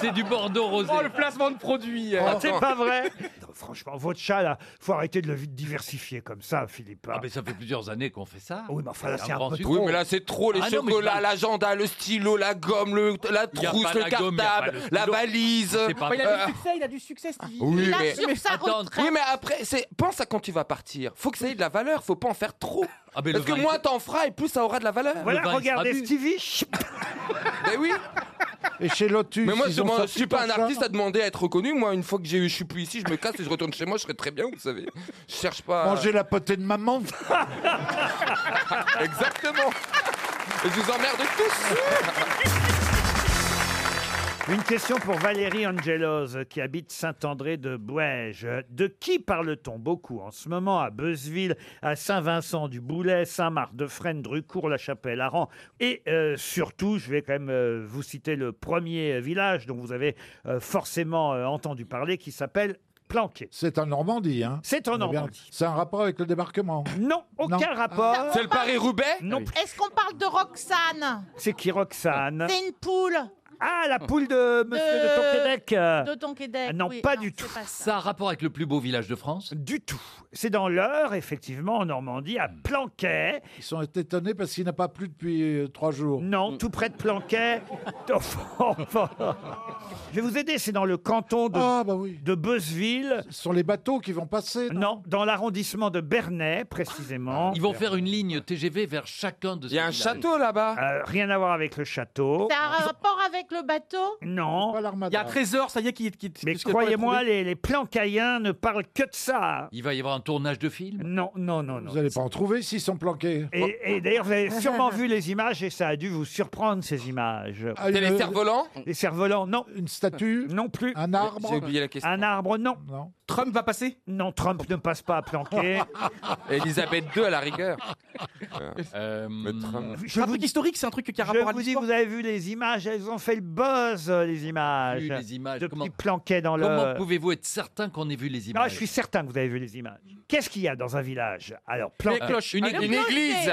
[SPEAKER 5] C'est du Bordeaux rosé. hein.
[SPEAKER 4] Oh, le placement de produits.
[SPEAKER 6] Oh, c'est pas
[SPEAKER 2] Ah, vrai. franchement, votre chat, là, faut arrêter de le diversifier comme ça, Philippe.
[SPEAKER 5] Ah, mais ça fait plusieurs années qu'on fait ça.
[SPEAKER 2] Ah Oui, mais enfin, là, c'est un
[SPEAKER 5] grand
[SPEAKER 2] peu
[SPEAKER 5] succès.
[SPEAKER 6] Oui, mais là c'est trop les
[SPEAKER 5] Ah non, mais je
[SPEAKER 6] chocolats,
[SPEAKER 5] parle-
[SPEAKER 6] l'agenda, le stylo, la gomme, le- la
[SPEAKER 5] Y a
[SPEAKER 6] trousse,
[SPEAKER 5] pas
[SPEAKER 6] le
[SPEAKER 5] la gomme, y a pas
[SPEAKER 6] cartable,
[SPEAKER 5] le
[SPEAKER 6] la
[SPEAKER 5] stylo.
[SPEAKER 6] valise.
[SPEAKER 5] C'est
[SPEAKER 4] Oh,
[SPEAKER 5] pas-
[SPEAKER 8] Il a
[SPEAKER 5] Il
[SPEAKER 6] euh,
[SPEAKER 8] du succès, il a du succès. Stevie.
[SPEAKER 6] oui,
[SPEAKER 8] il
[SPEAKER 6] mais...
[SPEAKER 8] assure sa retraite.
[SPEAKER 6] oui, mais après, c'est... pense à quand tu vas partir. Faut que ça ait de la valeur, faut pas en faire trop.
[SPEAKER 5] mais le
[SPEAKER 6] Parce que
[SPEAKER 5] vin,
[SPEAKER 6] moins
[SPEAKER 5] il-
[SPEAKER 6] t'en feras et plus ça aura de la valeur.
[SPEAKER 2] Voilà, Le vin, il sera regardez bu. Stevie.
[SPEAKER 6] Mais oui.
[SPEAKER 7] Et chez Lotus.
[SPEAKER 6] Mais moi, je,
[SPEAKER 7] ils ont
[SPEAKER 6] demande- je
[SPEAKER 7] sorti
[SPEAKER 6] suis pas un
[SPEAKER 7] ça.
[SPEAKER 6] artiste à demander à être reconnu. Moi, une fois que j'ai- je suis plus ici, je me casse et je retourne chez moi, je serai très bien, vous savez. Je cherche
[SPEAKER 2] Ah.
[SPEAKER 6] pas. à-
[SPEAKER 7] Manger la potée de maman.
[SPEAKER 6] Exactement. Et je vous emmerde tous.
[SPEAKER 2] Une question pour Valérie Angelos qui habite Saint-André de Bouège. De qui parle-t-on beaucoup en ce moment à Beuzeville, à Saint-Vincent du Boulet, Saint-Marc-de-Fresnes, Drucourt, La Chapelle, Aran et euh, surtout, je vais quand même euh, vous citer le premier euh, village dont vous avez euh, forcément euh, entendu parler qui s'appelle Planquet.
[SPEAKER 7] C'est en Normandie, hein
[SPEAKER 2] C'est en
[SPEAKER 7] Eh bien,
[SPEAKER 2] Normandie.
[SPEAKER 7] C'est un rapport avec le débarquement.
[SPEAKER 2] Oh, Non, aucun rapport.
[SPEAKER 7] C'est le Paris-Roubaix
[SPEAKER 2] Non.
[SPEAKER 8] Est-ce qu'on parle de Roxane
[SPEAKER 2] C'est qui Roxane
[SPEAKER 8] C'est une poule. euh,
[SPEAKER 2] Ah, la poule de Monsieur de, Tonquédec, euh.
[SPEAKER 8] De Tonquédec.
[SPEAKER 2] Non,
[SPEAKER 8] oui.
[SPEAKER 2] pas du tout.
[SPEAKER 8] pas
[SPEAKER 5] ça a un rapport avec le plus beau village de France
[SPEAKER 2] Du tout. C'est dans l'heure, effectivement, en Normandie, à Planquet.
[SPEAKER 7] Ils sont étonnés parce qu'il n'a pas plu depuis euh, trois jours.
[SPEAKER 8] Mm.
[SPEAKER 2] Non, tout près de Planquet. Je vais vous aider, c'est dans le canton de, de Beuzeville.
[SPEAKER 7] Ah, bah Ce sont les bateaux qui vont passer.
[SPEAKER 2] Non, dans l'arrondissement de Bernay, précisément.
[SPEAKER 5] Ils vont faire une ligne TGV vers chacun de ces Il y a un
[SPEAKER 6] château là-bas.
[SPEAKER 2] Euh, rien à voir avec le château.
[SPEAKER 8] Ah, Ça a un rapport avec le bateau
[SPEAKER 2] Non.
[SPEAKER 4] Il y a un trésor, ça y est, qui. qui
[SPEAKER 2] Mais croyez-moi, les, les Plancayens ne parlent que de ça.
[SPEAKER 5] Il va y avoir un tournage de film
[SPEAKER 2] Non, non, non, non.
[SPEAKER 7] Vous n'allez pas en trouver s'ils sont planqués.
[SPEAKER 2] Et, et
[SPEAKER 5] Oh.
[SPEAKER 2] d'ailleurs, vous avez sûrement vu les images et ça a dû vous surprendre, ces images.
[SPEAKER 7] Ah, C'est une- les
[SPEAKER 6] cerfs-volants
[SPEAKER 2] Les cerfs-volants, non.
[SPEAKER 7] Une statue
[SPEAKER 2] Non plus.
[SPEAKER 7] Un arbre J'ai oublié
[SPEAKER 6] la question.
[SPEAKER 2] Un arbre, non.
[SPEAKER 7] Non.
[SPEAKER 2] Trump va passer Non, Trump ne passe pas à planquer.
[SPEAKER 6] Elisabeth II à la rigueur.
[SPEAKER 2] Je
[SPEAKER 7] Ah,
[SPEAKER 2] vous... historique, c'est un truc qui a rapport à vous dis, vous avez vu les images, elles ont fait le buzz, euh, les images.
[SPEAKER 5] Vu les images,
[SPEAKER 2] De
[SPEAKER 5] comment-
[SPEAKER 2] petits planquets dans le...
[SPEAKER 5] Comment pouvez-vous être certain qu'on ait vu les
[SPEAKER 2] Non,
[SPEAKER 5] images
[SPEAKER 2] je suis certain que vous avez vu les images. Qu'est-ce qu'il y a dans un village Alors,
[SPEAKER 5] Les
[SPEAKER 2] planqué.
[SPEAKER 5] cloches, une église.
[SPEAKER 7] Un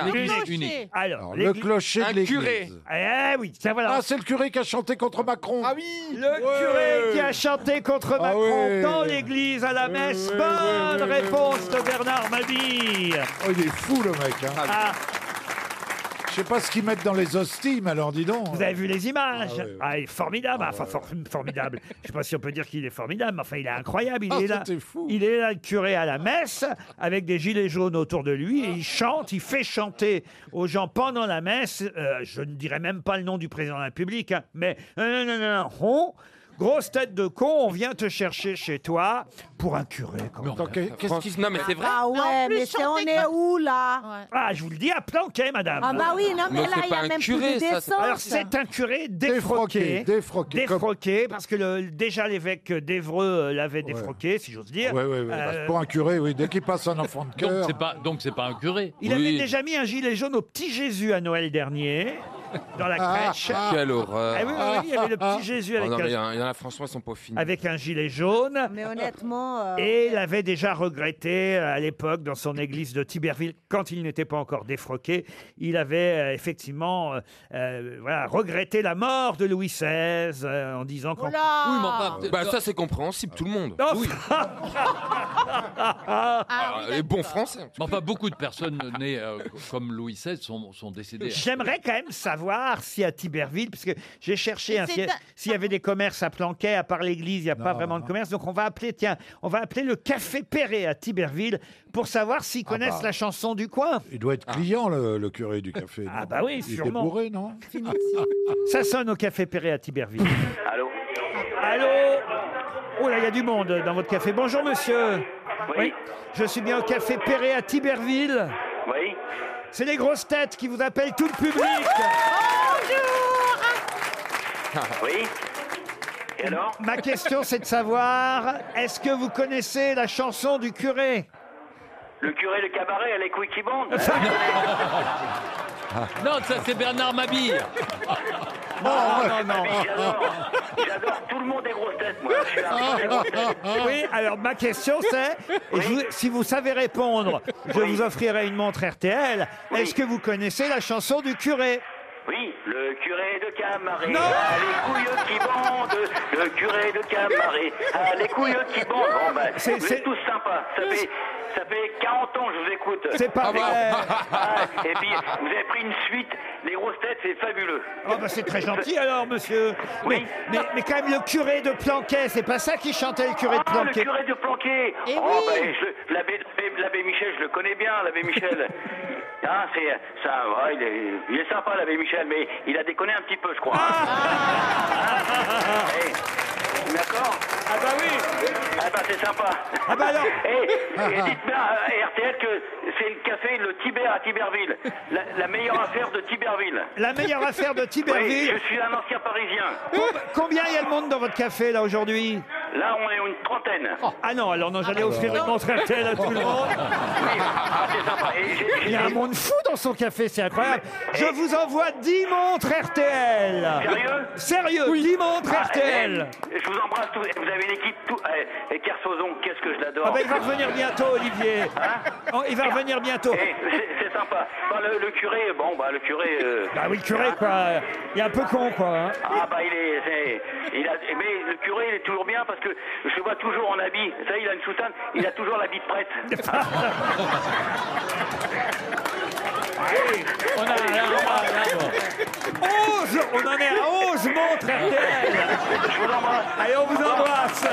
[SPEAKER 2] Une église.
[SPEAKER 7] clocher.
[SPEAKER 2] Une église. Alors,
[SPEAKER 7] Alors,
[SPEAKER 2] l'église-
[SPEAKER 7] le clocher de l'église.
[SPEAKER 2] Eh oui, ça voilà.
[SPEAKER 7] Ah, c'est le curé qui a chanté contre Macron. Ah
[SPEAKER 6] oui
[SPEAKER 2] Le curé qui a chanté contre
[SPEAKER 7] Ah
[SPEAKER 2] Macron
[SPEAKER 7] ouais.
[SPEAKER 2] dans l'église à la messe. Bonne réponse de Bernard Mabille.
[SPEAKER 7] Oh, il est fou le mec. Hein.
[SPEAKER 2] Ah.
[SPEAKER 7] Je sais pas ce qu'ils mettent dans les hosties, mais alors dis donc.
[SPEAKER 2] Vous avez vu les images
[SPEAKER 7] Ah
[SPEAKER 2] ah,
[SPEAKER 7] ouais, Ah ouais.
[SPEAKER 2] il est formidable. enfin, for- formidable. Je sais pas si on peut dire qu'il est formidable, mais enfin, il est incroyable. Il
[SPEAKER 7] Ah,
[SPEAKER 2] est
[SPEAKER 7] ça,
[SPEAKER 2] là.
[SPEAKER 7] t'es fou.
[SPEAKER 2] Il est là, le curé à la messe, avec des gilets jaunes autour de lui, et il chante, il fait chanter aux gens pendant la messe. euh, je ne dirais même pas le nom du président de la République, hein, mais non, non, non, non, on- Grosse tête de con, on vient te chercher chez toi pour un curé. quand même.
[SPEAKER 7] Attends, qu'est- qu'est-ce qu'ils-
[SPEAKER 6] Non, mais c'est vrai.
[SPEAKER 3] Ah ouais, mais c'est- on est où là
[SPEAKER 2] Ah, je vous le dis à planquet, madame.
[SPEAKER 3] Ah bah oui, non mais,
[SPEAKER 2] Non,
[SPEAKER 3] là,
[SPEAKER 2] c'est
[SPEAKER 3] il y
[SPEAKER 2] pas
[SPEAKER 3] a
[SPEAKER 2] un
[SPEAKER 3] même
[SPEAKER 2] curé,
[SPEAKER 3] plus de
[SPEAKER 2] ça,
[SPEAKER 3] décence.
[SPEAKER 2] c'est- Alors, c'est un curé défroqué.
[SPEAKER 7] Défroqué, défroqué,
[SPEAKER 2] Défroqué, parce que le- déjà l'évêque d'Evreux euh, l'avait défroqué, si j'ose dire.
[SPEAKER 7] Ouais, ouais, ouais.
[SPEAKER 2] Euh,
[SPEAKER 7] Bah, Pour un curé, oui, dès qu'il passe un enfant de
[SPEAKER 5] Donc
[SPEAKER 7] cœur.
[SPEAKER 5] c'est pas donc c'est pas un curé.
[SPEAKER 2] Il avait déjà mis un gilet jaune au petit Jésus à Noël dernier, dans la
[SPEAKER 6] Ah,
[SPEAKER 2] crèche.
[SPEAKER 6] ah, Quelle horreur.
[SPEAKER 2] Ah oui, oui, oui, il y avait le petit Jésus
[SPEAKER 6] Oh
[SPEAKER 2] avec,
[SPEAKER 6] non, mais il y
[SPEAKER 2] un,
[SPEAKER 6] en- il y en a, franchement, ils sont pas finis.
[SPEAKER 2] avec un gilet jaune.
[SPEAKER 3] Mais honnêtement, euh,
[SPEAKER 2] Et il avait déjà regretté euh, à l'époque dans son église de Tiberville, quand il n'était pas encore défroqué, il avait euh, effectivement euh, euh, voilà, regretté la mort de Louis XVI euh, en disant qu'en
[SPEAKER 6] Oui, mais enfin, bah, ça, c'est compréhensible, tout le monde. Oui.
[SPEAKER 5] Ah,
[SPEAKER 2] Ah,
[SPEAKER 5] les bons français. Enfin, beaucoup de personnes nées euh, comme Louis XVI sont, sont décédées.
[SPEAKER 2] J'aimerais quand même savoir si à Tiberville, parce que j'ai cherché hein,
[SPEAKER 8] c'est
[SPEAKER 2] s'il y a-
[SPEAKER 8] un-
[SPEAKER 2] s'il y avait des commerces à Planquet, à part l'église, il n'y a pas vraiment de commerce. Donc on va appeler, tiens, on va appeler le Café Perret à Tiberville pour savoir s'ils connaissent
[SPEAKER 7] bah.
[SPEAKER 2] la chanson du coin.
[SPEAKER 7] Il doit être client, le, le curé du café.
[SPEAKER 2] Ah bah oui,
[SPEAKER 7] Il était
[SPEAKER 2] sûrement.
[SPEAKER 7] bourré, non
[SPEAKER 2] Ça sonne au Café Perret à Tiberville.
[SPEAKER 10] Allô
[SPEAKER 2] Allô Oh là, il y a du monde dans votre café. Bonjour monsieur. Oui. Je suis bien au Café Perret à Tiberville.
[SPEAKER 10] Oui
[SPEAKER 2] C'est les grosses têtes qui vous appellent tout le public.
[SPEAKER 10] Oui Et alors
[SPEAKER 2] Ma question, c'est de savoir, est-ce que vous connaissez la chanson du curé
[SPEAKER 10] Le curé de cabaret avec Wikiband
[SPEAKER 5] Non, ça c'est Bernard Mabille. Ah,
[SPEAKER 2] non, non.
[SPEAKER 10] J'adore tout le monde des grosses têtes, moi. Je suis un vrai gros tête.
[SPEAKER 2] Oui, alors ma question c'est, et je vous- si vous savez répondre, je vous offrirai une montre RTL. Est-ce que vous connaissez la chanson du curé
[SPEAKER 10] Oui, le curé de Camaret a les couillottes qui bandent. Le curé de Camaret a les couillottes qui bandent. Bon, ben,
[SPEAKER 2] C'est-
[SPEAKER 10] vous
[SPEAKER 2] c'est-
[SPEAKER 10] êtes tous sympas. Ça fait, ça fait 40 ans que je vous écoute.
[SPEAKER 2] C'est pas
[SPEAKER 10] Ah,
[SPEAKER 2] vrai.
[SPEAKER 10] Ah, et puis, vous avez pris une suite. Les grosses têtes, c'est fabuleux.
[SPEAKER 2] Oh bah c'est très gentil alors, monsieur. Mais, mais, mais quand même, le curé de Planquet, c'est pas ça qui chantait le curé de
[SPEAKER 10] Ah, le
[SPEAKER 2] Planquet.
[SPEAKER 10] curé de Planquet
[SPEAKER 2] Eh
[SPEAKER 10] Oh,
[SPEAKER 2] oui.
[SPEAKER 10] ben, je- l'abbé, l'abbé- l'abbé Michel, je le connais bien, l'abbé Michel. Ah, c'est, c'est un- ah, il, est, il est sympa, l'abbé Michel, mais il a déconné un petit peu, je crois.
[SPEAKER 2] Ah.
[SPEAKER 10] Eh, D'accord Ah bah oui Ah bah c'est sympa Ah bah alors Et,
[SPEAKER 9] Ah,
[SPEAKER 10] dites-moi, euh, RTL, que c'est le café Le Tiber à Tiberville, la, la meilleure affaire de Tiberville.
[SPEAKER 2] La meilleure affaire de
[SPEAKER 10] Oui,
[SPEAKER 2] Tiberville.
[SPEAKER 10] je suis un ancien parisien.
[SPEAKER 2] Com- Oh, bah, Combien il y a le monde dans votre café là aujourd'hui
[SPEAKER 10] Là, on est une trentaine.
[SPEAKER 2] Ah non, alors non, j'allais offrir une montre RTL à tout le monde.
[SPEAKER 10] Oui, ah, c'est sympa. Et j'ai- Eh.
[SPEAKER 2] Il y a un monde fou dans son café, c'est incroyable. Je vous envoie 10 montres RTL.
[SPEAKER 10] Sérieux
[SPEAKER 2] Sérieux, 10 montres
[SPEAKER 10] Ah,
[SPEAKER 2] RTL.
[SPEAKER 10] eh, Je vous embrasse tous. Vous avez une équipe tout. eh, eh, Kersozon, qu'est-ce que je l'adore.
[SPEAKER 2] Ah ben, il va revenir bientôt, Olivier. Oh, il va revenir bientôt.
[SPEAKER 10] Hein Eh, c'est- C'est sympa. Bah, le, le curé, bon, bah le curé. euh,
[SPEAKER 2] Bah oui, le curé, quoi. Il est un peu con, quoi. hein.
[SPEAKER 10] Ah bah il est, c'est- il a, mais le curé il est toujours bien parce que je le vois toujours en habit. Ça il a une soutane, il a toujours l'habit de prêtre.
[SPEAKER 2] On, a- Onze, on en est à 11 montres RTL. Allez, on vous embrasse.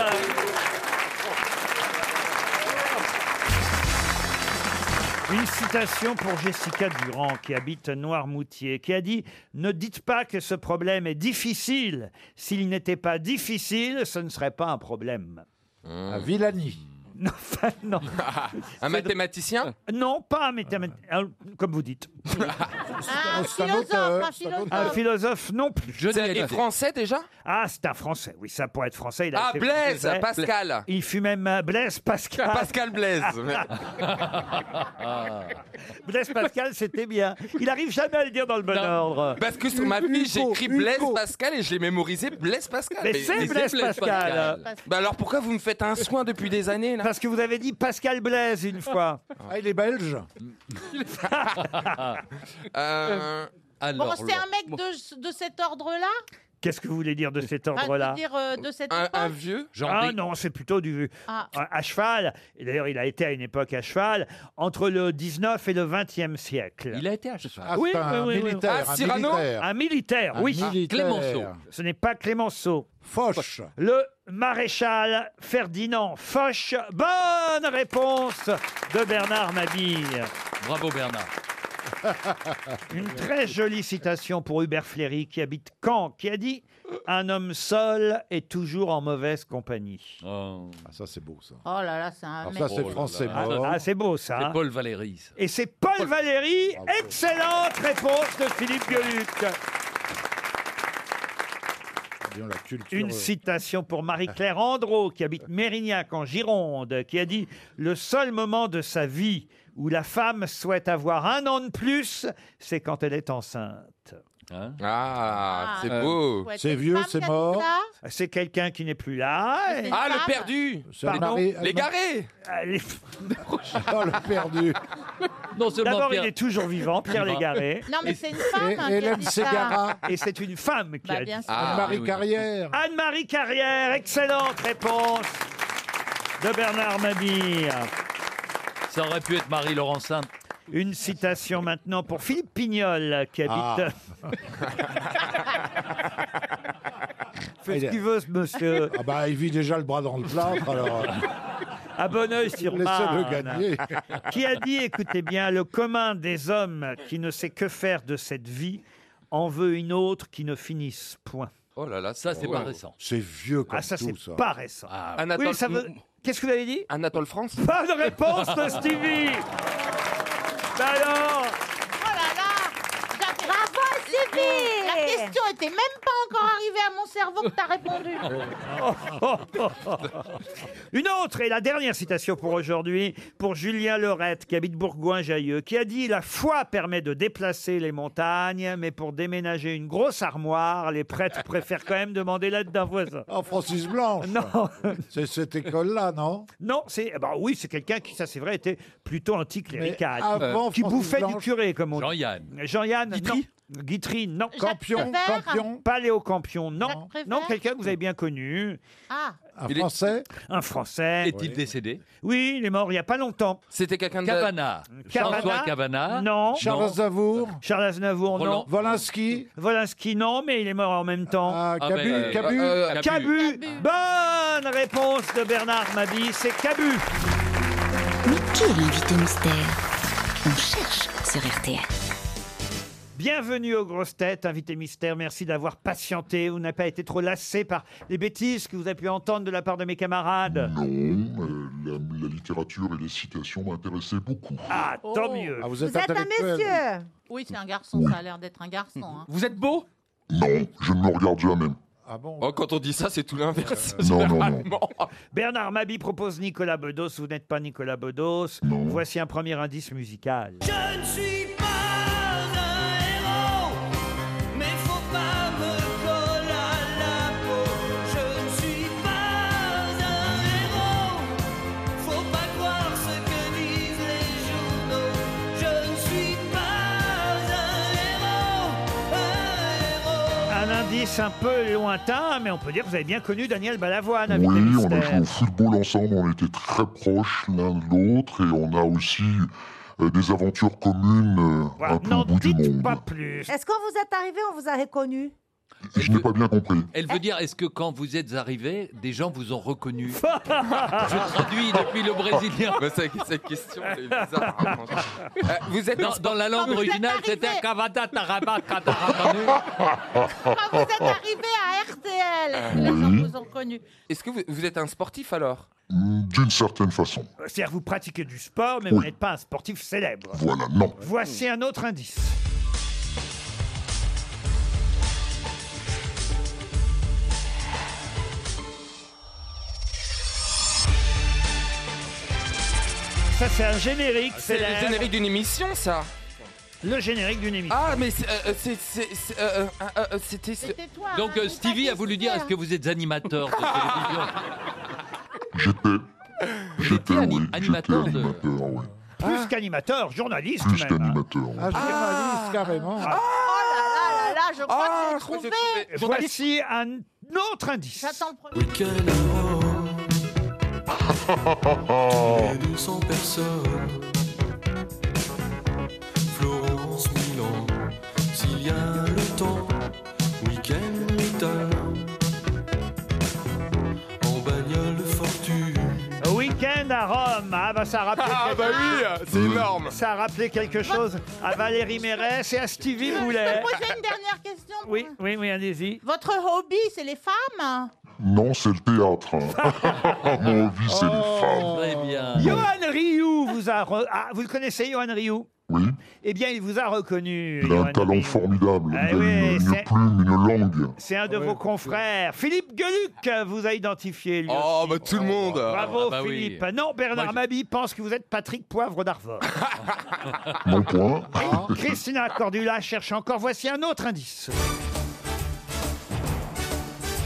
[SPEAKER 2] Une citation pour Jessica Durand, qui habite Noirmoutier, qui a dit « Ne dites pas que ce problème est difficile. S'il n'était pas difficile, ce ne serait pas un problème. À Villani. Non, enfin, non.
[SPEAKER 6] Mmh. Un mathématicien
[SPEAKER 2] Non, pas un mathématicien, Euh, comme vous dites. Ah,
[SPEAKER 6] Un C'est Ah, un philosophe,
[SPEAKER 8] euh,
[SPEAKER 6] auteur, un c'est un philosophe. auteur.
[SPEAKER 2] Un philosophe non plus.
[SPEAKER 6] C'est un Français déjà
[SPEAKER 2] Ah, c'est un Français, oui, ça pourrait être Français. il a
[SPEAKER 6] Ah,
[SPEAKER 2] été
[SPEAKER 6] Blaise,
[SPEAKER 2] français.
[SPEAKER 6] Pascal.
[SPEAKER 2] Il fut même euh, Blaise Pascal.
[SPEAKER 6] Pascal Blaise.
[SPEAKER 5] Ah.
[SPEAKER 2] Blaise Pascal, c'était bien. Il arrive jamais à le dire dans le bon ordre.
[SPEAKER 6] Parce que sur ma fiche, j'ai écrit Blaise Pascal et je l'ai mémorisé Blaise Pascal.
[SPEAKER 2] Mais c'est Blaise Pascal.
[SPEAKER 6] Bah alors pourquoi vous me faites un soin depuis des années là
[SPEAKER 2] Parce que vous avez dit Pascal Blaise une fois.
[SPEAKER 6] Ah,
[SPEAKER 2] il est belge.
[SPEAKER 6] Euh,
[SPEAKER 8] Bon, c'est un mec de, de cet ordre-là
[SPEAKER 2] Qu'est-ce que vous voulez dire de cet
[SPEAKER 8] Enfin,
[SPEAKER 2] ordre-là
[SPEAKER 8] de dire, euh, de cette époque
[SPEAKER 6] vieux
[SPEAKER 2] Ah non, c'est plutôt du
[SPEAKER 8] Ah.
[SPEAKER 2] à à cheval. Et D'ailleurs, il a été à une époque à cheval entre le 19 et le 20e siècle. Il a été à cheval.
[SPEAKER 5] Ah, c'est un militaire, Ah, un Cyrano militaire.
[SPEAKER 2] Un militaire,
[SPEAKER 5] Un
[SPEAKER 2] oui.
[SPEAKER 5] militaire. Clémenceau.
[SPEAKER 2] Ce n'est pas Clémenceau. Foch. Le maréchal Ferdinand Foch. Bonne réponse de Bernard Mabille.
[SPEAKER 19] Bravo Bernard.
[SPEAKER 2] Une très jolie citation pour Hubert Fléry qui habite Caen, qui a dit Un homme seul est toujours en mauvaise compagnie. Ah, ça, c'est beau, ça.
[SPEAKER 8] Oh là là, c'est un mec.
[SPEAKER 2] Ah, c'est beau, ça.
[SPEAKER 19] C'est
[SPEAKER 2] hein.
[SPEAKER 19] Paul Valéry. ça.
[SPEAKER 2] Et c'est Paul, Valéry. Excellente réponse de Philippe Gueluc. Une citation pour Marie-Claire Andro, qui habite Mérignac en Gironde, qui a dit Le seul moment de sa vie où la femme souhaite avoir un an de plus, c'est quand elle est enceinte.
[SPEAKER 19] Hein
[SPEAKER 6] Ah, c'est
[SPEAKER 2] Euh,
[SPEAKER 6] beau.
[SPEAKER 2] C'est quelqu'un qui n'est plus là.
[SPEAKER 6] C'est une Ah, le femme perdu. C'est un
[SPEAKER 2] Pardon
[SPEAKER 6] mari- un L'égaré.
[SPEAKER 2] Ah, les- Oh,
[SPEAKER 5] le perdu.
[SPEAKER 19] seulement
[SPEAKER 2] D'abord,
[SPEAKER 19] Pierre-
[SPEAKER 2] il est toujours vivant, Pierre Légaré.
[SPEAKER 8] Non, mais c'est une femme. hein, qui a dit ça.
[SPEAKER 2] Et c'est une femme qui
[SPEAKER 8] Bah,
[SPEAKER 2] a dit
[SPEAKER 8] bien
[SPEAKER 2] ça.
[SPEAKER 8] sûr. Anne-Marie Ah, oui, oui.
[SPEAKER 2] Ah. Carrière. Anne-Marie Carrière, excellente réponse de Bernard Mabille.
[SPEAKER 19] Ça aurait pu être Marie-Laurent Sainte.
[SPEAKER 2] Une citation maintenant pour Philippe Pignol qui habite. Fait ce qu'il veut, ce monsieur.
[SPEAKER 7] Ah bah, il vit déjà le bras dans le plâtre, alors. euh,
[SPEAKER 2] à Bonneuil sur
[SPEAKER 7] Laissez-le
[SPEAKER 2] Marne,
[SPEAKER 7] gagner.
[SPEAKER 2] qui a dit, écoutez bien, le commun des hommes qui ne sait que faire de cette vie en veut une autre qui ne finisse point.
[SPEAKER 6] Oh là là,
[SPEAKER 19] ça c'est
[SPEAKER 6] beau.
[SPEAKER 19] pas récent. Ah,
[SPEAKER 7] C'est vieux comme
[SPEAKER 2] Ah ça
[SPEAKER 7] tout,
[SPEAKER 2] c'est
[SPEAKER 7] ça.
[SPEAKER 2] pas récent.
[SPEAKER 6] Anatole-
[SPEAKER 2] Oui, ça veut- Qu'est-ce que vous avez dit
[SPEAKER 6] Anatole France
[SPEAKER 2] Pas de réponse de Stevie. Bah alors,
[SPEAKER 8] Bravo, Sylvie La question était même pas encore arrivée à mon cerveau que t'as répondu.
[SPEAKER 2] Une autre et la dernière citation pour aujourd'hui, pour Julien Lorette, qui habite Bourgoin-Jailleux, qui a dit La foi permet de déplacer les montagnes, mais pour déménager une grosse armoire, les prêtres préfèrent quand même demander l'aide d'un voisin.
[SPEAKER 7] Oh, Francis Blanche
[SPEAKER 2] Non
[SPEAKER 7] C'est cette école-là, non
[SPEAKER 2] Non, c'est. Bah oui, c'est quelqu'un qui, ça c'est vrai, était plutôt anticlérical.
[SPEAKER 7] Mais avant
[SPEAKER 2] qui
[SPEAKER 7] Francis
[SPEAKER 2] bouffait
[SPEAKER 7] Blanche-
[SPEAKER 2] du curé, comme on dit.
[SPEAKER 19] Jean-Yann.
[SPEAKER 2] Jean-Yann. non. Guitry, non.
[SPEAKER 8] Jacques Campion, Prévert Campion.
[SPEAKER 2] Pas Léo Campion, non.
[SPEAKER 8] Prévert
[SPEAKER 2] Non, quelqu'un que vous avez bien connu.
[SPEAKER 8] Ah,
[SPEAKER 2] Un Français Un Français.
[SPEAKER 5] Est-il décédé
[SPEAKER 2] Oui, il est mort il n'y a pas longtemps. C'était quelqu'un
[SPEAKER 5] de- Cavana. François Cavana.
[SPEAKER 2] Non.
[SPEAKER 5] Charles Non.
[SPEAKER 2] Aznavour Charles Aznavour, non.
[SPEAKER 5] Roland-
[SPEAKER 2] Volinsky Volinsky, non, mais il est mort en même temps.
[SPEAKER 5] Ah, Cabu, ben, Cabu. euh, euh,
[SPEAKER 2] Cabu. Bonne réponse de Bernard Mabie, c'est Cabu.
[SPEAKER 1] Mais qui est l'invité mystère On cherche sur RTL.
[SPEAKER 2] Bienvenue aux grosses têtes, invité mystère. Merci d'avoir patienté. Vous n'avez pas été trop lassé par les bêtises que vous avez pu entendre de la part de mes camarades.
[SPEAKER 20] Non, euh, la, la littérature et les citations m'intéressaient beaucoup.
[SPEAKER 2] Ah, tant mieux.
[SPEAKER 8] Oh. Vous êtes un monsieur Oui, c'est un garçon, ça a l'air d'être un garçon. hein.
[SPEAKER 4] Vous êtes beau
[SPEAKER 20] Non, je ne me regarde jamais.
[SPEAKER 6] Oh, quand on dit ça, c'est tout l'inverse.
[SPEAKER 20] Ah Euh, Non, non, non.
[SPEAKER 6] généralement.
[SPEAKER 2] Bernard Mabi propose Nicolas Bedos. Vous n'êtes pas Nicolas Bedos. Voici un premier indice musical.
[SPEAKER 10] Je ne suis pas un héros, mais faut pas me coller à la peau. Je ne suis pas un héros, faut pas croire ce que disent les journaux. Je ne suis pas un héros, un héros.
[SPEAKER 2] Un indice un peu lointain, mais on peut dire que vous avez bien connu Daniel Balavoine, invité
[SPEAKER 20] Oui, on a
[SPEAKER 2] mystère.
[SPEAKER 20] joué au football ensemble, on était très proches l'un de l'autre et on a aussi euh, des aventures communes euh, un peu au bout du monde.
[SPEAKER 5] Eh,
[SPEAKER 3] Est-ce qu'on vous est arrivé, on vous a reconnu
[SPEAKER 20] Je n'ai pas bien compris.
[SPEAKER 5] Elle veut dire, est-ce que quand vous êtes arrivé, des gens vous ont reconnu Je traduis depuis le brésilien.
[SPEAKER 6] Mais c'est- cette question, c'est bizarre. franchement. Euh, Ah, vous êtes Ah,
[SPEAKER 5] Dans, dans la langue originale, c'était Kavata Tarabat Katarabanu.
[SPEAKER 8] Quand Ah, vous êtes arrivé à RTL, Ah. les gens vous ont connu.
[SPEAKER 6] Est-ce que vous, vous êtes un sportif alors
[SPEAKER 20] Mm, D'une certaine façon.
[SPEAKER 2] Euh, C'est-à-dire vous pratiquez du sport, mais
[SPEAKER 20] Oui.
[SPEAKER 2] vous n'êtes pas un sportif célèbre.
[SPEAKER 20] Voilà, non.
[SPEAKER 2] Voici un autre indice. Ça, c'est un générique.
[SPEAKER 6] C'est le
[SPEAKER 2] célèbre.
[SPEAKER 6] générique d'une émission, ça
[SPEAKER 2] Le générique d'une émission.
[SPEAKER 6] Ah, mais c'est- euh, c'est- c'est- c'est, euh, euh, euh, euh, c'était. C'était
[SPEAKER 8] toi
[SPEAKER 5] Donc euh, Stevie a voulu dire, est-ce que vous êtes animateur de
[SPEAKER 6] hein.
[SPEAKER 5] télévision
[SPEAKER 20] J'étais. J'étais, oui. J'étais
[SPEAKER 5] animateur de-
[SPEAKER 20] animateur, oui.
[SPEAKER 8] Ah.
[SPEAKER 2] Plus qu'animateur, journaliste
[SPEAKER 20] Plus
[SPEAKER 2] même. Ah. hein.
[SPEAKER 20] qu'animateur. oui.
[SPEAKER 2] journaliste, carrément.
[SPEAKER 8] Ah là là, je crois que j'ai trouvé.
[SPEAKER 2] Voici un autre indice.
[SPEAKER 8] J'attends le premier.
[SPEAKER 10] sans personne. Florence, Milan, s'il y a le temps, week-end, mitard. En bagnole, fortune.
[SPEAKER 2] Week-end à Rome. Ah bah ça a rappelé.
[SPEAKER 10] Ah,
[SPEAKER 2] quelque-
[SPEAKER 10] bah oui, c'est énorme.
[SPEAKER 2] Ça a rappelé quelque chose à Valérie Mérès et à Stevie
[SPEAKER 8] Je
[SPEAKER 2] Boulet.
[SPEAKER 8] peux poser une dernière question
[SPEAKER 2] Oui, oui, oui, allez-y.
[SPEAKER 8] Votre hobby, c'est les femmes
[SPEAKER 20] Non, c'est le théâtre. hein. Mon hobby, c'est
[SPEAKER 2] Oh,
[SPEAKER 20] les femmes.
[SPEAKER 5] Très bien.
[SPEAKER 2] Johan Rioux vous a. re- Ah, vous le connaissez, Johan Rioux
[SPEAKER 20] Oui.
[SPEAKER 2] Eh bien, il vous a reconnu.
[SPEAKER 20] Il a un
[SPEAKER 2] Johan
[SPEAKER 20] talent
[SPEAKER 2] Rioux.
[SPEAKER 20] formidable.
[SPEAKER 2] Ah
[SPEAKER 20] Il a
[SPEAKER 2] oui,
[SPEAKER 20] une, une
[SPEAKER 2] c'est-
[SPEAKER 20] plume, une langue.
[SPEAKER 2] C'est un de vos confrères. Philippe Gueluc vous a identifié, lui.
[SPEAKER 6] Oh,
[SPEAKER 2] aussi.
[SPEAKER 6] bah tout le monde
[SPEAKER 2] Bravo,
[SPEAKER 6] Ah bah oui.
[SPEAKER 2] Philippe. Non, Bernard Mabi pense que vous êtes Patrick Poivre d'Arvor.
[SPEAKER 20] Mon point.
[SPEAKER 2] Christina Cordula cherche encore. Voici un autre indice.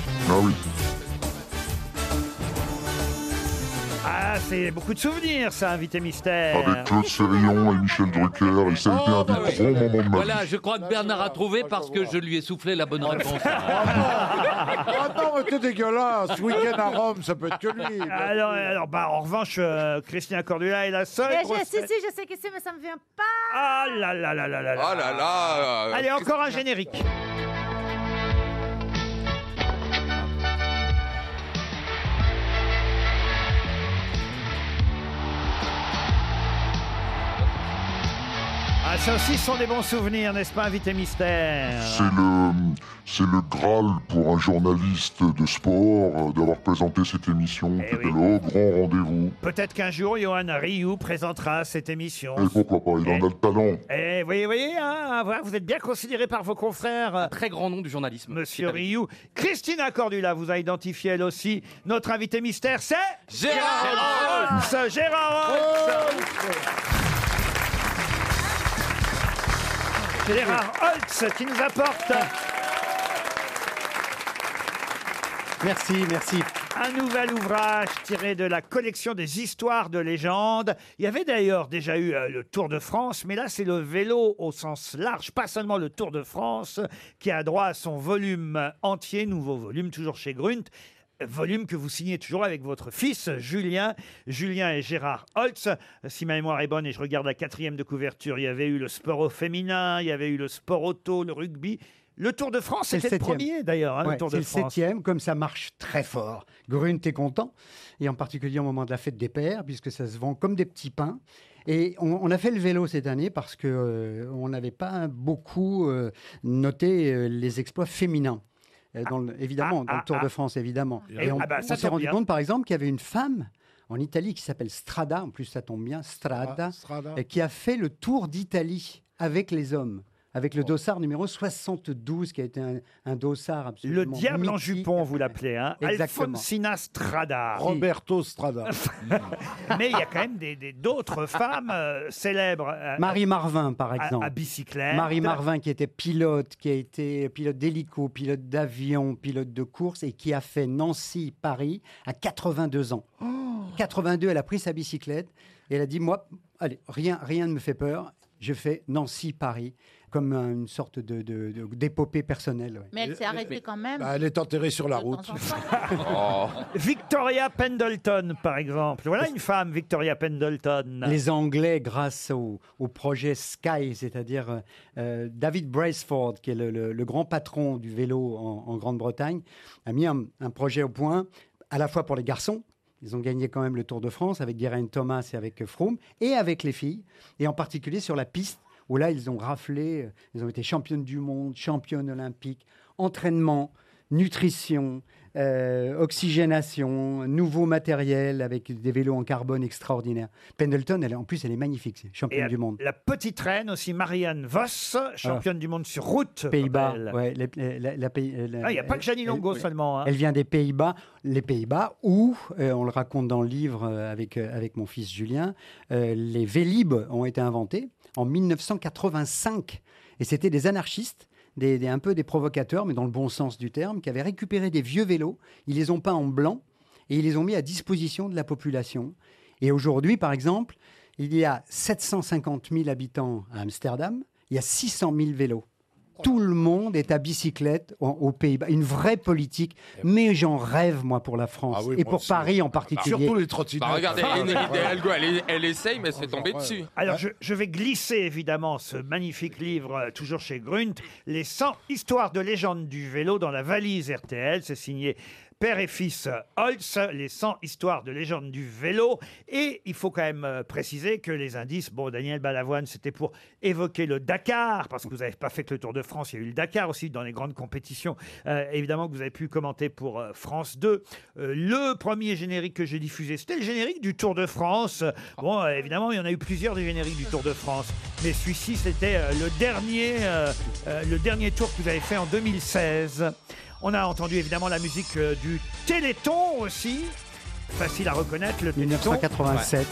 [SPEAKER 20] Ah oui.
[SPEAKER 2] Ah, c'est beaucoup de souvenirs, ça, invité mystère.
[SPEAKER 10] Ah,
[SPEAKER 20] Avec Claude Sérillon et Michel Drucker, et ça a été
[SPEAKER 2] Oh,
[SPEAKER 20] un des gros moments de ma vie.
[SPEAKER 5] Voilà, je crois que Bernard a trouvé parce que je lui ai soufflé la bonne réponse.
[SPEAKER 7] Ah non, mais t'es dégueulasse. Week-end à Rome, ça peut être que lui.
[SPEAKER 2] Alors, alors, bah, en revanche, euh, Christina Cordula est la seule.
[SPEAKER 3] Mais Eh, je-
[SPEAKER 2] grosse
[SPEAKER 3] Si,
[SPEAKER 2] tête.
[SPEAKER 3] si, je sais qui c'est, mais ça me vient pas.
[SPEAKER 2] Ah là là là là là là.
[SPEAKER 10] Ah là là, euh,
[SPEAKER 2] Allez, encore un générique. Ah, ça aussi, ce sont des bons souvenirs, n'est-ce pas, invité mystère
[SPEAKER 20] C'est le, c'est le Graal pour un journaliste de sport euh, d'avoir présenté cette
[SPEAKER 2] Eh
[SPEAKER 20] émission qui était le haut grand rendez-vous.
[SPEAKER 2] Peut-être qu'un jour, Johan Rioux présentera cette émission.
[SPEAKER 20] Et pourquoi pas, il en a le talent.
[SPEAKER 2] Eh, voyez, voyez, hein, à voir, vous êtes bien considéré par vos confrères. très grand nom du journalisme. Monsieur Rioux. Christina Cordula vous a identifié, elle aussi. Notre invité mystère, c'est...
[SPEAKER 10] Gérard Holtz.
[SPEAKER 2] Holtz. Gérard Holtz. Oh. Gérard Holtz qui nous apporte... Merci, merci. Un nouvel ouvrage tiré de la collection des histoires de légende. Il y avait d'ailleurs déjà eu euh, le Tour de France, mais là c'est le vélo au sens large, pas seulement le Tour de France, qui a droit à son volume entier, nouveau volume, toujours chez Grunt. Volume que vous signez toujours avec votre fils Julien, Julien et Gérard Holtz. Si ma mémoire est bonne et je regarde la quatrième de couverture, il y avait eu le sport au féminin, il y avait eu le sport auto, le rugby. Le Tour de France,
[SPEAKER 21] C'est le
[SPEAKER 2] c'était le,
[SPEAKER 21] septième.
[SPEAKER 2] premier d'ailleurs, hein,
[SPEAKER 21] Ouais,
[SPEAKER 2] le Tour
[SPEAKER 21] c'est
[SPEAKER 2] de
[SPEAKER 21] le
[SPEAKER 2] France.
[SPEAKER 21] septième, comme ça marche très fort. Grune, t'es content, et en particulier au moment de la fête des pères, puisque ça se vend comme des petits pains. Et on, on a fait le vélo cette année parce que euh, on n'avait pas beaucoup euh, noté euh, les exploits féminins. Euh, dans le- évidemment, dans le Tour de France, évidemment.
[SPEAKER 2] Et-
[SPEAKER 21] Et, on,
[SPEAKER 2] ah bah, ça
[SPEAKER 21] on s'est
[SPEAKER 2] tombe
[SPEAKER 21] rendu
[SPEAKER 2] bien.
[SPEAKER 21] compte, par exemple, qu'il y avait une femme en Italie qui s'appelle Strada, en plus ça tombe bien, Strada,
[SPEAKER 15] Ah, Strada.
[SPEAKER 21] et qui a fait le tour d'Italie avec les hommes, avec le
[SPEAKER 2] Oh.
[SPEAKER 21] dossard numéro 72, qui a été un, un dossard absolument.
[SPEAKER 2] Le diable en jupon, vous l'appelez, hein
[SPEAKER 21] Exactement.
[SPEAKER 2] Alfonsina Strada.
[SPEAKER 21] Roberto Strada.
[SPEAKER 2] Mais il y a quand même des- des- d'autres femmes euh, célèbres. euh,
[SPEAKER 21] Marie Marvin, par
[SPEAKER 2] à-
[SPEAKER 21] exemple.
[SPEAKER 2] À, bicyclette.
[SPEAKER 21] Marie Marvin, qui était pilote, qui a été pilote d'hélico, pilote d'avion, pilote de course, et qui a fait Nancy-Paris à 82 ans. Oh. 82, elle a pris sa bicyclette et elle a dit Moi, allez, rien, rien ne me fait peur. Je fais Nancy-Paris comme euh, une sorte de- de- de- d'épopée personnelle. ouais.
[SPEAKER 8] Euh, Mais Bah, elle s'est arrêtée quand même.
[SPEAKER 21] Bah, est enterrée sur la
[SPEAKER 8] route.
[SPEAKER 2] Victoria Pendleton, par exemple. Voilà une femme, Victoria Pendleton.
[SPEAKER 21] Les Anglais, grâce au, au projet Sky, c'est-à-dire euh, euh, David Braceford, qui est le, le- le grand patron du vélo en, en Grande-Bretagne, a mis un, un projet au point, à la fois pour les garçons, ils ont gagné quand même le Tour de France avec Geraint Thomas et avec Froome, et avec les filles, et en particulier sur la piste, où là, ils ont raflé, euh, ils ont été championnes du monde, championnes olympiques, entraînement, nutrition, euh, oxygénation, nouveau matériel avec des vélos en carbone extraordinaires. Pendleton, elle, est- en plus, elle est magnifique, c'est
[SPEAKER 2] Et
[SPEAKER 21] championne
[SPEAKER 2] la,
[SPEAKER 21] du monde. Ah.
[SPEAKER 2] la petite reine aussi, Marianne Voss, championne du monde sur route.
[SPEAKER 21] Pays-Bas,
[SPEAKER 2] comme elle.
[SPEAKER 21] ouais, les- les- la- la pays- la- euh,
[SPEAKER 2] Ah, il y a pas que Jeannie Longo
[SPEAKER 21] elle-
[SPEAKER 2] seulement, hein.
[SPEAKER 21] Elle vient des Pays-Bas, les Pays-Bas où, euh, on le raconte dans le livre euh, avec, euh, avec mon fils Julien, euh, les Vélib ont été inventés en 1985. Et c'était des anarchistes, des, des- un peu des provocateurs, mais dans le bon sens du terme, qui avaient récupéré des vieux vélos. Ils les ont peints en blanc et ils les ont mis à disposition de la population. Et aujourd'hui, par exemple, il y a 750 000 habitants à Amsterdam, il y a 600 000 vélos. Tout le monde est à bicyclette en- aux Pays-Bas. Une vraie politique. Mais j'en rêve, moi, pour la France.
[SPEAKER 7] oui,
[SPEAKER 21] et
[SPEAKER 7] moi
[SPEAKER 21] pour
[SPEAKER 7] aussi.
[SPEAKER 21] Paris en particulier.
[SPEAKER 6] Bah, regardez, Enrique Hidalgo, elle, elle essaye, mais elle s'est tombée dessus.
[SPEAKER 2] Alors, je, je vais glisser évidemment ce magnifique livre, euh, toujours chez Grunt, Les 100 histoires de légende du vélo dans la valise RTL. C'est signé Père et fils euh, Holtz, les 100 histoires de légende du vélo. Et il faut quand même euh, préciser que les indices, bon, Daniel Balavoine, c'était pour évoquer le Dakar, parce que vous n'avez pas fait que le Tour de France, il y a eu le Dakar aussi dans les grandes compétitions, euh, évidemment, que vous avez pu commenter pour euh, France 2. Euh, le premier générique que j'ai diffusé, c'était le générique du Tour de France. Bon, euh, évidemment, il y en a eu plusieurs des génériques du Tour de France, mais celui-ci, c'était euh, le dernier, euh, euh, le dernier tour que vous avez fait en 2016. On a entendu évidemment la musique euh, du Téléthon aussi. Facile à reconnaître, le Téléthon.
[SPEAKER 21] 1987.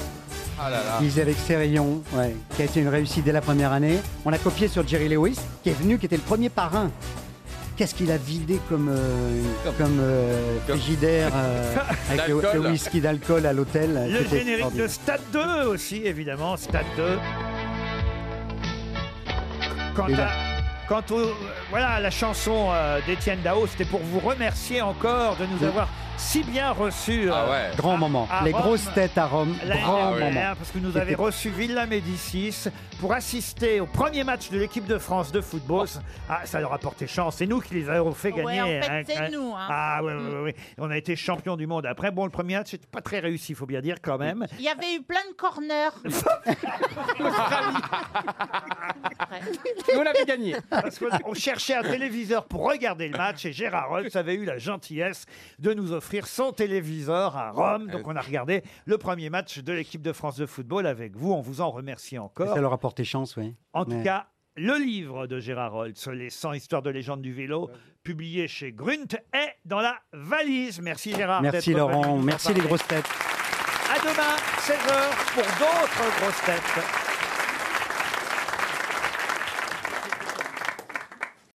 [SPEAKER 6] Ah là là.
[SPEAKER 21] Ils avec Sérillon, ouais, qui a été une réussite dès la première année. On l'a copié sur Jerry Lewis, qui est venu, qui était le premier parrain. Qu'est-ce qu'il a vidé comme, euh, comme euh, frigidaire euh, avec le,
[SPEAKER 2] D'alcool.
[SPEAKER 21] le whisky d'alcool à l'hôtel euh,
[SPEAKER 2] Le
[SPEAKER 21] C'était
[SPEAKER 2] générique de
[SPEAKER 21] extraordinaire.
[SPEAKER 2] Stade 2 aussi, évidemment, Stade 2. Quant,
[SPEAKER 21] Et là-
[SPEAKER 2] à, quant au- euh, voilà, la chanson euh, d'Étienne Dao, c'était pour vous remercier encore de nous
[SPEAKER 21] Oui.
[SPEAKER 2] avoir si bien reçus. euh,
[SPEAKER 21] Grand moment.
[SPEAKER 2] à
[SPEAKER 21] Les
[SPEAKER 2] Rome.
[SPEAKER 21] grosses têtes à Rome.
[SPEAKER 2] L'année
[SPEAKER 21] Grand
[SPEAKER 2] dernière,
[SPEAKER 21] moment.
[SPEAKER 2] parce que nous avez reçu Villa Médicis pour assister au premier match de l'équipe de France de football.
[SPEAKER 21] Oh.
[SPEAKER 2] Ah, ça leur a porté chance. C'est nous qui les avons fait
[SPEAKER 8] Ouais,
[SPEAKER 2] gagner.
[SPEAKER 8] en fait, c'est nous, hein.
[SPEAKER 2] Ah, ouais, ouais, ouais, ouais. On a été champion du monde. Après, bon, le premier match, c'était pas très réussi, faut bien dire quand même.
[SPEAKER 8] Il y avait eu plein de corners.
[SPEAKER 2] Nous, on avait gagné. Parce qu'on cherchait un téléviseur pour regarder le match et Gérard Holtz avait eu la gentillesse de nous offrir son téléviseur à Rome. Donc, on a regardé le premier match de l'équipe de France de football avec vous. On vous en remercie encore.
[SPEAKER 21] Ça leur a porté chance, oui.
[SPEAKER 2] En tout
[SPEAKER 21] Mais-
[SPEAKER 2] cas, le livre de Gérard Holtz, Les 100 histoires de légende du vélo, publié chez Grunt, est dans la valise. Merci Gérard.
[SPEAKER 21] Merci
[SPEAKER 2] d'être venu
[SPEAKER 21] Laurent,
[SPEAKER 2] nous en
[SPEAKER 21] merci les
[SPEAKER 2] parler.
[SPEAKER 21] grosses têtes.
[SPEAKER 2] À demain, 16h, pour d'autres grosses têtes.